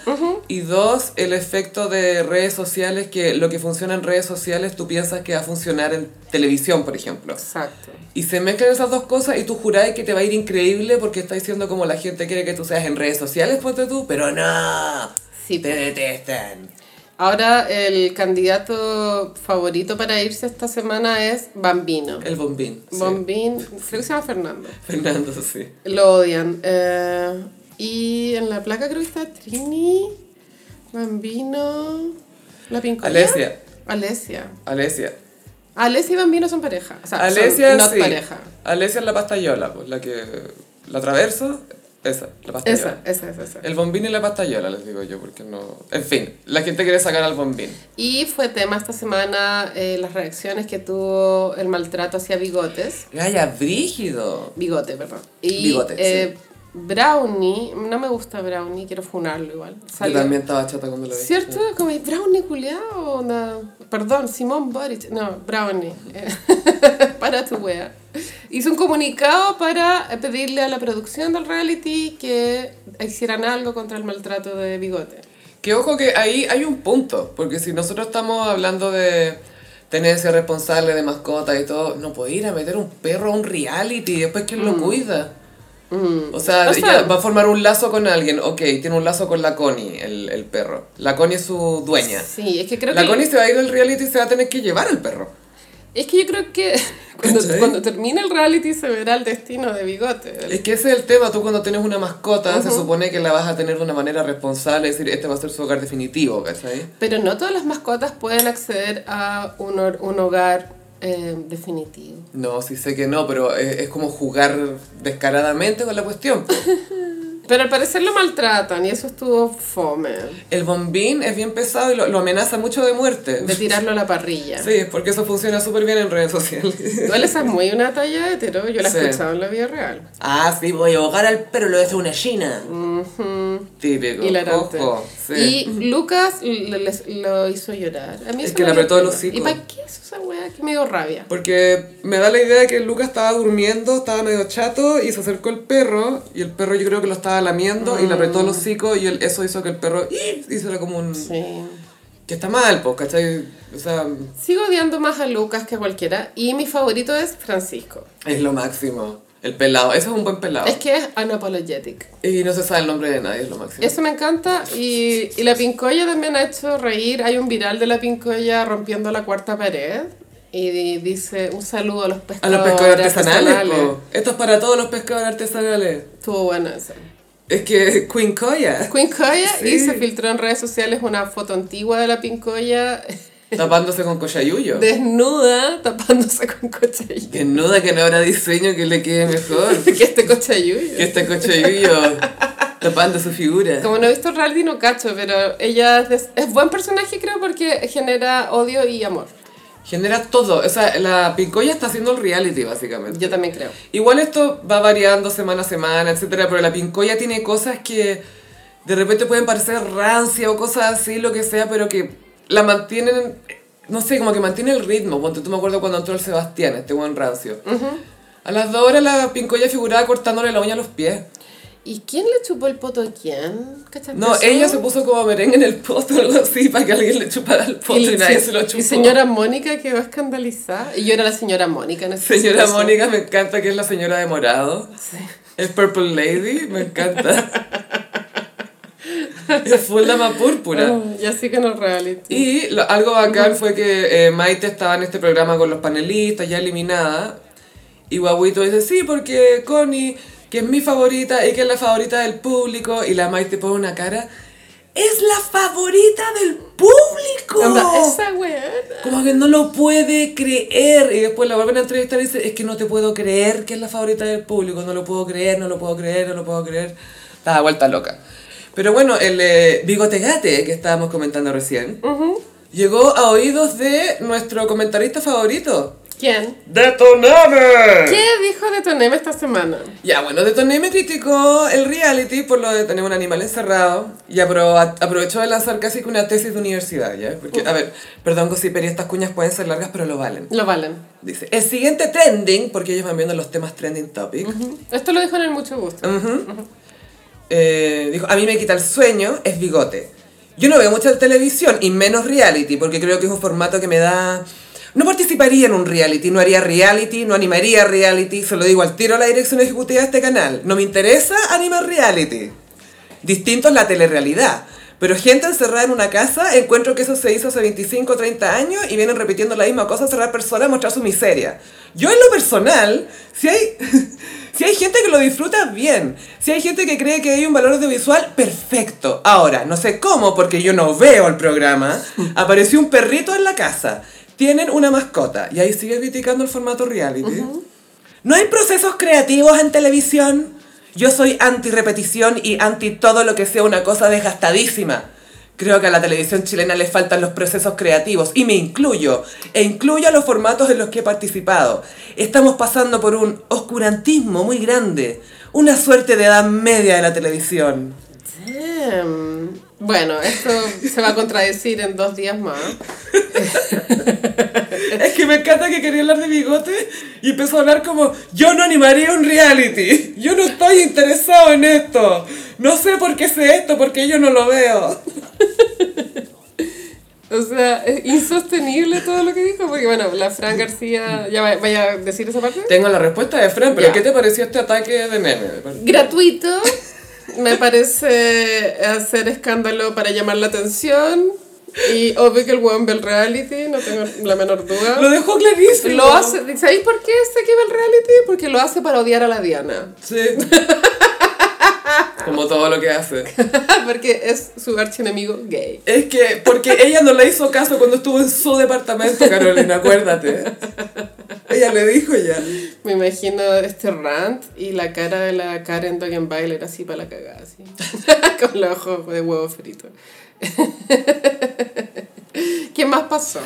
A: y dos, el efecto de redes sociales, que lo que funciona en redes sociales tú piensas que va a funcionar en televisión, por ejemplo.
B: Exacto.
A: Y se mezclan esas dos cosas y tú jurás que te va a ir increíble porque está diciendo como la gente quiere que tú seas en redes sociales, ponte tú, pero no,
B: Sí.
A: te detestan.
B: Ahora el candidato favorito para irse esta semana es Bambino.
A: El bombín. sí.
B: Bombín, creo que se llama Fernando.
A: Fernando, sí.
B: Lo odian. Eh, y en la placa creo que está Trini, Bambino, La Pincola.
A: Alesia.
B: Alesia.
A: Alesia.
B: Alesia y Bambino son pareja. O sea, son
A: Alesia
B: not
A: sí.
B: pareja.
A: Alesia es la pastayola, pues, la que la traverso, esa, la
B: Esa,
A: pastayola.
B: esa, esa, esa.
A: El bombín y la pastayola, les digo yo, porque no... En fin, la gente quiere sacar al bombín.
B: Y fue tema esta semana eh, las reacciones que tuvo el maltrato hacia Bigotes.
A: Gaya, brígido.
B: Bigote, perdón. Y,
A: Bigote,
B: eh, Brownie, no me gusta Brownie, quiero funarlo igual. Salió-
A: Yo también estaba chata cuando lo vi.
B: ¿Cierto? Como es Brownie culiao, onda. Perdón, Simón Boric. No, Brownie. Eh, para tu wea. Hizo un comunicado para eh, pedirle a la producción del reality que hicieran algo contra el maltrato de bigote.
A: Que ojo que ahí hay un punto, porque si nosotros estamos hablando de tenencia responsable de mascotas y todo, no puede ir a meter un perro a un reality, después quién lo cuida. O sea,
B: Mm. O sea-
A: ya va a formar un lazo con alguien, ok, tiene un lazo con la Connie, el, el perro. La Connie es su dueña.
B: Sí, es que creo
A: La
B: que.
A: Connie se va a ir del reality y se va a tener que llevar al perro.
B: Es que yo creo que cuando,
A: ¿Cachai?
B: cuando termine el reality se verá el destino de bigote.
A: Es que ese es el tema, tú cuando tienes una mascota se supone que la vas a tener de una manera responsable, es decir, este va a ser su hogar definitivo, ¿cachai?
B: Pero no todas las mascotas pueden acceder a un, hor- un hogar eh, definitivo.
A: No, sí sé que no, pero es, es como jugar descaradamente con la cuestión.
B: Pero al parecer lo maltratan y eso estuvo fome.
A: El bombín es bien pesado y lo, lo amenaza mucho de muerte.
B: De tirarlo a la parrilla.
A: Sí, porque eso funciona súper bien en redes sociales.
B: Igual esa es muy una talla de hetero, yo la he
A: Sí.
B: escuchado en la vida real.
C: Ah, sí, voy a ahogar al perro, lo voy a hacer una china.
A: Típico.
B: Mm. Hmm, Hilarante.
A: Ojo, sí.
B: Y Lucas lo, les- lo hizo llorar. A mí
A: Es
B: eso
A: que
B: me
A: le
B: dio
A: apretó el
B: pena.
A: hocico. Pues
B: ¿Y para qué es esa weá? Que me dio rabia.
A: Porque me da la idea de que Lucas estaba durmiendo, estaba medio chato y se acercó el perro y el perro yo creo que lo estaba lamiendo y le apretó el hocico y el- eso hizo que el perro ¡ih! hiciera como un...
B: Mm. Sí.
A: Que está mal, pues, ¿cachai? O sea,
B: Sigo odiando más a Lucas que a cualquiera. Y mi favorito es Francisco.
A: es lo máximo. El pelado, ese es un buen pelado.
B: Es que es unapologetic.
A: Y no se sabe el nombre de nadie, es lo máximo.
B: Eso me encanta. Y, y la Pincoya también ha hecho reír. Hay un viral de la Pincoya rompiendo la cuarta pared. Y di- dice un saludo a los
A: A
B: pescadores.
A: los pescadores artesanales,
B: artesanales.
A: po. Esto es para todos los pescadores artesanales.
B: Estuvo bueno eso.
A: Es que Queen Coya,
B: Queen Koya
A: Sí.
B: y se filtró en redes sociales una foto antigua de la Pincoya
A: tapándose con Coyayuyo.
B: desnuda tapándose con cochayuyo.
A: Que nuda que no habrá diseño que le quede mejor
B: Que este cochayuyo.
A: que este Cochayuyo. tapando su figura.
B: Como no he visto reality, no cacho, pero ella es, des- es buen personaje, creo, porque genera odio y amor.
A: Genera todo. O sea, la Pincoya está haciendo el reality, básicamente.
B: Yo también creo.
A: Igual esto va variando semana a semana, etcétera, pero la pincoya tiene cosas que de repente pueden parecer rancia o cosas así, lo que sea, pero que la mantienen, no sé, como que mantiene el ritmo. Ponte tú me acuerdo cuando entró el Sebastián, este buen rancio. A las dos horas la pincoya figuraba cortándole la uña a los pies.
B: ¿Y quién le chupó el poto a quién? ¿Cachaste
A: No,
B: eso?
A: ella se puso como merengue en el poto o algo así para que alguien le chupara el poto y,
B: Y,
A: nadie
B: se-
A: se lo chupó.
B: y señora Mónica quedó escandalizada. Y yo era la señora Mónica en ese
A: Señora
B: caso.
A: Mónica, me encanta que es la señora de morado. Es Purple Lady, me encanta. es full dama púrpura.
B: Ah, ya sí que no reality.
A: Y lo- algo bacán fue que eh, Maite estaba en este programa con los panelistas, ya eliminada. Y Guaguito dice, sí, porque Connie, que es mi favorita y que es la favorita del público. Y la Maite pone una cara, ¡es la favorita del público!
B: Onda, esa weá.
A: Como que no lo puede creer. Y después la vuelven a entrevistar y dice, es que no te puedo creer que es la favorita del público. No lo puedo creer, no lo puedo creer, no lo puedo creer. Estaba vuelta loca. Pero bueno, el eh, bigote gate que estábamos comentando recién, llegó a oídos de nuestro comentarista favorito.
B: ¿Quién?
A: ¡Detoname!
B: ¿Qué dijo de Tonema esta semana?
A: Ya, bueno, Detoné me criticó el reality por lo de tener un animal encerrado y apro- aprovechó de lanzar casi que una tesis de universidad, ¿ya? Porque, a ver, perdón, Gossiperia, estas cuñas pueden ser largas, pero lo valen.
B: Lo valen.
A: Dice, el siguiente trending, porque ellos van viendo los temas trending topic.
B: Esto lo dijo en el mucho gusto.
A: Mm. Eh, dijo, a mí me quita el sueño, es bigote. Yo no veo mucha televisión y menos reality, porque creo que es un formato que me da... No participaría en un reality, no haría reality, no animaría reality, se lo digo al tiro a la dirección ejecutiva de este canal. No me interesa animar reality. Distinto es la telerrealidad. Pero gente encerrada en una casa, encuentro que eso se hizo hace 25 o 30 años y vienen repitiendo la misma cosa, cerrar personas, mostrar su miseria. Yo en lo personal, si hay, si hay gente que lo disfruta, bien. Si hay gente que cree que hay un valor audiovisual, perfecto. Ahora, no sé cómo, porque yo no veo el programa, apareció un perrito en la casa. Tienen una mascota y ahí sigue criticando el formato reality. No hay procesos creativos en televisión. Yo soy anti repetición y anti todo lo que sea una cosa desgastadísima. Creo que a la televisión chilena le faltan los procesos creativos y me incluyo, e incluyo a los formatos en los que he participado. Estamos pasando por un oscurantismo muy grande, una suerte de edad media de la televisión.
B: Damn. Bueno, esto se va a contradecir en dos días más.
A: Es que me encanta que quería hablar de bigote y empezó a hablar como, yo no animaría un reality, yo no estoy interesado en esto, no sé por qué sé esto, porque yo no lo veo.
B: O sea, es insostenible todo lo que dijo, porque bueno, la Fran García, ya va- vaya a decir esa parte.
A: Tengo la respuesta de Fran, pero
B: Ya.
A: ¿qué te pareció este ataque de meme?
B: Gratuito, me parece hacer escándalo para llamar la atención. Y obvio que el weón ve el reality, no tengo la menor duda.
A: Lo dejó clarísimo.
B: Lo hace, ¿sabéis por qué sé que ve el reality? Porque lo hace para odiar a la Diana.
A: Sí. Como todo lo que hace.
B: Porque es su archienemigo gay.
A: Es que, porque ella no le hizo caso cuando estuvo en su departamento, Carolina, acuérdate. Ella le dijo ya.
B: Me imagino este rant y la cara de la Karen Dogenbailer así para la cagada, así. Con los ojos de huevo frito. ¿Qué más pasó?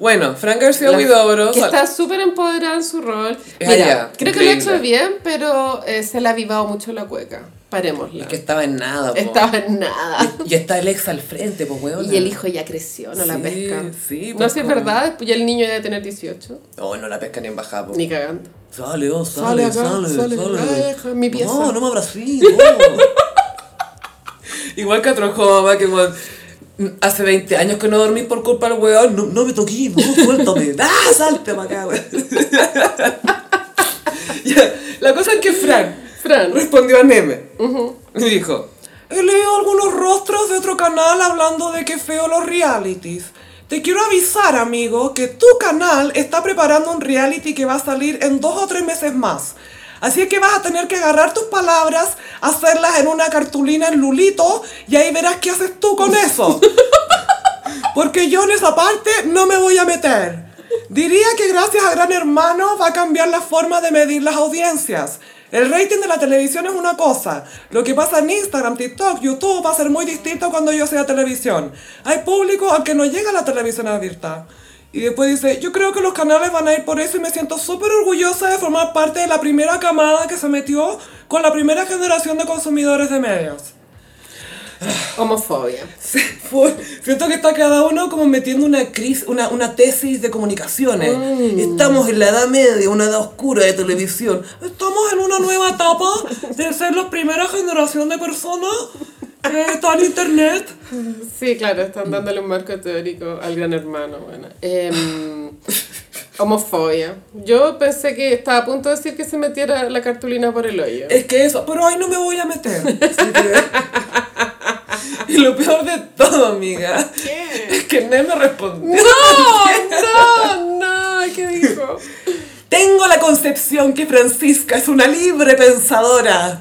A: Bueno, Fran García
B: La-
A: Huidobro.
B: que está súper empoderada en su rol.
A: Es
B: Mira,
A: allá,
B: creo que lo ha
A: gringa.
B: hecho bien, pero eh, se le ha avivado mucho la cueca. Parémosla.
A: estaba en nada, po.
B: Estaba en nada.
A: Y está el ex al frente, pues, weón.
B: Y el hijo ya creció, no la
A: Sí,
B: pesca.
A: sí,
B: no
A: pues,
B: sé, es
A: como-
B: verdad, después ya el niño debe tener 18,
A: Oh, No, no la pesca ni en bajada, po.
B: ni cagando.
A: Sale, oh,
B: Sale
A: sale,
B: acá,
A: sale, sale.
B: sale. Ay, deja mi pieza.
A: No, no me abracé, no. Igual que otro joma que weón, hace 20 años que no dormí por culpa del weón. No, no me toqué, no, suéltame. ¡Ah, salte para acá, weón! Ya, La cosa es que Fran
B: Fran.
A: respondió a Neme. Y dijo, he leído algunos rostros de otro canal hablando de que feo los realities. Te quiero avisar, amigo, que tu canal está preparando un reality que va a salir en dos o tres meses más. Así es que vas a tener que agarrar tus palabras, hacerlas en una cartulina en lulito y ahí verás qué haces tú con eso. Porque yo en esa parte no me voy a meter. Diría que gracias a Gran Hermano va a cambiar la forma de medir las audiencias. El rating de la televisión es una cosa. Lo que pasa en Instagram, TikTok, YouTube va a ser muy distinto cuando yo sea televisión. Hay público al que no llega la televisión abierta. Y después dice, yo creo que los canales van a ir por eso y me siento súper orgullosa de formar parte de la primera camada que se metió con la primera generación de consumidores de medios.
B: Homofobia.
A: Sí, fue- Siento que está cada uno como metiendo una, cris- una, una tesis de comunicaciones. Estamos en la edad media, una edad oscura de televisión. Estamos en una nueva etapa de ser la primera generación de personas que está en internet.
B: Sí, claro,
A: Mm.
B: están dándole un marco teórico al gran hermano. Bueno. Em, homofobia. Yo pensé que estaba a punto de decir que se metiera la cartulina por el hoyo.
A: Es que eso, pero ahí no me voy a meter. Así que- Y lo peor de todo, amiga,
B: ¿Qué?
A: es que Ned me respondió.
B: ¡No! ¡No! no! ¿Qué dijo?
A: Tengo la concepción que Francisca es una libre pensadora.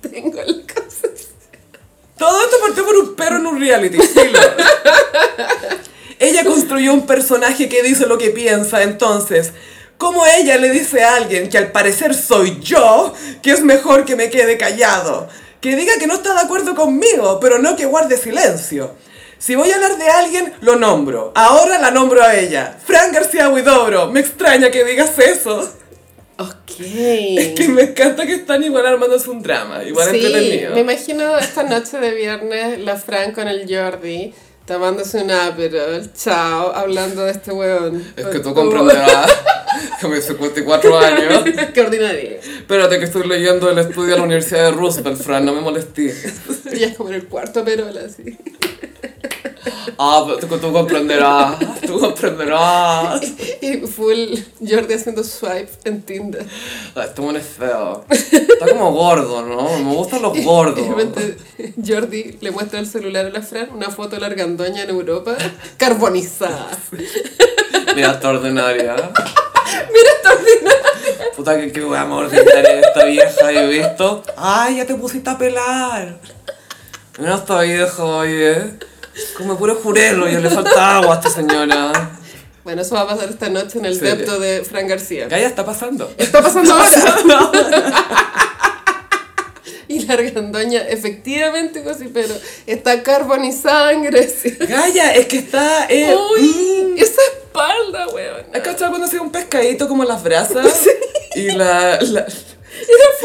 B: Tengo el caso.
A: Todo esto partió por un perro en un reality, filo. Ella construyó un personaje que dice lo que piensa, entonces, como ella le dice a alguien que al parecer soy yo, que es mejor que me quede callado, que diga que no está de acuerdo conmigo, pero no que guarde silencio. Si voy a hablar de alguien, lo nombro. Ahora la nombro a ella. Fran García Huidobro, me extraña que digas eso. Es que
B: Ok.
A: me encanta que están igual armándose un drama, igual
B: Sí,
A: entretenido.
B: me imagino esta noche de viernes la Fran con el Jordi tomándose un Aperol, chao, hablando de este weón.
A: Es que tú comprenderás que a mis 54 años,
B: Qué ordinario.
A: espérate que estoy leyendo el estudio de la Universidad de Roosevelt, Fran, no me molesté.
B: Ya es como en el cuarto Aperol, así.
A: Ah, pero tú, tú comprenderás, tú comprenderás.
B: Y full Jordi haciendo swipe en Tinder.
A: Ah, Este mono es feo. Está como gordo, ¿no? Me gustan
B: Oh,
A: los gordos.
B: Y de repente Jordi le muestra el celular a la Fran, una foto de la argandoña en Europa, carbonizada.
A: Mira, está ordinaria.
B: Mira esta ordinaria.
A: Puta que qué weá más ordinaria esta vieja he visto. Ay, ya te pusiste a pelar. Mira esta vieja, oye. Como puro jurelo, yo le falta agua a esta señora.
B: Bueno, eso va a pasar esta noche en el
A: Sí.
B: depto de Fran García.
A: Gaya está pasando.
B: Está pasando ahora. Y la argandoña, efectivamente, pero está carbonizada en Grecia.
A: Gaya, es que está. Eh,
B: Uy, esa espalda, weón.
A: ¿Has cachado cuando hacía un pescadito como las brasas? Y la, la-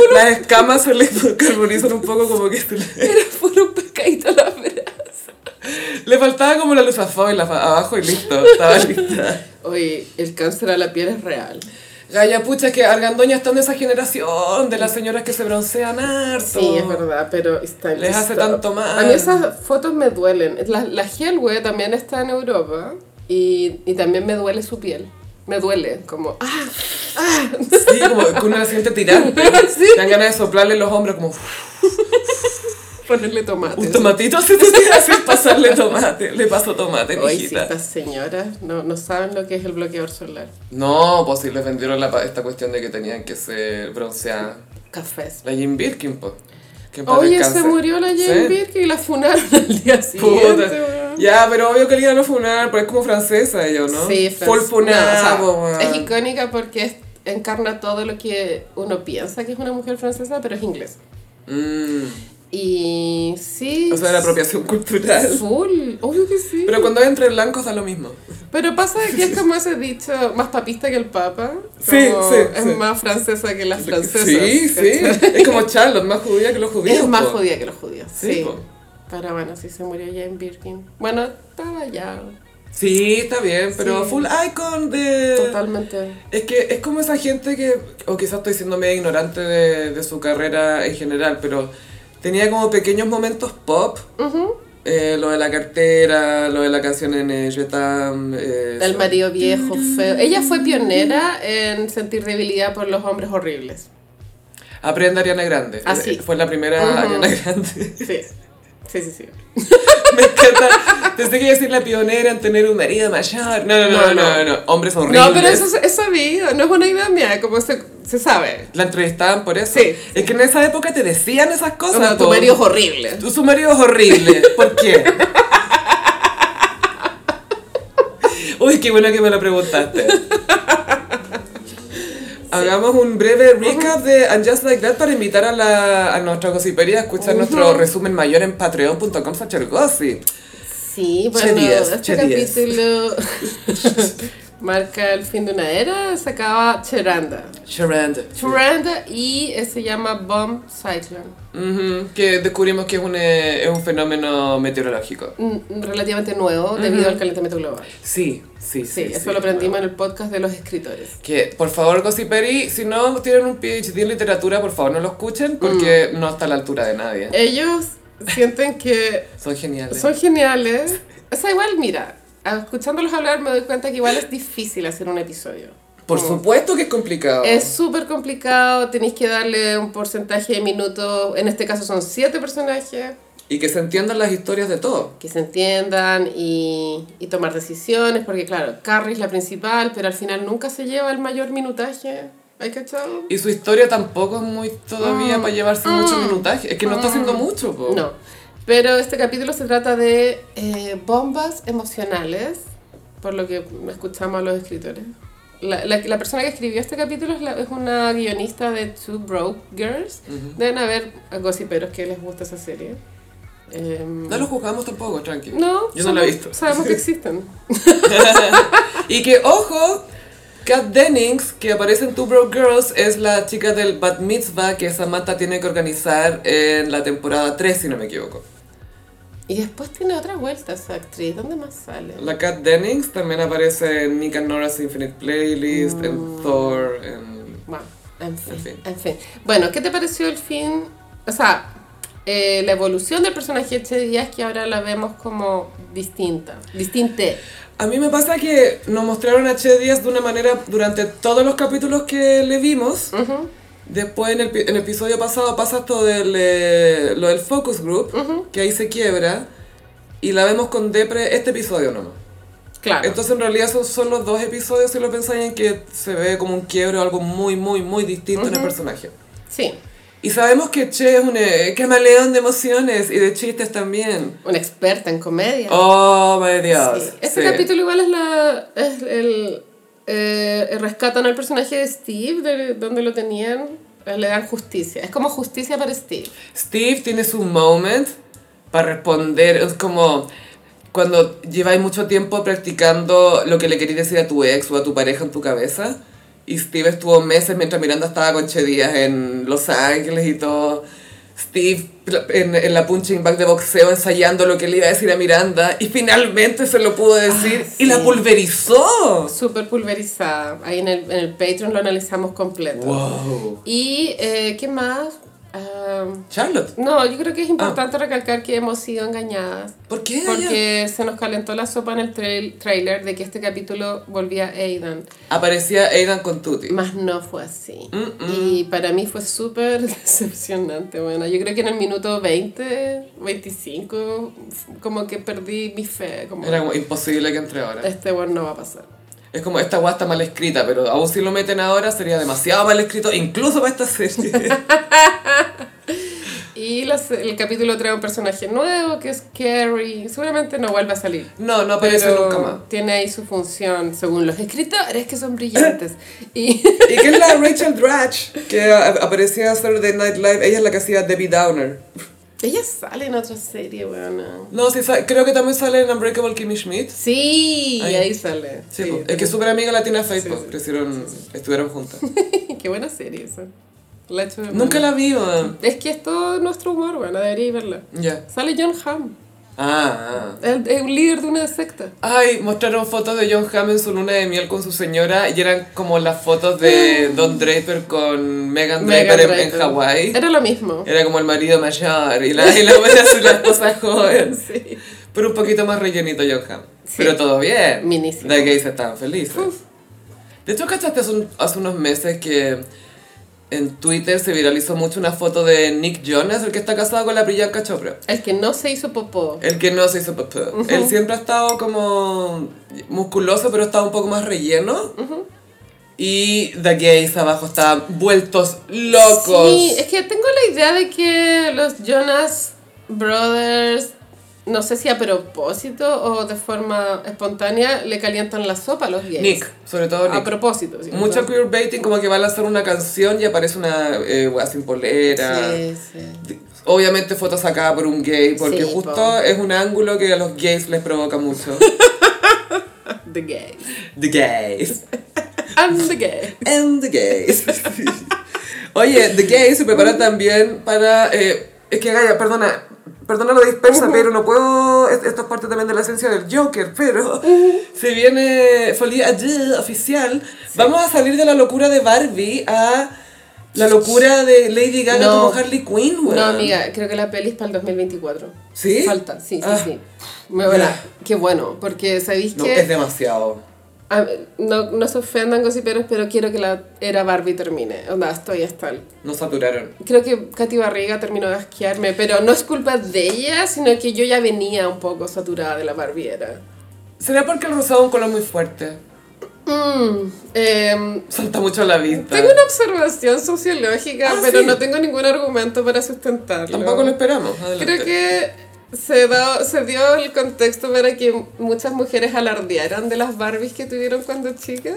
A: las escamas se le carbonizan un poco como que se le,
B: Era puro un pescadito a la brasa.
A: le faltaba como la luz y la, fa- abajo y listo, estaba lista.
B: Oye, el cáncer a la piel es real.
A: Gaya, pucha, es que Argandoña está en esa generación de las señoras que se broncean harto.
B: Sí, es verdad, pero está
A: Les hace tanto mal.
B: A mí esas fotos me duelen. La, la Hell, güey, también está en Europa y, y también me duele su piel. Me duele, como, ah, ah.
A: Sí, como que uno se siente tirante.
B: Sí.
A: Te dan ganas de soplarle los hombros como
B: Ponerle tomate.
A: un tomatito. Así te haces pasarle tomate. Le paso tomate,
B: Oye, sí,
A: mijita.
B: estas señoras no, no saben lo que es el bloqueador solar.
A: No, pues si les vendieron la pa- esta cuestión de que tenían que ser bronceadas.
B: Cafés.
A: La Jim Birkin, pues. Que en paz
B: Oye,
A: descanse.
B: se murió la
A: Sí.
B: Jane Birkin y la funaron al día siguiente,
A: Puta.
B: weón.
A: Ya, pero obvio que le iban a funar, pero es como francesa ella, ¿o ¿no?
B: Sí,
A: Full
B: Franz-
A: funada,
B: no, o sea,
A: po,
B: Es
A: weón.
B: icónica porque es- encarna todo lo que uno piensa que es una mujer francesa, pero es inglesa.
A: Mm,
B: Y sí.
A: O sea, la apropiación cultural.
B: Full, obvio que sí.
A: Pero
B: Pero,
A: cuando es entre blancos da lo mismo.
B: pasa que es como ese dicho, más papista que el papa.
A: Sí,
B: como
A: sí,
B: Es
A: sí.
B: más francesa que las francesas.
A: Sí, sí.
B: ¿cachai?
A: Es como Charlotte, más judía que los judíos.
B: Es más
A: po.
B: judía que los judíos.
A: Sí,
B: Sí.
A: po.
B: Pero bueno, sí se murió ya en Birkin. Bueno, estaba ya
A: Sí, está bien, pero
B: Sí.
A: full icon de...
B: totalmente.
A: Es que es como esa gente que, o quizás estoy siendo medio ignorante de, de su carrera en general, pero tenía como pequeños momentos pop.
B: Ujú.
A: Eh, lo de la cartera, lo de la canción en eh, Je t'aime, eh,
B: El marido viejo, feo. Ella fue pionera en sentir debilidad por los hombres horribles.
A: Aprende Ariana Grande. Eh,
B: Ah, sí.
A: Fue la primera
B: Ujú.
A: Ariana Grande.
B: Sí. Sí, sí, sí.
A: Me encanta. Pensé que iba a decir la pionera en tener un marido mayor. No, no, no, no,
B: No,
A: no.
B: no.
A: no. Hombres horribles.
B: No, pero eso es es sabido, no es una idea mía, como se, se sabe.
A: La entrevistaban por eso.
B: Sí.
A: Es que en esa época te decían esas cosas.
B: Como tu
A: po.
B: marido es horrible.
A: Tu- Su marido es horrible. ¿Por qué? Uy, qué bueno que me lo preguntaste. Hagamos un breve recap de And Just Like That para invitar a, la, a nuestra gossipería a escuchar nuestro resumen mayor en patreon.com slash gossip.
B: Sí, bueno,
A: Cherías,
B: este
A: cherías.
B: capítulo marca el fin de una era. Se acaba Cheranda.
A: Sharanda.
B: Cheranda y eh, se llama Bomb Cyclone.
A: Ujú, Que descubrimos que es un, eh, es un fenómeno meteorológico.
B: Mm, Relativamente nuevo debido al calentamiento global.
A: Sí, sí, sí.
B: Sí, eso
A: sí,
B: lo aprendimos en el podcast de los escritores.
A: Que, por favor, Gossiperi, si no tienen un PhD en literatura, por favor no lo escuchen porque
B: Mm.
A: no está a la altura de nadie.
B: Eh, Ellos sienten que
A: Son geniales.
B: son geniales. O sea, igual, mira, a- escuchándolos hablar me doy cuenta que igual es difícil hacer un episodio.
A: Por
B: Como-
A: supuesto que es complicado.
B: Es súper complicado, tenéis que darle un porcentaje de minutos, en este caso son siete personajes,
A: Y que se entiendan las historias de todos.
B: que se entiendan y, y tomar decisiones, porque claro, Carrie es la principal, pero al final nunca se lleva el mayor minutaje, ¿hay cachado?
A: Y su historia tampoco es muy todavía para llevarse mucho minutaje. Es que no está haciendo mucho, po.
B: Mm. No, pero este capítulo se trata de eh, bombas emocionales, por lo que escuchamos a los escritores. La, la- la persona que escribió este capítulo es, la- es una guionista de Two Broke Girls. Deben haber gossiperos que les gusta esa serie. Em,
A: No lo juzgamos tampoco, tranqui.
B: no,
A: Yo no la he
B: solo
A: visto.
B: Sabemos que existen.
A: Y que, ojo, Kat Dennings, que aparece en Two Broke Girls, es la chica del Bat Mitzvah que Samantha tiene que organizar en la temporada 3, si no me equivoco.
B: Y después tiene otra vuelta esa actriz. ¿Dónde más sale?
A: La Kat Dennings también aparece en Nick and Nora's Infinite Playlist, en Thor, en...
B: Bueno, en fin,
A: En
B: en
A: fin.
B: fin. Bueno, ¿qué te pareció el fin? O sea, eh, la evolución del personaje de Díaz que ahora la vemos como distinta. Distinte.
A: A mí me pasa que nos mostraron a Che Díaz de una manera durante todos los capítulos que le vimos. Después en el, pi- en el episodio pasado pasa esto del, eh, lo del focus group, que ahí se quiebra, y la vemos con Depre este episodio nomás.
B: Claro.
A: Entonces en realidad son, son los dos episodios, si lo pensáis, en que se ve como un quiebre o algo muy, muy, muy distinto en el personaje.
B: sí.
A: Y sabemos que Che es un eh, camaleón de emociones y de chistes también.
B: Una experta en comedia.
A: Oh, my Dios.
B: Sí. Este
A: Sí.
B: capítulo igual es la. es el. eh, rescatan al personaje de Steve de donde lo tenían. eh, Le dan justicia. Es como justicia para Steve.
A: Steve tiene su moment para responder. Es como cuando lleváis mucho tiempo practicando lo que le queréis decir a tu ex o a tu pareja en tu cabeza. Y Steve estuvo meses mientras Miranda estaba con Che Díaz en Los Ángeles y todo. Steve pl- en, en la punching bag de boxeo ensayando lo que le iba a decir a Miranda y finalmente se lo pudo decir y la
B: Ah, sí.
A: pulverizó.
B: Súper pulverizada. Ahí en el, en el Patreon lo analizamos completo.
A: Wow.
B: Y, eh, ¿qué más? Ah,
A: Charlotte,
B: no, yo creo que es importante recalcar que hemos sido engañadas.
A: ¿por qué? ella?
B: Porque se nos calentó la sopa en el trail- trailer de que este capítulo volvía Aidan.
A: Aparecía Aidan con Tutti.
B: Más no fue así. Y para mí fue súper decepcionante. Bueno, yo creo que en el minuto 20, 25, f- como que perdí mi fe. Como,
A: Era como imposible que entre ahora.
B: este bueno no va a pasar.
A: Es como esta guasta mal escrita, pero aún si lo meten ahora sería demasiado mal escrito, incluso para esta serie.
B: Y las- el capítulo trae un personaje nuevo que es Carrie. Seguramente no vuelve a salir.
A: No, no aparece
B: pero
A: nunca más.
B: tiene ahí su función según los escritores que son brillantes. Y
A: Y que es la Rachel Dratch, que a- aparecía en Saturday Night Live, ella es la que hacía Debbie Downer.
B: ella sale en otra serie, weona.
A: No, sí, sa- creo que también sale en Unbreakable Kimmy Schmidt.
B: Sí,
A: Ahí.
B: ahí, sale.
A: Sí,
B: Sí,
A: po. es
B: pero-
A: que es súper amiga latina
B: Sí,
A: Facebook,
B: sí.
A: crecieron, estuvieron juntas.
B: Qué buena serie esa. La echo de
A: Nunca la
B: menos.
A: vi, weón.
B: Es que es todo nuestro humor, bueno, debería verla.
A: Ya.
B: Sale John Hamm,
A: Ah, ah.
B: el, el líder de una secta.
A: Ay, mostraron fotos de John Hamm en su luna de miel con su señora y eran como las fotos de Don Draper con Megan Draper,
B: Megan
A: en- en
B: Mm. Draper.
A: Hawái.
B: Era lo mismo.
A: Era como el marido mayor y la, y la buena su- la esposa joven.
B: Sí.
A: Pero un poquito más rellenito John Hamm.
B: Sí.
A: Pero todo bien.
B: Minísimo.
A: De gays estaban felices.
B: Uf.
A: De hecho, ¿cachaste hace, un- hace unos meses que en Twitter se viralizó mucho una foto de Nick Jonas, el que está casado con la Priyanka Chopra?
B: El que no se hizo popó.
A: El que no se hizo popó. Él siempre ha estado como musculoso, pero estaba un poco más relleno. Y The Gays abajo estaban vueltos locos.
B: Sí, es que tengo la idea de que los Jonas Brothers no sé si a propósito o de forma espontánea, le calientan la sopa a los gays.
A: Nick, sobre todo
B: A
A: Nick.
B: propósito. ¿sí?
A: Mucho queerbaiting, como que va a lanzar una canción y aparece una eh, weá sin polera.
B: Sí, sí.
A: Obviamente foto sacada por un gay, porque
B: Sí,
A: justo
B: po.
A: es un ángulo que a los gays les provoca mucho.
B: The gays.
A: the gays.
B: And the gays.
A: And the gays. Oye, the gays se preparan también para... eh, es que, Gaia, perdona, perdona lo dispersa, pero no puedo... es- Esto es parte también de la esencia del Joker, pero... Se viene Folie à Deux oficial. Vamos a salir de la locura de Barbie a... La locura de Lady Gaga
B: No.
A: como Harley Quinn, weón.
B: No, amiga, creo que la peli es para el 2024.
A: ¿Sí?
B: Falta, sí, sí,
A: Ah.
B: sí. Me voy a-
A: Ya.
B: Qué bueno, porque sabéis
A: No,
B: que...
A: es demasiado.
B: A ver, no, no se ofendan, gossiperos, pero quiero que la era Barbie termine. Onda, estoy hasta el...
A: Nos saturaron.
B: Creo que Katy Barriga terminó de asquearme, pero no es culpa de ella, sino que yo ya venía un poco saturada de la Barbiera.
A: ¿Será porque el rosado es un color muy fuerte?
B: Mm, em,
A: Salta mucho a la vista.
B: tengo una observación sociológica,
A: Ah,
B: pero
A: sí.
B: no tengo ningún argumento para sustentarlo.
A: Tampoco lo esperamos.
B: Creo que se, da- se dio el contexto para que muchas mujeres alardearan de las Barbies que tuvieron cuando chicas.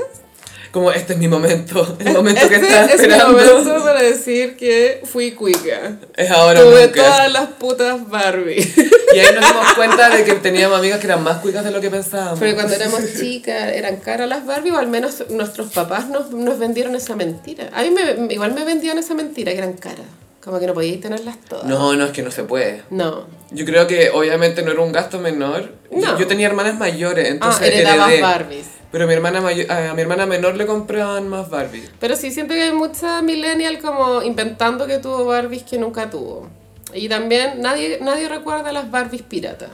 A: Como este es mi momento, el momento
B: este
A: que estaba
B: es mi
A: esperando.
B: momento para decir que fui cuica.
A: Es ahora o
B: Tuve
A: nunca.
B: todas las putas Barbie.
A: Y ahí nos dimos cuenta de que teníamos amigas que eran más cuicas de lo que pensábamos.
B: Pero cuando éramos chicas eran caras las Barbie, o al menos nuestros papás nos, nos vendieron esa mentira. A mí me, igual me vendieron esa mentira, que eran caras. Como que no podíais tenerlas todas.
A: No, no, es que no se puede.
B: No. Ah,
A: Yo creo que obviamente no era un gasto menor. Yo-
B: No.
A: Yo tenía hermanas mayores, entonces
B: ah, heredabas
A: heredé.
B: Barbies.
A: Pero a mi, hermana mayo- a mi hermana menor le compraban más Barbie.
B: Pero sí siento que hay mucha millennial como inventando que tuvo Barbies que nunca tuvo. Y también nadie, nadie recuerda las Barbies piratas.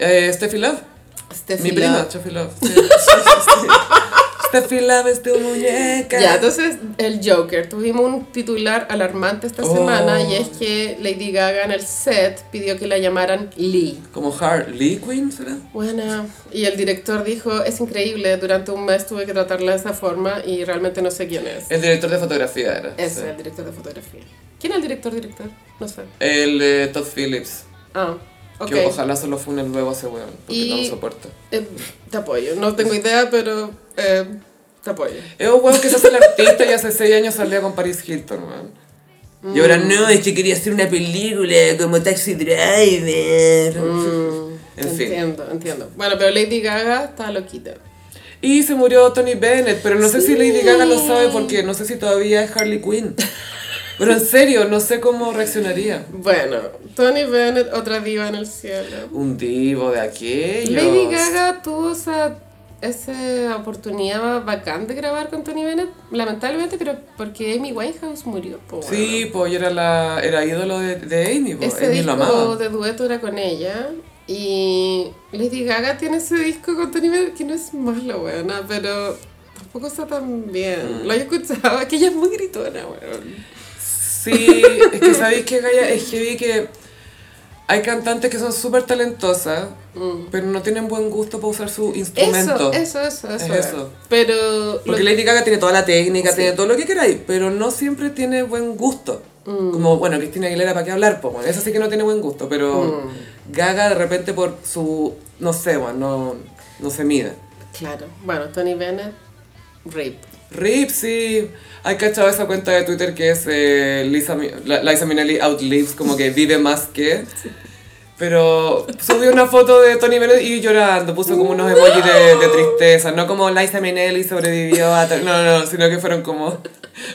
A: Eh, Steffi Love. Mi prima, Steffi Love. Sí. Steffi Love es tu muñeca.
B: Ya, entonces el Joker. Tuvimos un titular alarmante esta
A: Oh.
B: semana y es que Lady Gaga en el set pidió que la llamaran Lee.
A: Como Harley Quinn, ¿será?
B: Bueno, y el director dijo, es increíble, durante un mes tuve que tratarla de esa forma y realmente no sé quién es.
A: El director de fotografía era.
B: Es
A: sí.
B: el director de fotografía. ¿Quién es el director director? No sé.
A: El eh, Todd Phillips.
B: Ah, ok.
A: Que ojalá solo funen luego a ese weón, porque
B: Y-
A: no lo soporta.
B: Eh, te apoyo, no tengo idea, pero eh, te apoyo.
A: Es un weón que se hace el artista y hace 6 años salía con Paris Hilton, weón.
B: Mm.
A: Y ahora no, es que quería hacer una película como Taxi Driver. En fin.
B: Mm. Entiendo, entiendo. Bueno, pero Lady Gaga está loquita.
A: Y se murió Tony Bennett, pero no sé si
B: Sí.
A: Lady Gaga lo sabe porque no sé si todavía es Harley Quinn. Pero en serio, no sé cómo reaccionaría.
B: Bueno, Tony Bennett, otra diva en el cielo.
A: Un divo de aquellos.
B: Lady Gaga tuvo esa, esa oportunidad bacán de grabar con Tony Bennett, lamentablemente, pero porque Amy Winehouse murió. po,
A: Sí, pues era, la, era ídolo de, de Amy,
B: bueno.
A: pues
B: Ese
A: Amy lo
B: disco
A: amaba.
B: de dueto era con ella. Y Lady Gaga tiene ese disco con Tony Bennett que no es malo, weona, pero tampoco está tan
A: Mm.
B: bien. Lo he escuchado, es que ella es muy gritona, weón.
A: Sí, es que sabéis que Gaia es heavy que hay cantantes que son súper talentosas, pero no tienen buen gusto para usar su instrumento.
B: Mm. Eso, eso, eso,
A: Es
B: eso.
A: eso.
B: Pero.
A: Porque
B: lo-
A: Lady Gaga tiene toda la técnica,
B: Sí.
A: tiene todo lo que queráis, pero no siempre tiene buen gusto.
B: Mm.
A: Como, bueno, Cristina Aguilera, ¿para qué hablar? Pues, bueno, esa sí que no tiene buen gusto, pero
B: Mm.
A: Gaga de repente por su, no sé, bueno, no, no se mide.
B: Claro. Bueno, Tony Bennett, rape.
A: Ripsy, hay cachado esa cuenta de Twitter que es eh, Lisa, Mi- La- Liza Minnelli outlives, como que vive más que. Pero subió una foto de Tony Bennett y llorando, puso como unos emojis de, de tristeza, no como Liza Minnelli sobrevivió a... tal- No, no, sino que fueron como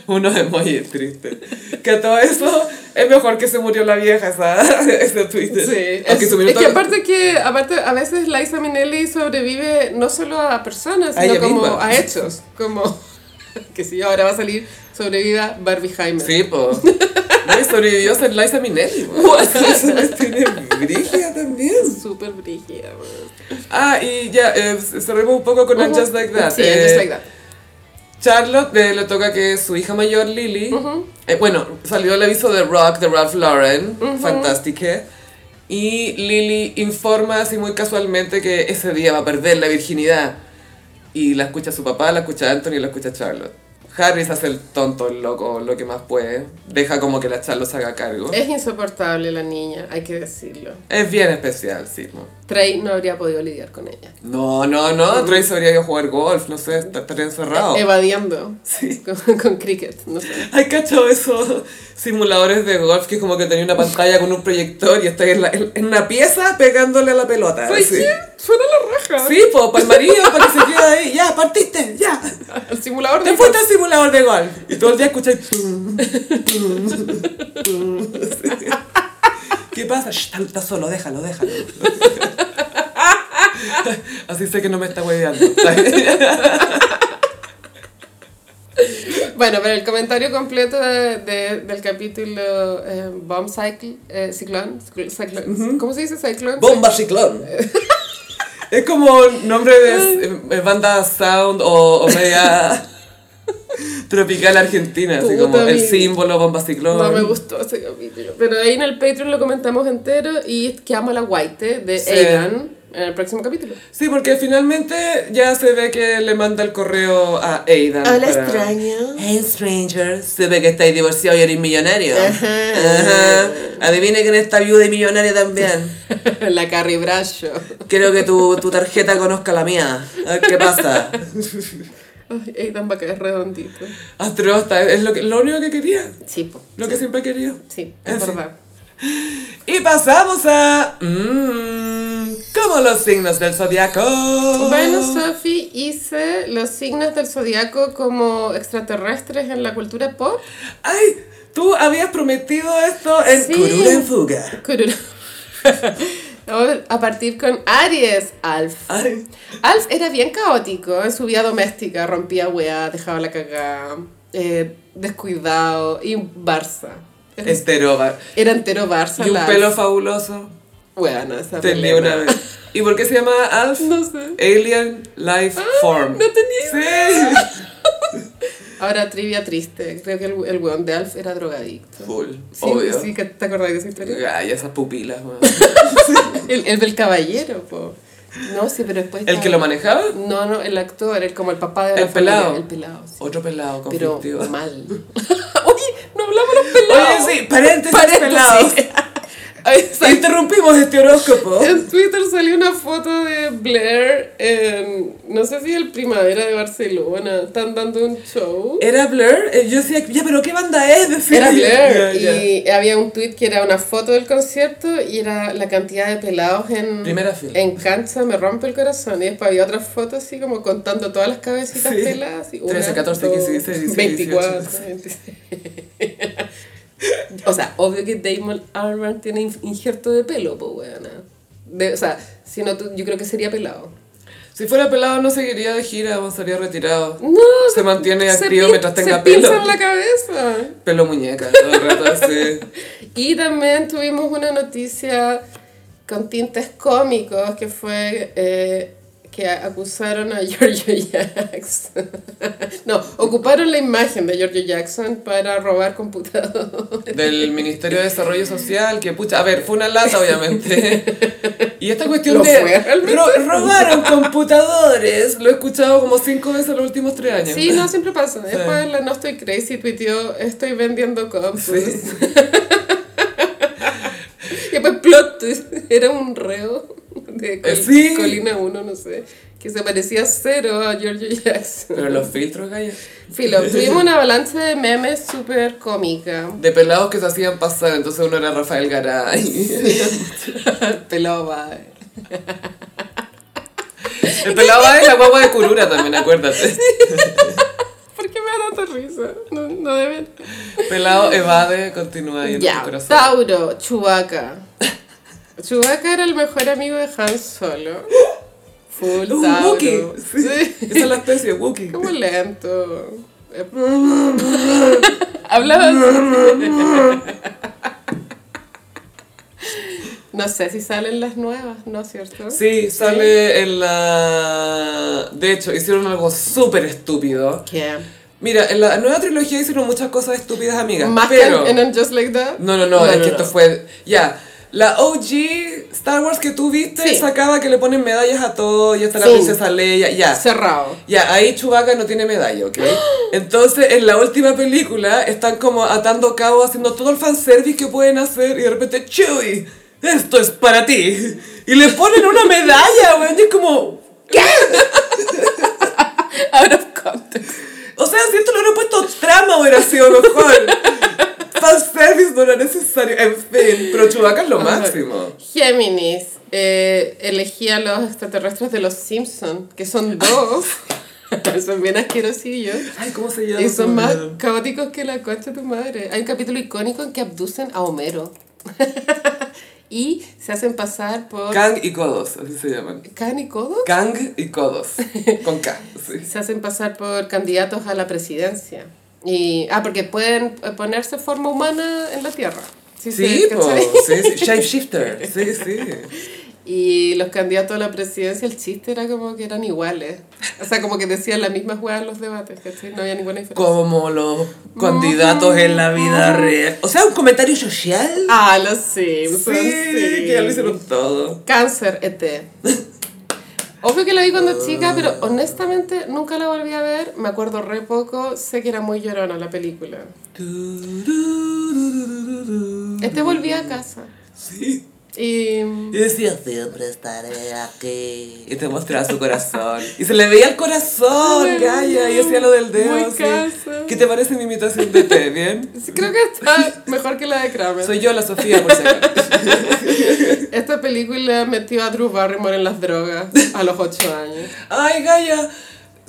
A: unos emojis tristes. Que a todo eso es mejor que se murió la vieja esa, ese Twitter.
B: Sí,
A: Aunque
B: es,
A: subieron
B: es que
A: todo-
B: aparte que aparte a veces Liza Minnelli sobrevive no solo a personas,
A: A
B: sino
A: ella
B: como
A: misma.
B: a hechos, como que si ahora va a salir sobreviva Barbie Heimer.
A: Sí, pues. No, sobrevivió a ser Liza Minnelli. po. Eso me tiene brígida también.
B: Súper brígida. weón.
A: Ah, y ya, eh, cerremos un poco con And Just Like That.
B: Sí,
A: Eh,
B: Just Like That.
A: Charlotte eh, le toca que su hija mayor, Lily, eh, bueno, salió el aviso de Rock, de Ralph Lauren, fantástico. Y Lily informa así muy casualmente que ese día va a perder la virginidad. Y la escucha su papá, la escucha Anthony y la escucha Charlotte. Harris hace el tonto, el loco, lo que más puede. Deja como que la Charlotte se haga cargo.
B: Es insoportable la niña, hay que decirlo.
A: Es bien especial, sí. ¿no?
B: Trey no habría podido lidiar con ella.
A: No, no, no. Trey se habría ido a jugar golf, no sé, est- estaría encerrado.
B: Evadiendo.
A: Sí.
B: Con, con cricket, no sé.
A: Hay cachado esos simuladores de golf que es como que tenía una pantalla con un proyector y estáis en, la- en- en una pieza pegándole a la pelota.
B: ¿Sabes
A: así.
B: qué? Suena la raja.
A: Ah, Sí, pues, para el marido, para que se quede ahí. Ya, partiste, ya.
B: El simulador
A: Te
B: de
A: fuiste al simulador de golf. Y todo el día escucháis. "Pum, pum, pum". Sí. ¿Qué pasa? Shh, está, está solo, déjalo, déjalo. Así sé que no me está hueveando.
B: Bueno, pero el comentario completo de- de- del capítulo eh, Bomb Cycle, eh, Ciclón, cicl- cyclón. ¿cómo se dice Cyclón?
A: Bomba Ciclón. Es como nombre de eh, banda sound o, o media tropical argentina, así
B: Puta
A: como el
B: mi-
A: símbolo bomba ciclón.
B: No me gustó ese capítulo. Pero ahí en el Patreon lo comentamos entero y es que amo a la White eh, de
A: Sí.
B: Aidan en el próximo capítulo.
A: Sí, porque finalmente ya se ve que le manda el correo a Aidan.
B: Hola,
A: para-
B: extraño.
C: Hey, stranger.
A: Se ve que estáis divorciado y eres millonario.
B: Ajá.
A: Adivine quién está viuda y millonaria también.
B: la Carrie Bracho.
A: Quiero que tu, tu tarjeta conozca la mía. A ver qué pasa.
B: Ay, Aidan va a caer redondito.
A: Atrosta, es lo, que, lo único que quería.
B: Sí, po.
A: Lo que siempre he querido.
B: sí,
A: En
B: es
A: fin.
B: verdad.
A: Y pasamos a. Mmm, como los signos del zodiaco.
B: Bueno, Sophie, hice los signos del zodiaco como extraterrestres en la cultura pop.
A: Ay, tú habías prometido esto en
B: Sí.
A: Curura en Fuga.
B: Cururu. Vamos a partir con Aries, Alf.
A: Ay,
B: Alf era bien caótico en su vida doméstica, rompía weá, dejaba la cagada, eh, descuidado y Barça.
A: esteroba.
B: Era entero Barça.
A: este Y un
B: la
A: pelo
B: Alf.
A: fabuloso.
B: Weá, no, esa
A: Tenía
B: melena.
A: una vez. ¿Y por qué se llama Alf?
B: No sé.
A: Alien Life Form.
B: no tenía
A: Sí.
B: Ahora trivia triste. Creo que el, el weón de Alf era drogadicto.
A: Full,
B: Sí,
A: obvio.
B: sí, que- ¿te acordás de esa historia?
A: Ay, esas pupilas, man.
B: El, el del caballero, po. No, sí, pero después.
A: ¿El que lo manejaba?
B: No, no, el actor, el como el papá de la
A: El pelado.
B: familia, El pelado, sí.
A: Otro pelado
B: Pero
A: conflictivo.
B: mal. Oye, no hablamos de los pelados.
A: Oye, sí, paréntesis, pelados.
B: Ay, sal-
A: Interrumpimos este horóscopo.
B: En Twitter salió una foto de Blair en, no sé si el Primavera de Barcelona, están dando un show.
A: Era Blur. eh, Yo decía, ya, pero ¿qué banda es? Decía
B: Era
A: yo.
B: Blair
A: Ya, ya.
B: y había un tweet que era una foto del concierto y era la cantidad de pelados en
A: Primera fila.
B: en cancha me rompe el corazón y después había otra foto así como contando todas las cabecitas
A: Sí.
B: peladas y
A: 13, 14, 15, 16,
B: 24,
A: 18.
B: 26. O sea, obvio que Damon Arman tiene in- injerto de pelo, pues weona. De- o sea, si no, tú- yo creo que sería pelado.
A: Si fuera pelado no seguiría de gira, no estaría retirado.
B: No,
A: Se mantiene activo
B: pin-
A: mientras tenga
B: se pinza
A: pelo.
B: en la cabeza.
A: Pelo muñeca, todo el rato así.
B: Y también tuvimos una noticia con tintes cómicos que fue eh, que acusaron a Giorgio Jackson. no, ocuparon la imagen de Giorgio Jackson para robar computadores.
A: del Ministerio de Desarrollo Social, que pucha, a ver, fue una lata obviamente. Y esta cuestión
B: Lo
A: de
B: fue, realmente.
A: ro- robaron computadores, lo he escuchado como cinco veces en los últimos tres años.
B: Sí, no, siempre pasa. Después la No Estoy Crazy tuiteó, estoy vendiendo compus. y después plot twist, era un reo de Col-
A: Eh, sí.
B: Colina 1, no sé, que se parecía cero a Giorgio Jackson.
A: Pero los filtros, gallo.
B: Filo, tuvimos una avalancha de memes súper cómica.
A: De pelados que se hacían pasar, entonces uno era Rafael Garay.
B: Pelado va.
A: El pelado es la guagua de Curura también, acuérdate.
B: ¿Por qué me da tanta risa? No, no deben.
A: Pelado evade, continúa ahí en
B: Ya, Ah,
A: tu corazón.
B: Tauro, Chewbacca. Chewbacca era el mejor amigo de Han Solo. Full
A: Un
B: Tauro.
A: Wookiee. sí.
B: Sí.
A: Esa es la especie, Wookiee.
B: Como lento. Hablaba así. No sé si salen las nuevas, ¿no es cierto?
A: Sí, sale en la... De hecho, hicieron algo súper estúpido.
B: ¿Qué?
A: Mira, en la nueva trilogía hicieron muchas cosas estúpidas, amigas.
B: Más
A: pero...
B: que en, en Just Like That.
A: No, no, no, es que esto fue... Ya, La OG Star Wars que tú viste
B: Sí.
A: sacaba que le ponen medallas a todo, ya está la
B: Sí.
A: princesa Leia, ya.
B: Cerrado.
A: Ya, ahí Chewbacca no tiene medalla, ¿ok? Entonces, en la última película, están como atando cabos, haciendo todo el fanservice que pueden hacer, y de repente, Chewie, esto es para ti. Y le ponen una medalla, weón, y es como...
B: Out of context.
A: O sea, si esto lo hubieran puesto trama, hubiera sido mejor. fanservice no era necesario. En fin, pero Chewbacca es lo máximo.
B: Géminis eh, elegía a los extraterrestres de los Simpson, que son dos. son bien asquerosillos.
A: Ay, ¿cómo se llama?
B: Y son más
A: Bueno.
B: caóticos que la concha de tu madre. Hay un capítulo icónico en que abducen a Homero. y se hacen pasar por...
A: Kang y Kodos, así se llaman.
B: ¿Can y Kodo?
A: Kang y Kodos. Con K, sí.
B: Se hacen pasar por candidatos a la presidencia. Y, ah, porque pueden eh, ponerse forma humana en la Tierra. Sí,
A: Sí,
B: sí,
A: po,
B: ¿cachai?
A: sí, sí. Shapeshifter. Sí, sí.
B: Y los candidatos a la presidencia, el chiste era como que eran iguales. O sea, como que decían la misma jugada en los debates, ¿cachai? No había ninguna diferencia.
A: como los candidatos en la vida real. O sea, un comentario social.
B: Ah, los Simpsons.
A: que ya lo hicieron todo.
B: Cáncer ET. Obvio que la vi
A: Ah.
B: cuando chica, pero honestamente nunca la volví a ver. Me acuerdo re poco. Sé que era muy llorona la película. Este volvía a casa.
A: Sí.
B: Y.
A: Y decía,
C: Siempre estaré aquí.
A: y te mostraba su corazón. Y se le veía el corazón, Gaya. Y hacía lo del dedo.
B: Muy
A: así.
B: casa.
A: ¿Qué te parece mi imitación de té? ¿Bien?
B: sí, Creo que está mejor que la de Kramer.
A: Soy yo, la Sofía, por si acaso.
B: Esta película metió a Drew Barrymore en las drogas a los 8 años.
A: Ay, Gaia.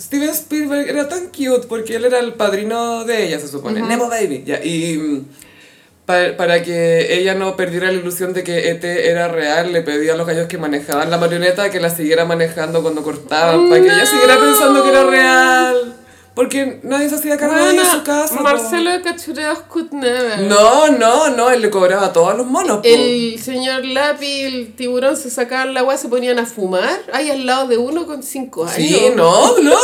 A: Steven Spielberg era tan cute porque él era el padrino de ella, se supone. Nemo Baby. Ya, y mm, pa- para que ella no perdiera la ilusión de que E.T. era real, le pedía a los gallos que manejaban la marioneta que la siguiera manejando cuando cortaban, para que ella
B: No.
A: siguiera pensando que era real. Porque nadie se hacía cargo de ella en su casa. po.
B: Marcelo de Cachureos could never.
A: No, no, no, él le cobraba a todos los monos. po.
B: El señor Lapi y el tiburón se sacaban la agua, se ponían a fumar ahí al lado de uno con 5 años.
A: Sí, no, no.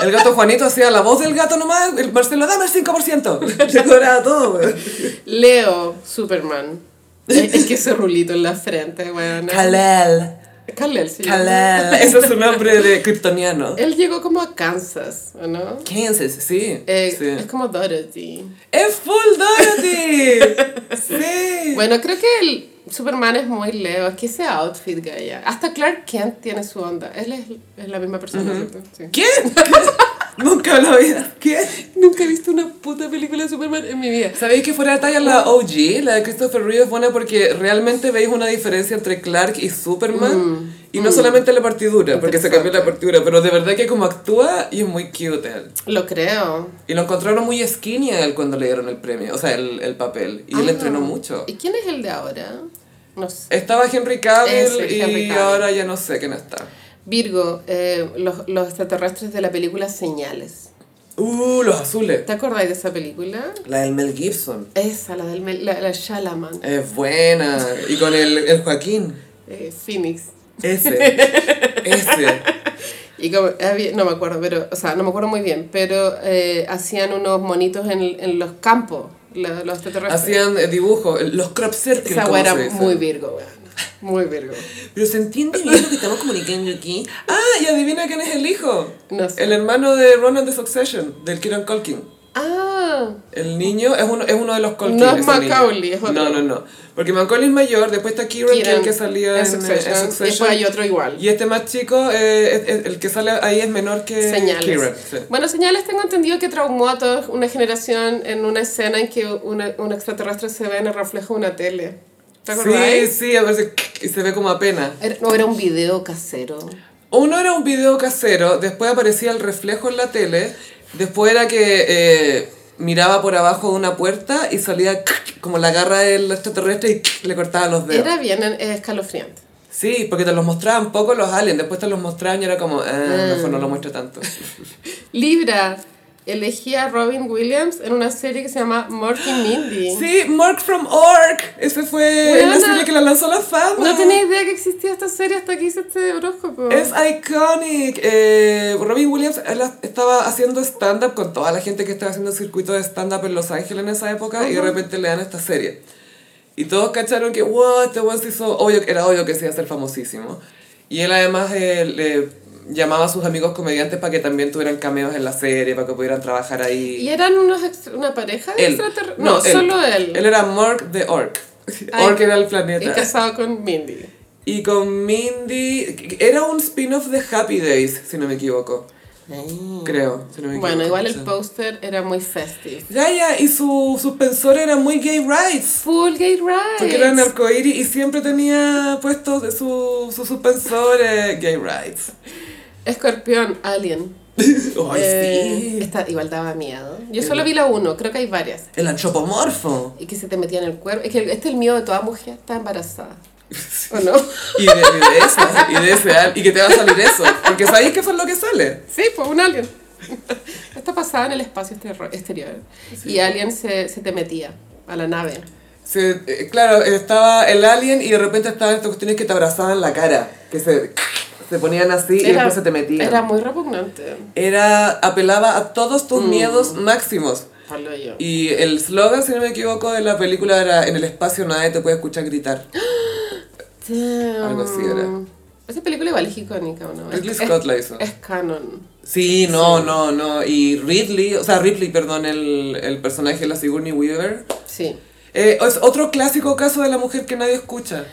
A: El gato Juanito hacía la voz del gato nomás. El Marcelo, dame el 5%. Le cobraba todo, weón.
B: Leo, Superman. es es que ese rulito en la frente, weón.
A: Kalel.
B: Kalel se llama.
A: Kalel. Ese es su nombre de kryptoniano.
B: Él llegó como a Kansas, ¿o no?
A: Kansas, sí.
B: Eh, Es
A: sí.
B: como Dorothy.
A: Es full Dorothy. sí.
B: Bueno, creo que el Superman es muy Leo. Es que ese outfit, Gaia. Hasta Clark Kent tiene su onda. Él es, es la misma persona, ¿cierto? Sí.
A: ¿Qué? Nunca lo había. ¿Qué?
B: Nunca he visto una puta película de Superman en mi vida.
A: ¿Sabéis que fuera de talla la OG, la de Christopher Reeve, es buena porque realmente veis una diferencia entre Clark y Superman?
B: Mm,
A: Y no solamente la partidura, porque se cambió la partidura, pero de verdad que como actúa y es muy cute él.
B: Lo creo.
A: Y lo encontraron muy skinny a él cuando le dieron el premio, o sea, el, el papel. Y él
B: Ah.
A: entrenó mucho.
B: ¿Y quién es el de ahora? No sé.
A: Estaba Henry Cavill
B: Ese,
A: y
B: Henry Cavill.
A: ahora ya no sé quién está.
B: Virgo, eh, los, los extraterrestres de la película Señales.
A: Uh, los azules.
B: ¿Te acordáis de esa película?
A: La del Mel Gibson.
B: Esa, la del Mel- la, la Shalaman,
A: Es buena. Y con el, el Joaquín.
B: eh, Phoenix.
A: Ese. Ese.
B: Y como, había- no me acuerdo, pero, o sea, no me acuerdo muy bien, pero eh, hacían unos monitos en, en los campos, la- los extraterrestres.
A: Hacían eh, dibujos. Los crop circles.
B: Esa
A: como
B: wea era
A: se dice.
B: muy Virgo, weón. Muy Virgo.
A: Pero se entiende bien lo que estamos comunicando aquí. Ah, y adivina quién es el hijo.
B: No sé.
A: El hermano de Ronan de Succession, del Kieran Culkin.
B: Ah,
A: El niño es uno, es uno de los Culkin.
B: No es
A: ese niño.
B: Macaulay, es otro.
A: No, no, no. Porque Macaulay es mayor, después está Kieran, que es el
B: Kieran
A: que salía en, eh, en Succession.
B: Succession. Después hay otro igual.
A: Y este más chico, eh, es- es- el que sale ahí es menor que
B: Señales.
A: Kieran. sí.
B: Bueno, señales tengo entendido que traumó a toda una generación en una escena en que una- un extraterrestre se ve en el reflejo de una tele. ¿Te
A: Sí,
B: acordáis?
A: sí, a ver si y se ve como apenas.
B: Era- no, era un video casero.
A: Uno era un video casero, después aparecía el reflejo en la tele, después era que eh, miraba por abajo de una puerta y salía como la garra del extraterrestre y le cortaba los dedos.
B: Era bien eh, escalofriante.
A: Sí, porque te los mostraban poco los aliens, después te los mostraban y era como, ah,
B: Mm.
A: mejor no lo muestra tanto.
B: Libra elegía a Robin Williams en una serie que se llama Morty Mindy.
A: Sí, Mark from Ork, ese fue la
B: Weona.
A: serie que la lanzó a la fama.
B: No tenía idea que existía esta serie hasta que hice este horóscopo.
A: Es iconic. Eh, Robin Williams él estaba haciendo stand-up con toda la gente que estaba haciendo el circuito de stand-up en Los Ángeles en esa época y de repente le dan esta serie. Y todos cacharon que, wow, este weón se hizo, obvio, era obvio que se iba a hacer famosísimo. Y él además eh, le llamaba a sus amigos comediantes para que también tuvieran cameos en la serie, para que pudieran trabajar ahí.
B: ¿Y eran unos ex- una pareja de
A: Él.
B: extraterrestres?
A: No,
B: No,
A: él.
B: solo él.
A: Él era Mork the Orc.
B: Ay,
A: Orc era el
B: Y
A: planeta.
B: casado con Mindy.
A: Y con Mindy. Era un spin-off de Happy Days, si no me equivoco. Creo, si no me equivoco.
B: Bueno, igual
A: Sí.
B: el póster era muy festive.
A: Ya, ya, y su suspensor era muy gay rights.
B: Full gay rights.
A: Porque era arcoíris y siempre tenía puesto de su, su suspensor eh, gay rights.
B: Escorpión, Alien.
A: Ay,
B: Eh,
A: sí.
B: esta igual daba miedo. Yo solo vi la uno, creo que hay varias.
A: El antropomorfo.
B: Y que se te metía en el cuerpo. Es que este es el miedo de toda mujer, está embarazada. ¿O no?
A: Y de, y de eso, y de ese al- y que te va a salir eso. Porque sabéis que eso es lo que sale.
B: Sí, pues un alien. Esta pasaba en el espacio exterro- exterior. Y alien se, se te metía a la nave.
A: Se- eh, claro, estaba el alien y de repente estaban estas cuestiones que te abrazaban la cara, que se, se ponían así y después se te metían.
B: Era
A: Era,
B: muy repugnante.
A: apelaba a todos
B: Mm.
A: tus miedos máximos.
B: Palo yo.
A: Y el slogan, si no me equivoco, de la película era en el espacio nadie te puede escuchar gritar. Algo así era.
B: Esa película igual es icónica, ¿o no?
A: Ridley
B: Es-
A: Scott
B: es-
A: la hizo.
B: Es canon.
A: Sí, no, no, no. Y Ridley, o sea, Ripley, perdón, el, el personaje de la Sigourney Weaver.
B: Sí,
A: eh, es otro clásico caso de la mujer que nadie escucha.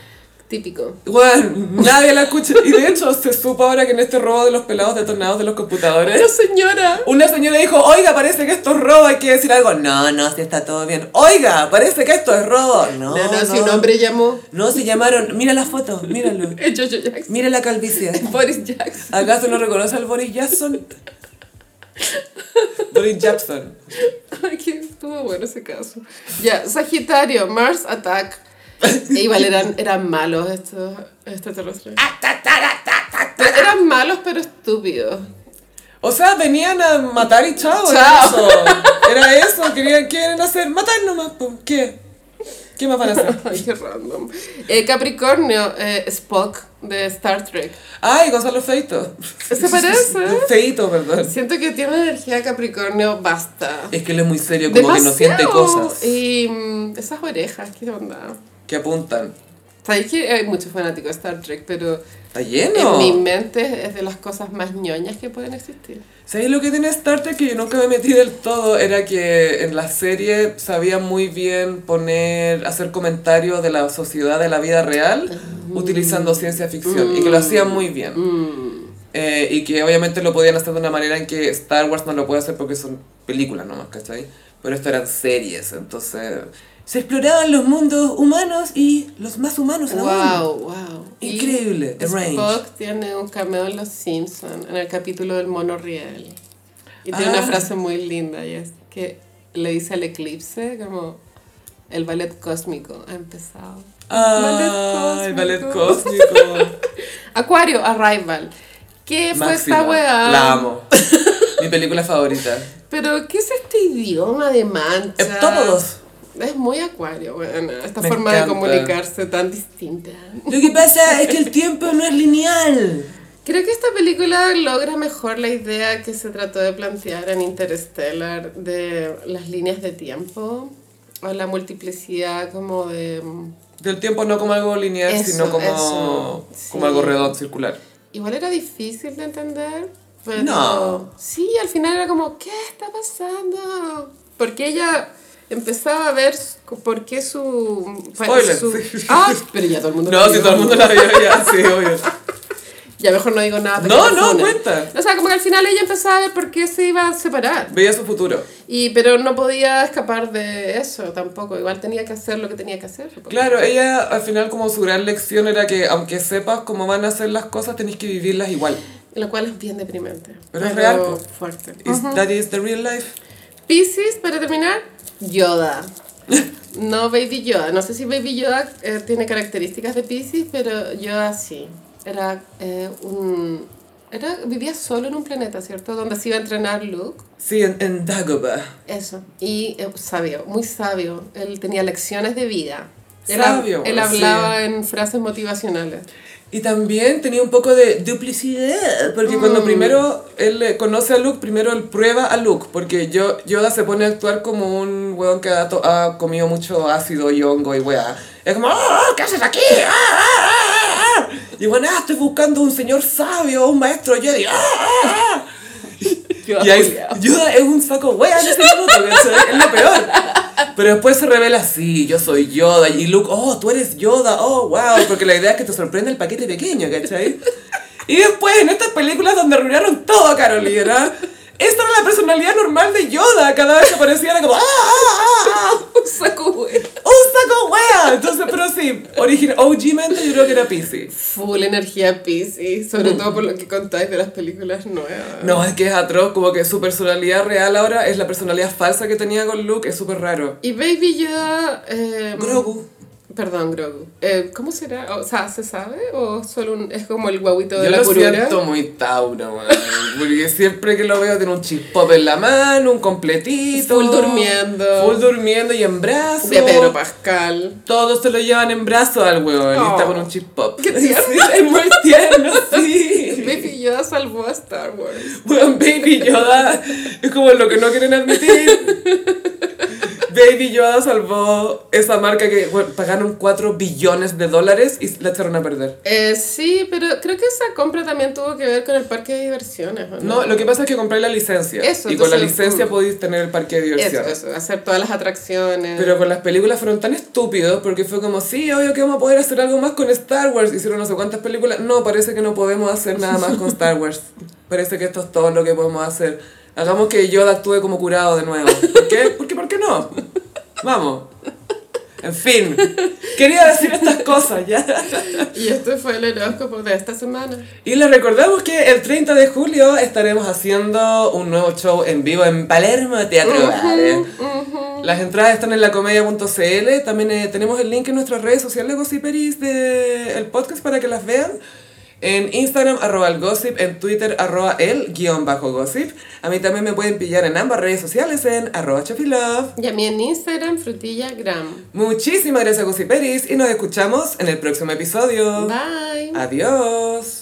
B: típico.
A: Bueno, nadie la escucha. Y de hecho, se supo ahora que en este robo de los pelados detonados de los
B: ¡Pero
A: computadores,
B: señora!
A: una señora dijo, oiga, parece que esto es robo, hay que decir algo. No, no, si está todo bien. Oiga, parece que esto es robo. No,
B: No, no, si un hombre llamó
A: No, se llamaron. Mira la foto, míralo.
B: es Jojo Jackson.
A: Mira la calvicie.
B: Boris Jackson.
A: ¿Acaso no reconoce al Boris Jackson? Boris Jackson.
B: Ay, que estuvo bueno ese caso. Ya, Sagitario, Mars Attack. E igual eran, eran malos estos extraterrestres. Eran malos pero estúpidos.
A: O sea, venían a matar y chao. era eso.
B: Chao.
A: Era eso, querían, quieren hacer, matar nomás, po. ¿qué? ¿Qué más van a hacer?
B: Ay, qué random. Eh, Capricornio, eh, Spock de Star Trek.
A: Ay, Gonzalo Feito.
B: ¿Se parece?
A: Feito, perdón.
B: Siento que tiene energía Capricornio, basta.
A: Es que él es muy serio, como que no siente
B: Demasiado.
A: cosas
B: Y mm, esas orejas, qué onda.
A: que apuntan.
B: Sabéis que hay muchos fanáticos de Star Trek, pero
A: Está
B: en
A: lleno.
B: mi mente es de las cosas más ñoñas que pueden existir.
A: ¿Sabes lo que tiene Star Trek que yo nunca me metí del todo? Era que en la serie sabía muy bien poner, hacer comentarios de la sociedad, de la vida real, utilizando ciencia ficción. Y que lo hacían muy bien.
B: Mm.
A: Eh, y que obviamente lo podían hacer de una manera en que Star Wars no lo puede hacer porque son películas nomás, ¿cachai? Pero esto eran series, entonces... Se exploraban los mundos humanos y los más humanos
B: Wow, wow. Y
A: Increíble, The Range.
B: Spock tiene un cameo en Los Simpsons, en el capítulo del mono real. Y tiene
A: Ah.
B: una frase muy linda, y es que le dice al eclipse, como el ballet cósmico ha empezado.
A: Ah, el ballet cósmico.
B: Acuario, Arrival. ¿Qué fue
A: Máxima.
B: esta weá?
A: La amo. Mi película favorita.
B: Pero, ¿qué es este idioma de mancha?
A: Heptópodos.
B: Es muy acuario, bueno, esta
A: Eh, Me
B: forma
A: encanta.
B: de comunicarse tan distinta.
A: Lo que pasa es que el tiempo no es lineal.
B: Creo que esta película logra mejor la idea que se trató de plantear en Interstellar de las líneas de tiempo o la multiplicidad como de... mm,
A: Del tiempo no como algo lineal,
B: Eso,
A: sino como,
B: eso,
A: como
B: sí.
A: algo redondo, circular.
B: Igual era difícil de entender, pero...
A: No.
B: Sí, al final era como, ¿qué está pasando? Porque ella empezaba a ver su- por qué su...
A: Spoiler,
B: su-
A: sí.
B: Ah, pero ya todo el mundo...
A: No, si todo el mundo la vio ya, sí, obvio.
B: Ya mejor no digo nada.
A: No,
B: porque me
A: no,
B: funan.
A: cuenta.
B: O sea, como que al final ella empezaba a ver por qué se iba a separar.
A: Veía su futuro.
B: Y, pero no podía escapar de eso tampoco. Igual tenía que hacer lo que tenía que hacer. supongo.
A: Claro, ella al final como su gran lección era que aunque sepas cómo van a ser las cosas, tenés que vivirlas igual.
B: Lo cual es bien deprimente.
A: Pero es real, po.
B: fuerte.
A: Is- That is the real life.
B: Pisces, para terminar, Yoda. No Baby Yoda. No sé si Baby Yoda eh, tiene características de Pisces, pero Yoda sí. Era eh, un... Era, vivía solo en un planeta, ¿cierto? Donde se iba a entrenar Luke.
A: Sí, en, en Dagobah.
B: Eso. Y eh, sabio, muy sabio. Él tenía lecciones de vida.
A: Sabio,
B: Él
A: sí.
B: hablaba en frases motivacionales.
A: Y también tenía un poco de duplicidad, porque cuando primero él eh, conoce a Luke, primero él prueba a Luke, porque yo, Yoda se pone a actuar como un weón que ha, to- ha comido mucho ácido y hongo y weá. Es como, "Oh, ¿qué haces aquí? Ah, ah, ah, ah". Y bueno, ah, estoy buscando un señor sabio, un maestro Jedi. Ah, ah, ah". Y ahí, Yoda es un saco wea en ese minuto, ¿cachai? es lo peor. Pero después se revela, sí, yo soy Yoda. Y Luke, oh, tú eres Yoda, oh, wow. Porque la idea es que te sorprende el paquete pequeño, ¿cachai? Y después, en estas películas donde arruinaron todo, Carolina, esta era la personalidad normal de Yoda. Cada vez que aparecía era como, ah, ah, ah, ah.
B: Un saco, güey.
A: Un saco wea. Entonces, pero sí, original, OG mente yo creo que era Pisces.
B: Full energía Pisces,
A: Mm.
B: sobre todo por lo que contáis de las películas nuevas.
A: No, es que es atroz, como que su personalidad real ahora es la personalidad falsa que tenía con Luke, es súper raro.
B: Y Baby Yoda... eh,
A: Grogu.
B: Perdón, Grogu. Eh, ¿Cómo será? O sea, ¿se sabe? ¿O solo un- es como el guaguito de
A: Yo
B: la
A: lo
B: curura?
A: siento muy Tauro, man, porque siempre que lo veo tiene un chispote en la mano, un completito.
B: Full durmiendo.
A: Full durmiendo y en brazos.
B: De Pedro Pascal.
A: Todos se lo llevan en brazos al weón y está con un chispop.
B: Oh. Qué tierno.
A: Sí, es muy tierno, sí.
B: Baby Yoda salvó a Star Wars.
A: Weón, Baby Yoda es como lo que no quieren admitir. Baby Yoda salvó esa marca que weón, pagaron 4 billones de dólares y la echaron a perder.
B: Eh, sí, pero creo que esa compra también tuvo que ver con el parque de diversiones. ¿o
A: No, lo que pasa es que compré la licencia.
B: Eso,
A: y con la
B: entonces- mm.
A: licencia podéis tener el parque de
B: Eso,
A: diversión.
B: eso, hacer todas las atracciones.
A: Pero con las películas fueron tan estúpidos porque fue como, sí, obvio que vamos a poder hacer algo más con Star Wars. Hicieron no sé cuántas películas. No, parece que no podemos hacer nada más con Star Wars. Parece que esto es todo lo que podemos hacer. Hagamos que Yoda actúe como curado de nuevo. ¿Por qué? ¿Por qué, por qué no? Vamos. En fin. Quería decir estas cosas ya.
B: Y este fue el horóscopo de esta semana.
A: Y les recordamos que el 30 de julio estaremos haciendo un nuevo show en vivo en Palermo Teatro Valle. Las entradas están en lacomedia.cl. También eh, tenemos el link en nuestras redes sociales Gossiperis de el podcast para que las vean. En Instagram, arroba el gossip, en Twitter, arroba el guión bajo gossip. A mí también me pueden pillar en ambas redes sociales en arroba chapilove.
B: Y a mí en Instagram, frutillagram.
A: Oh. Muchísimas gracias, Gossiperis, y nos escuchamos en el próximo episodio.
B: Bye.
A: Adiós.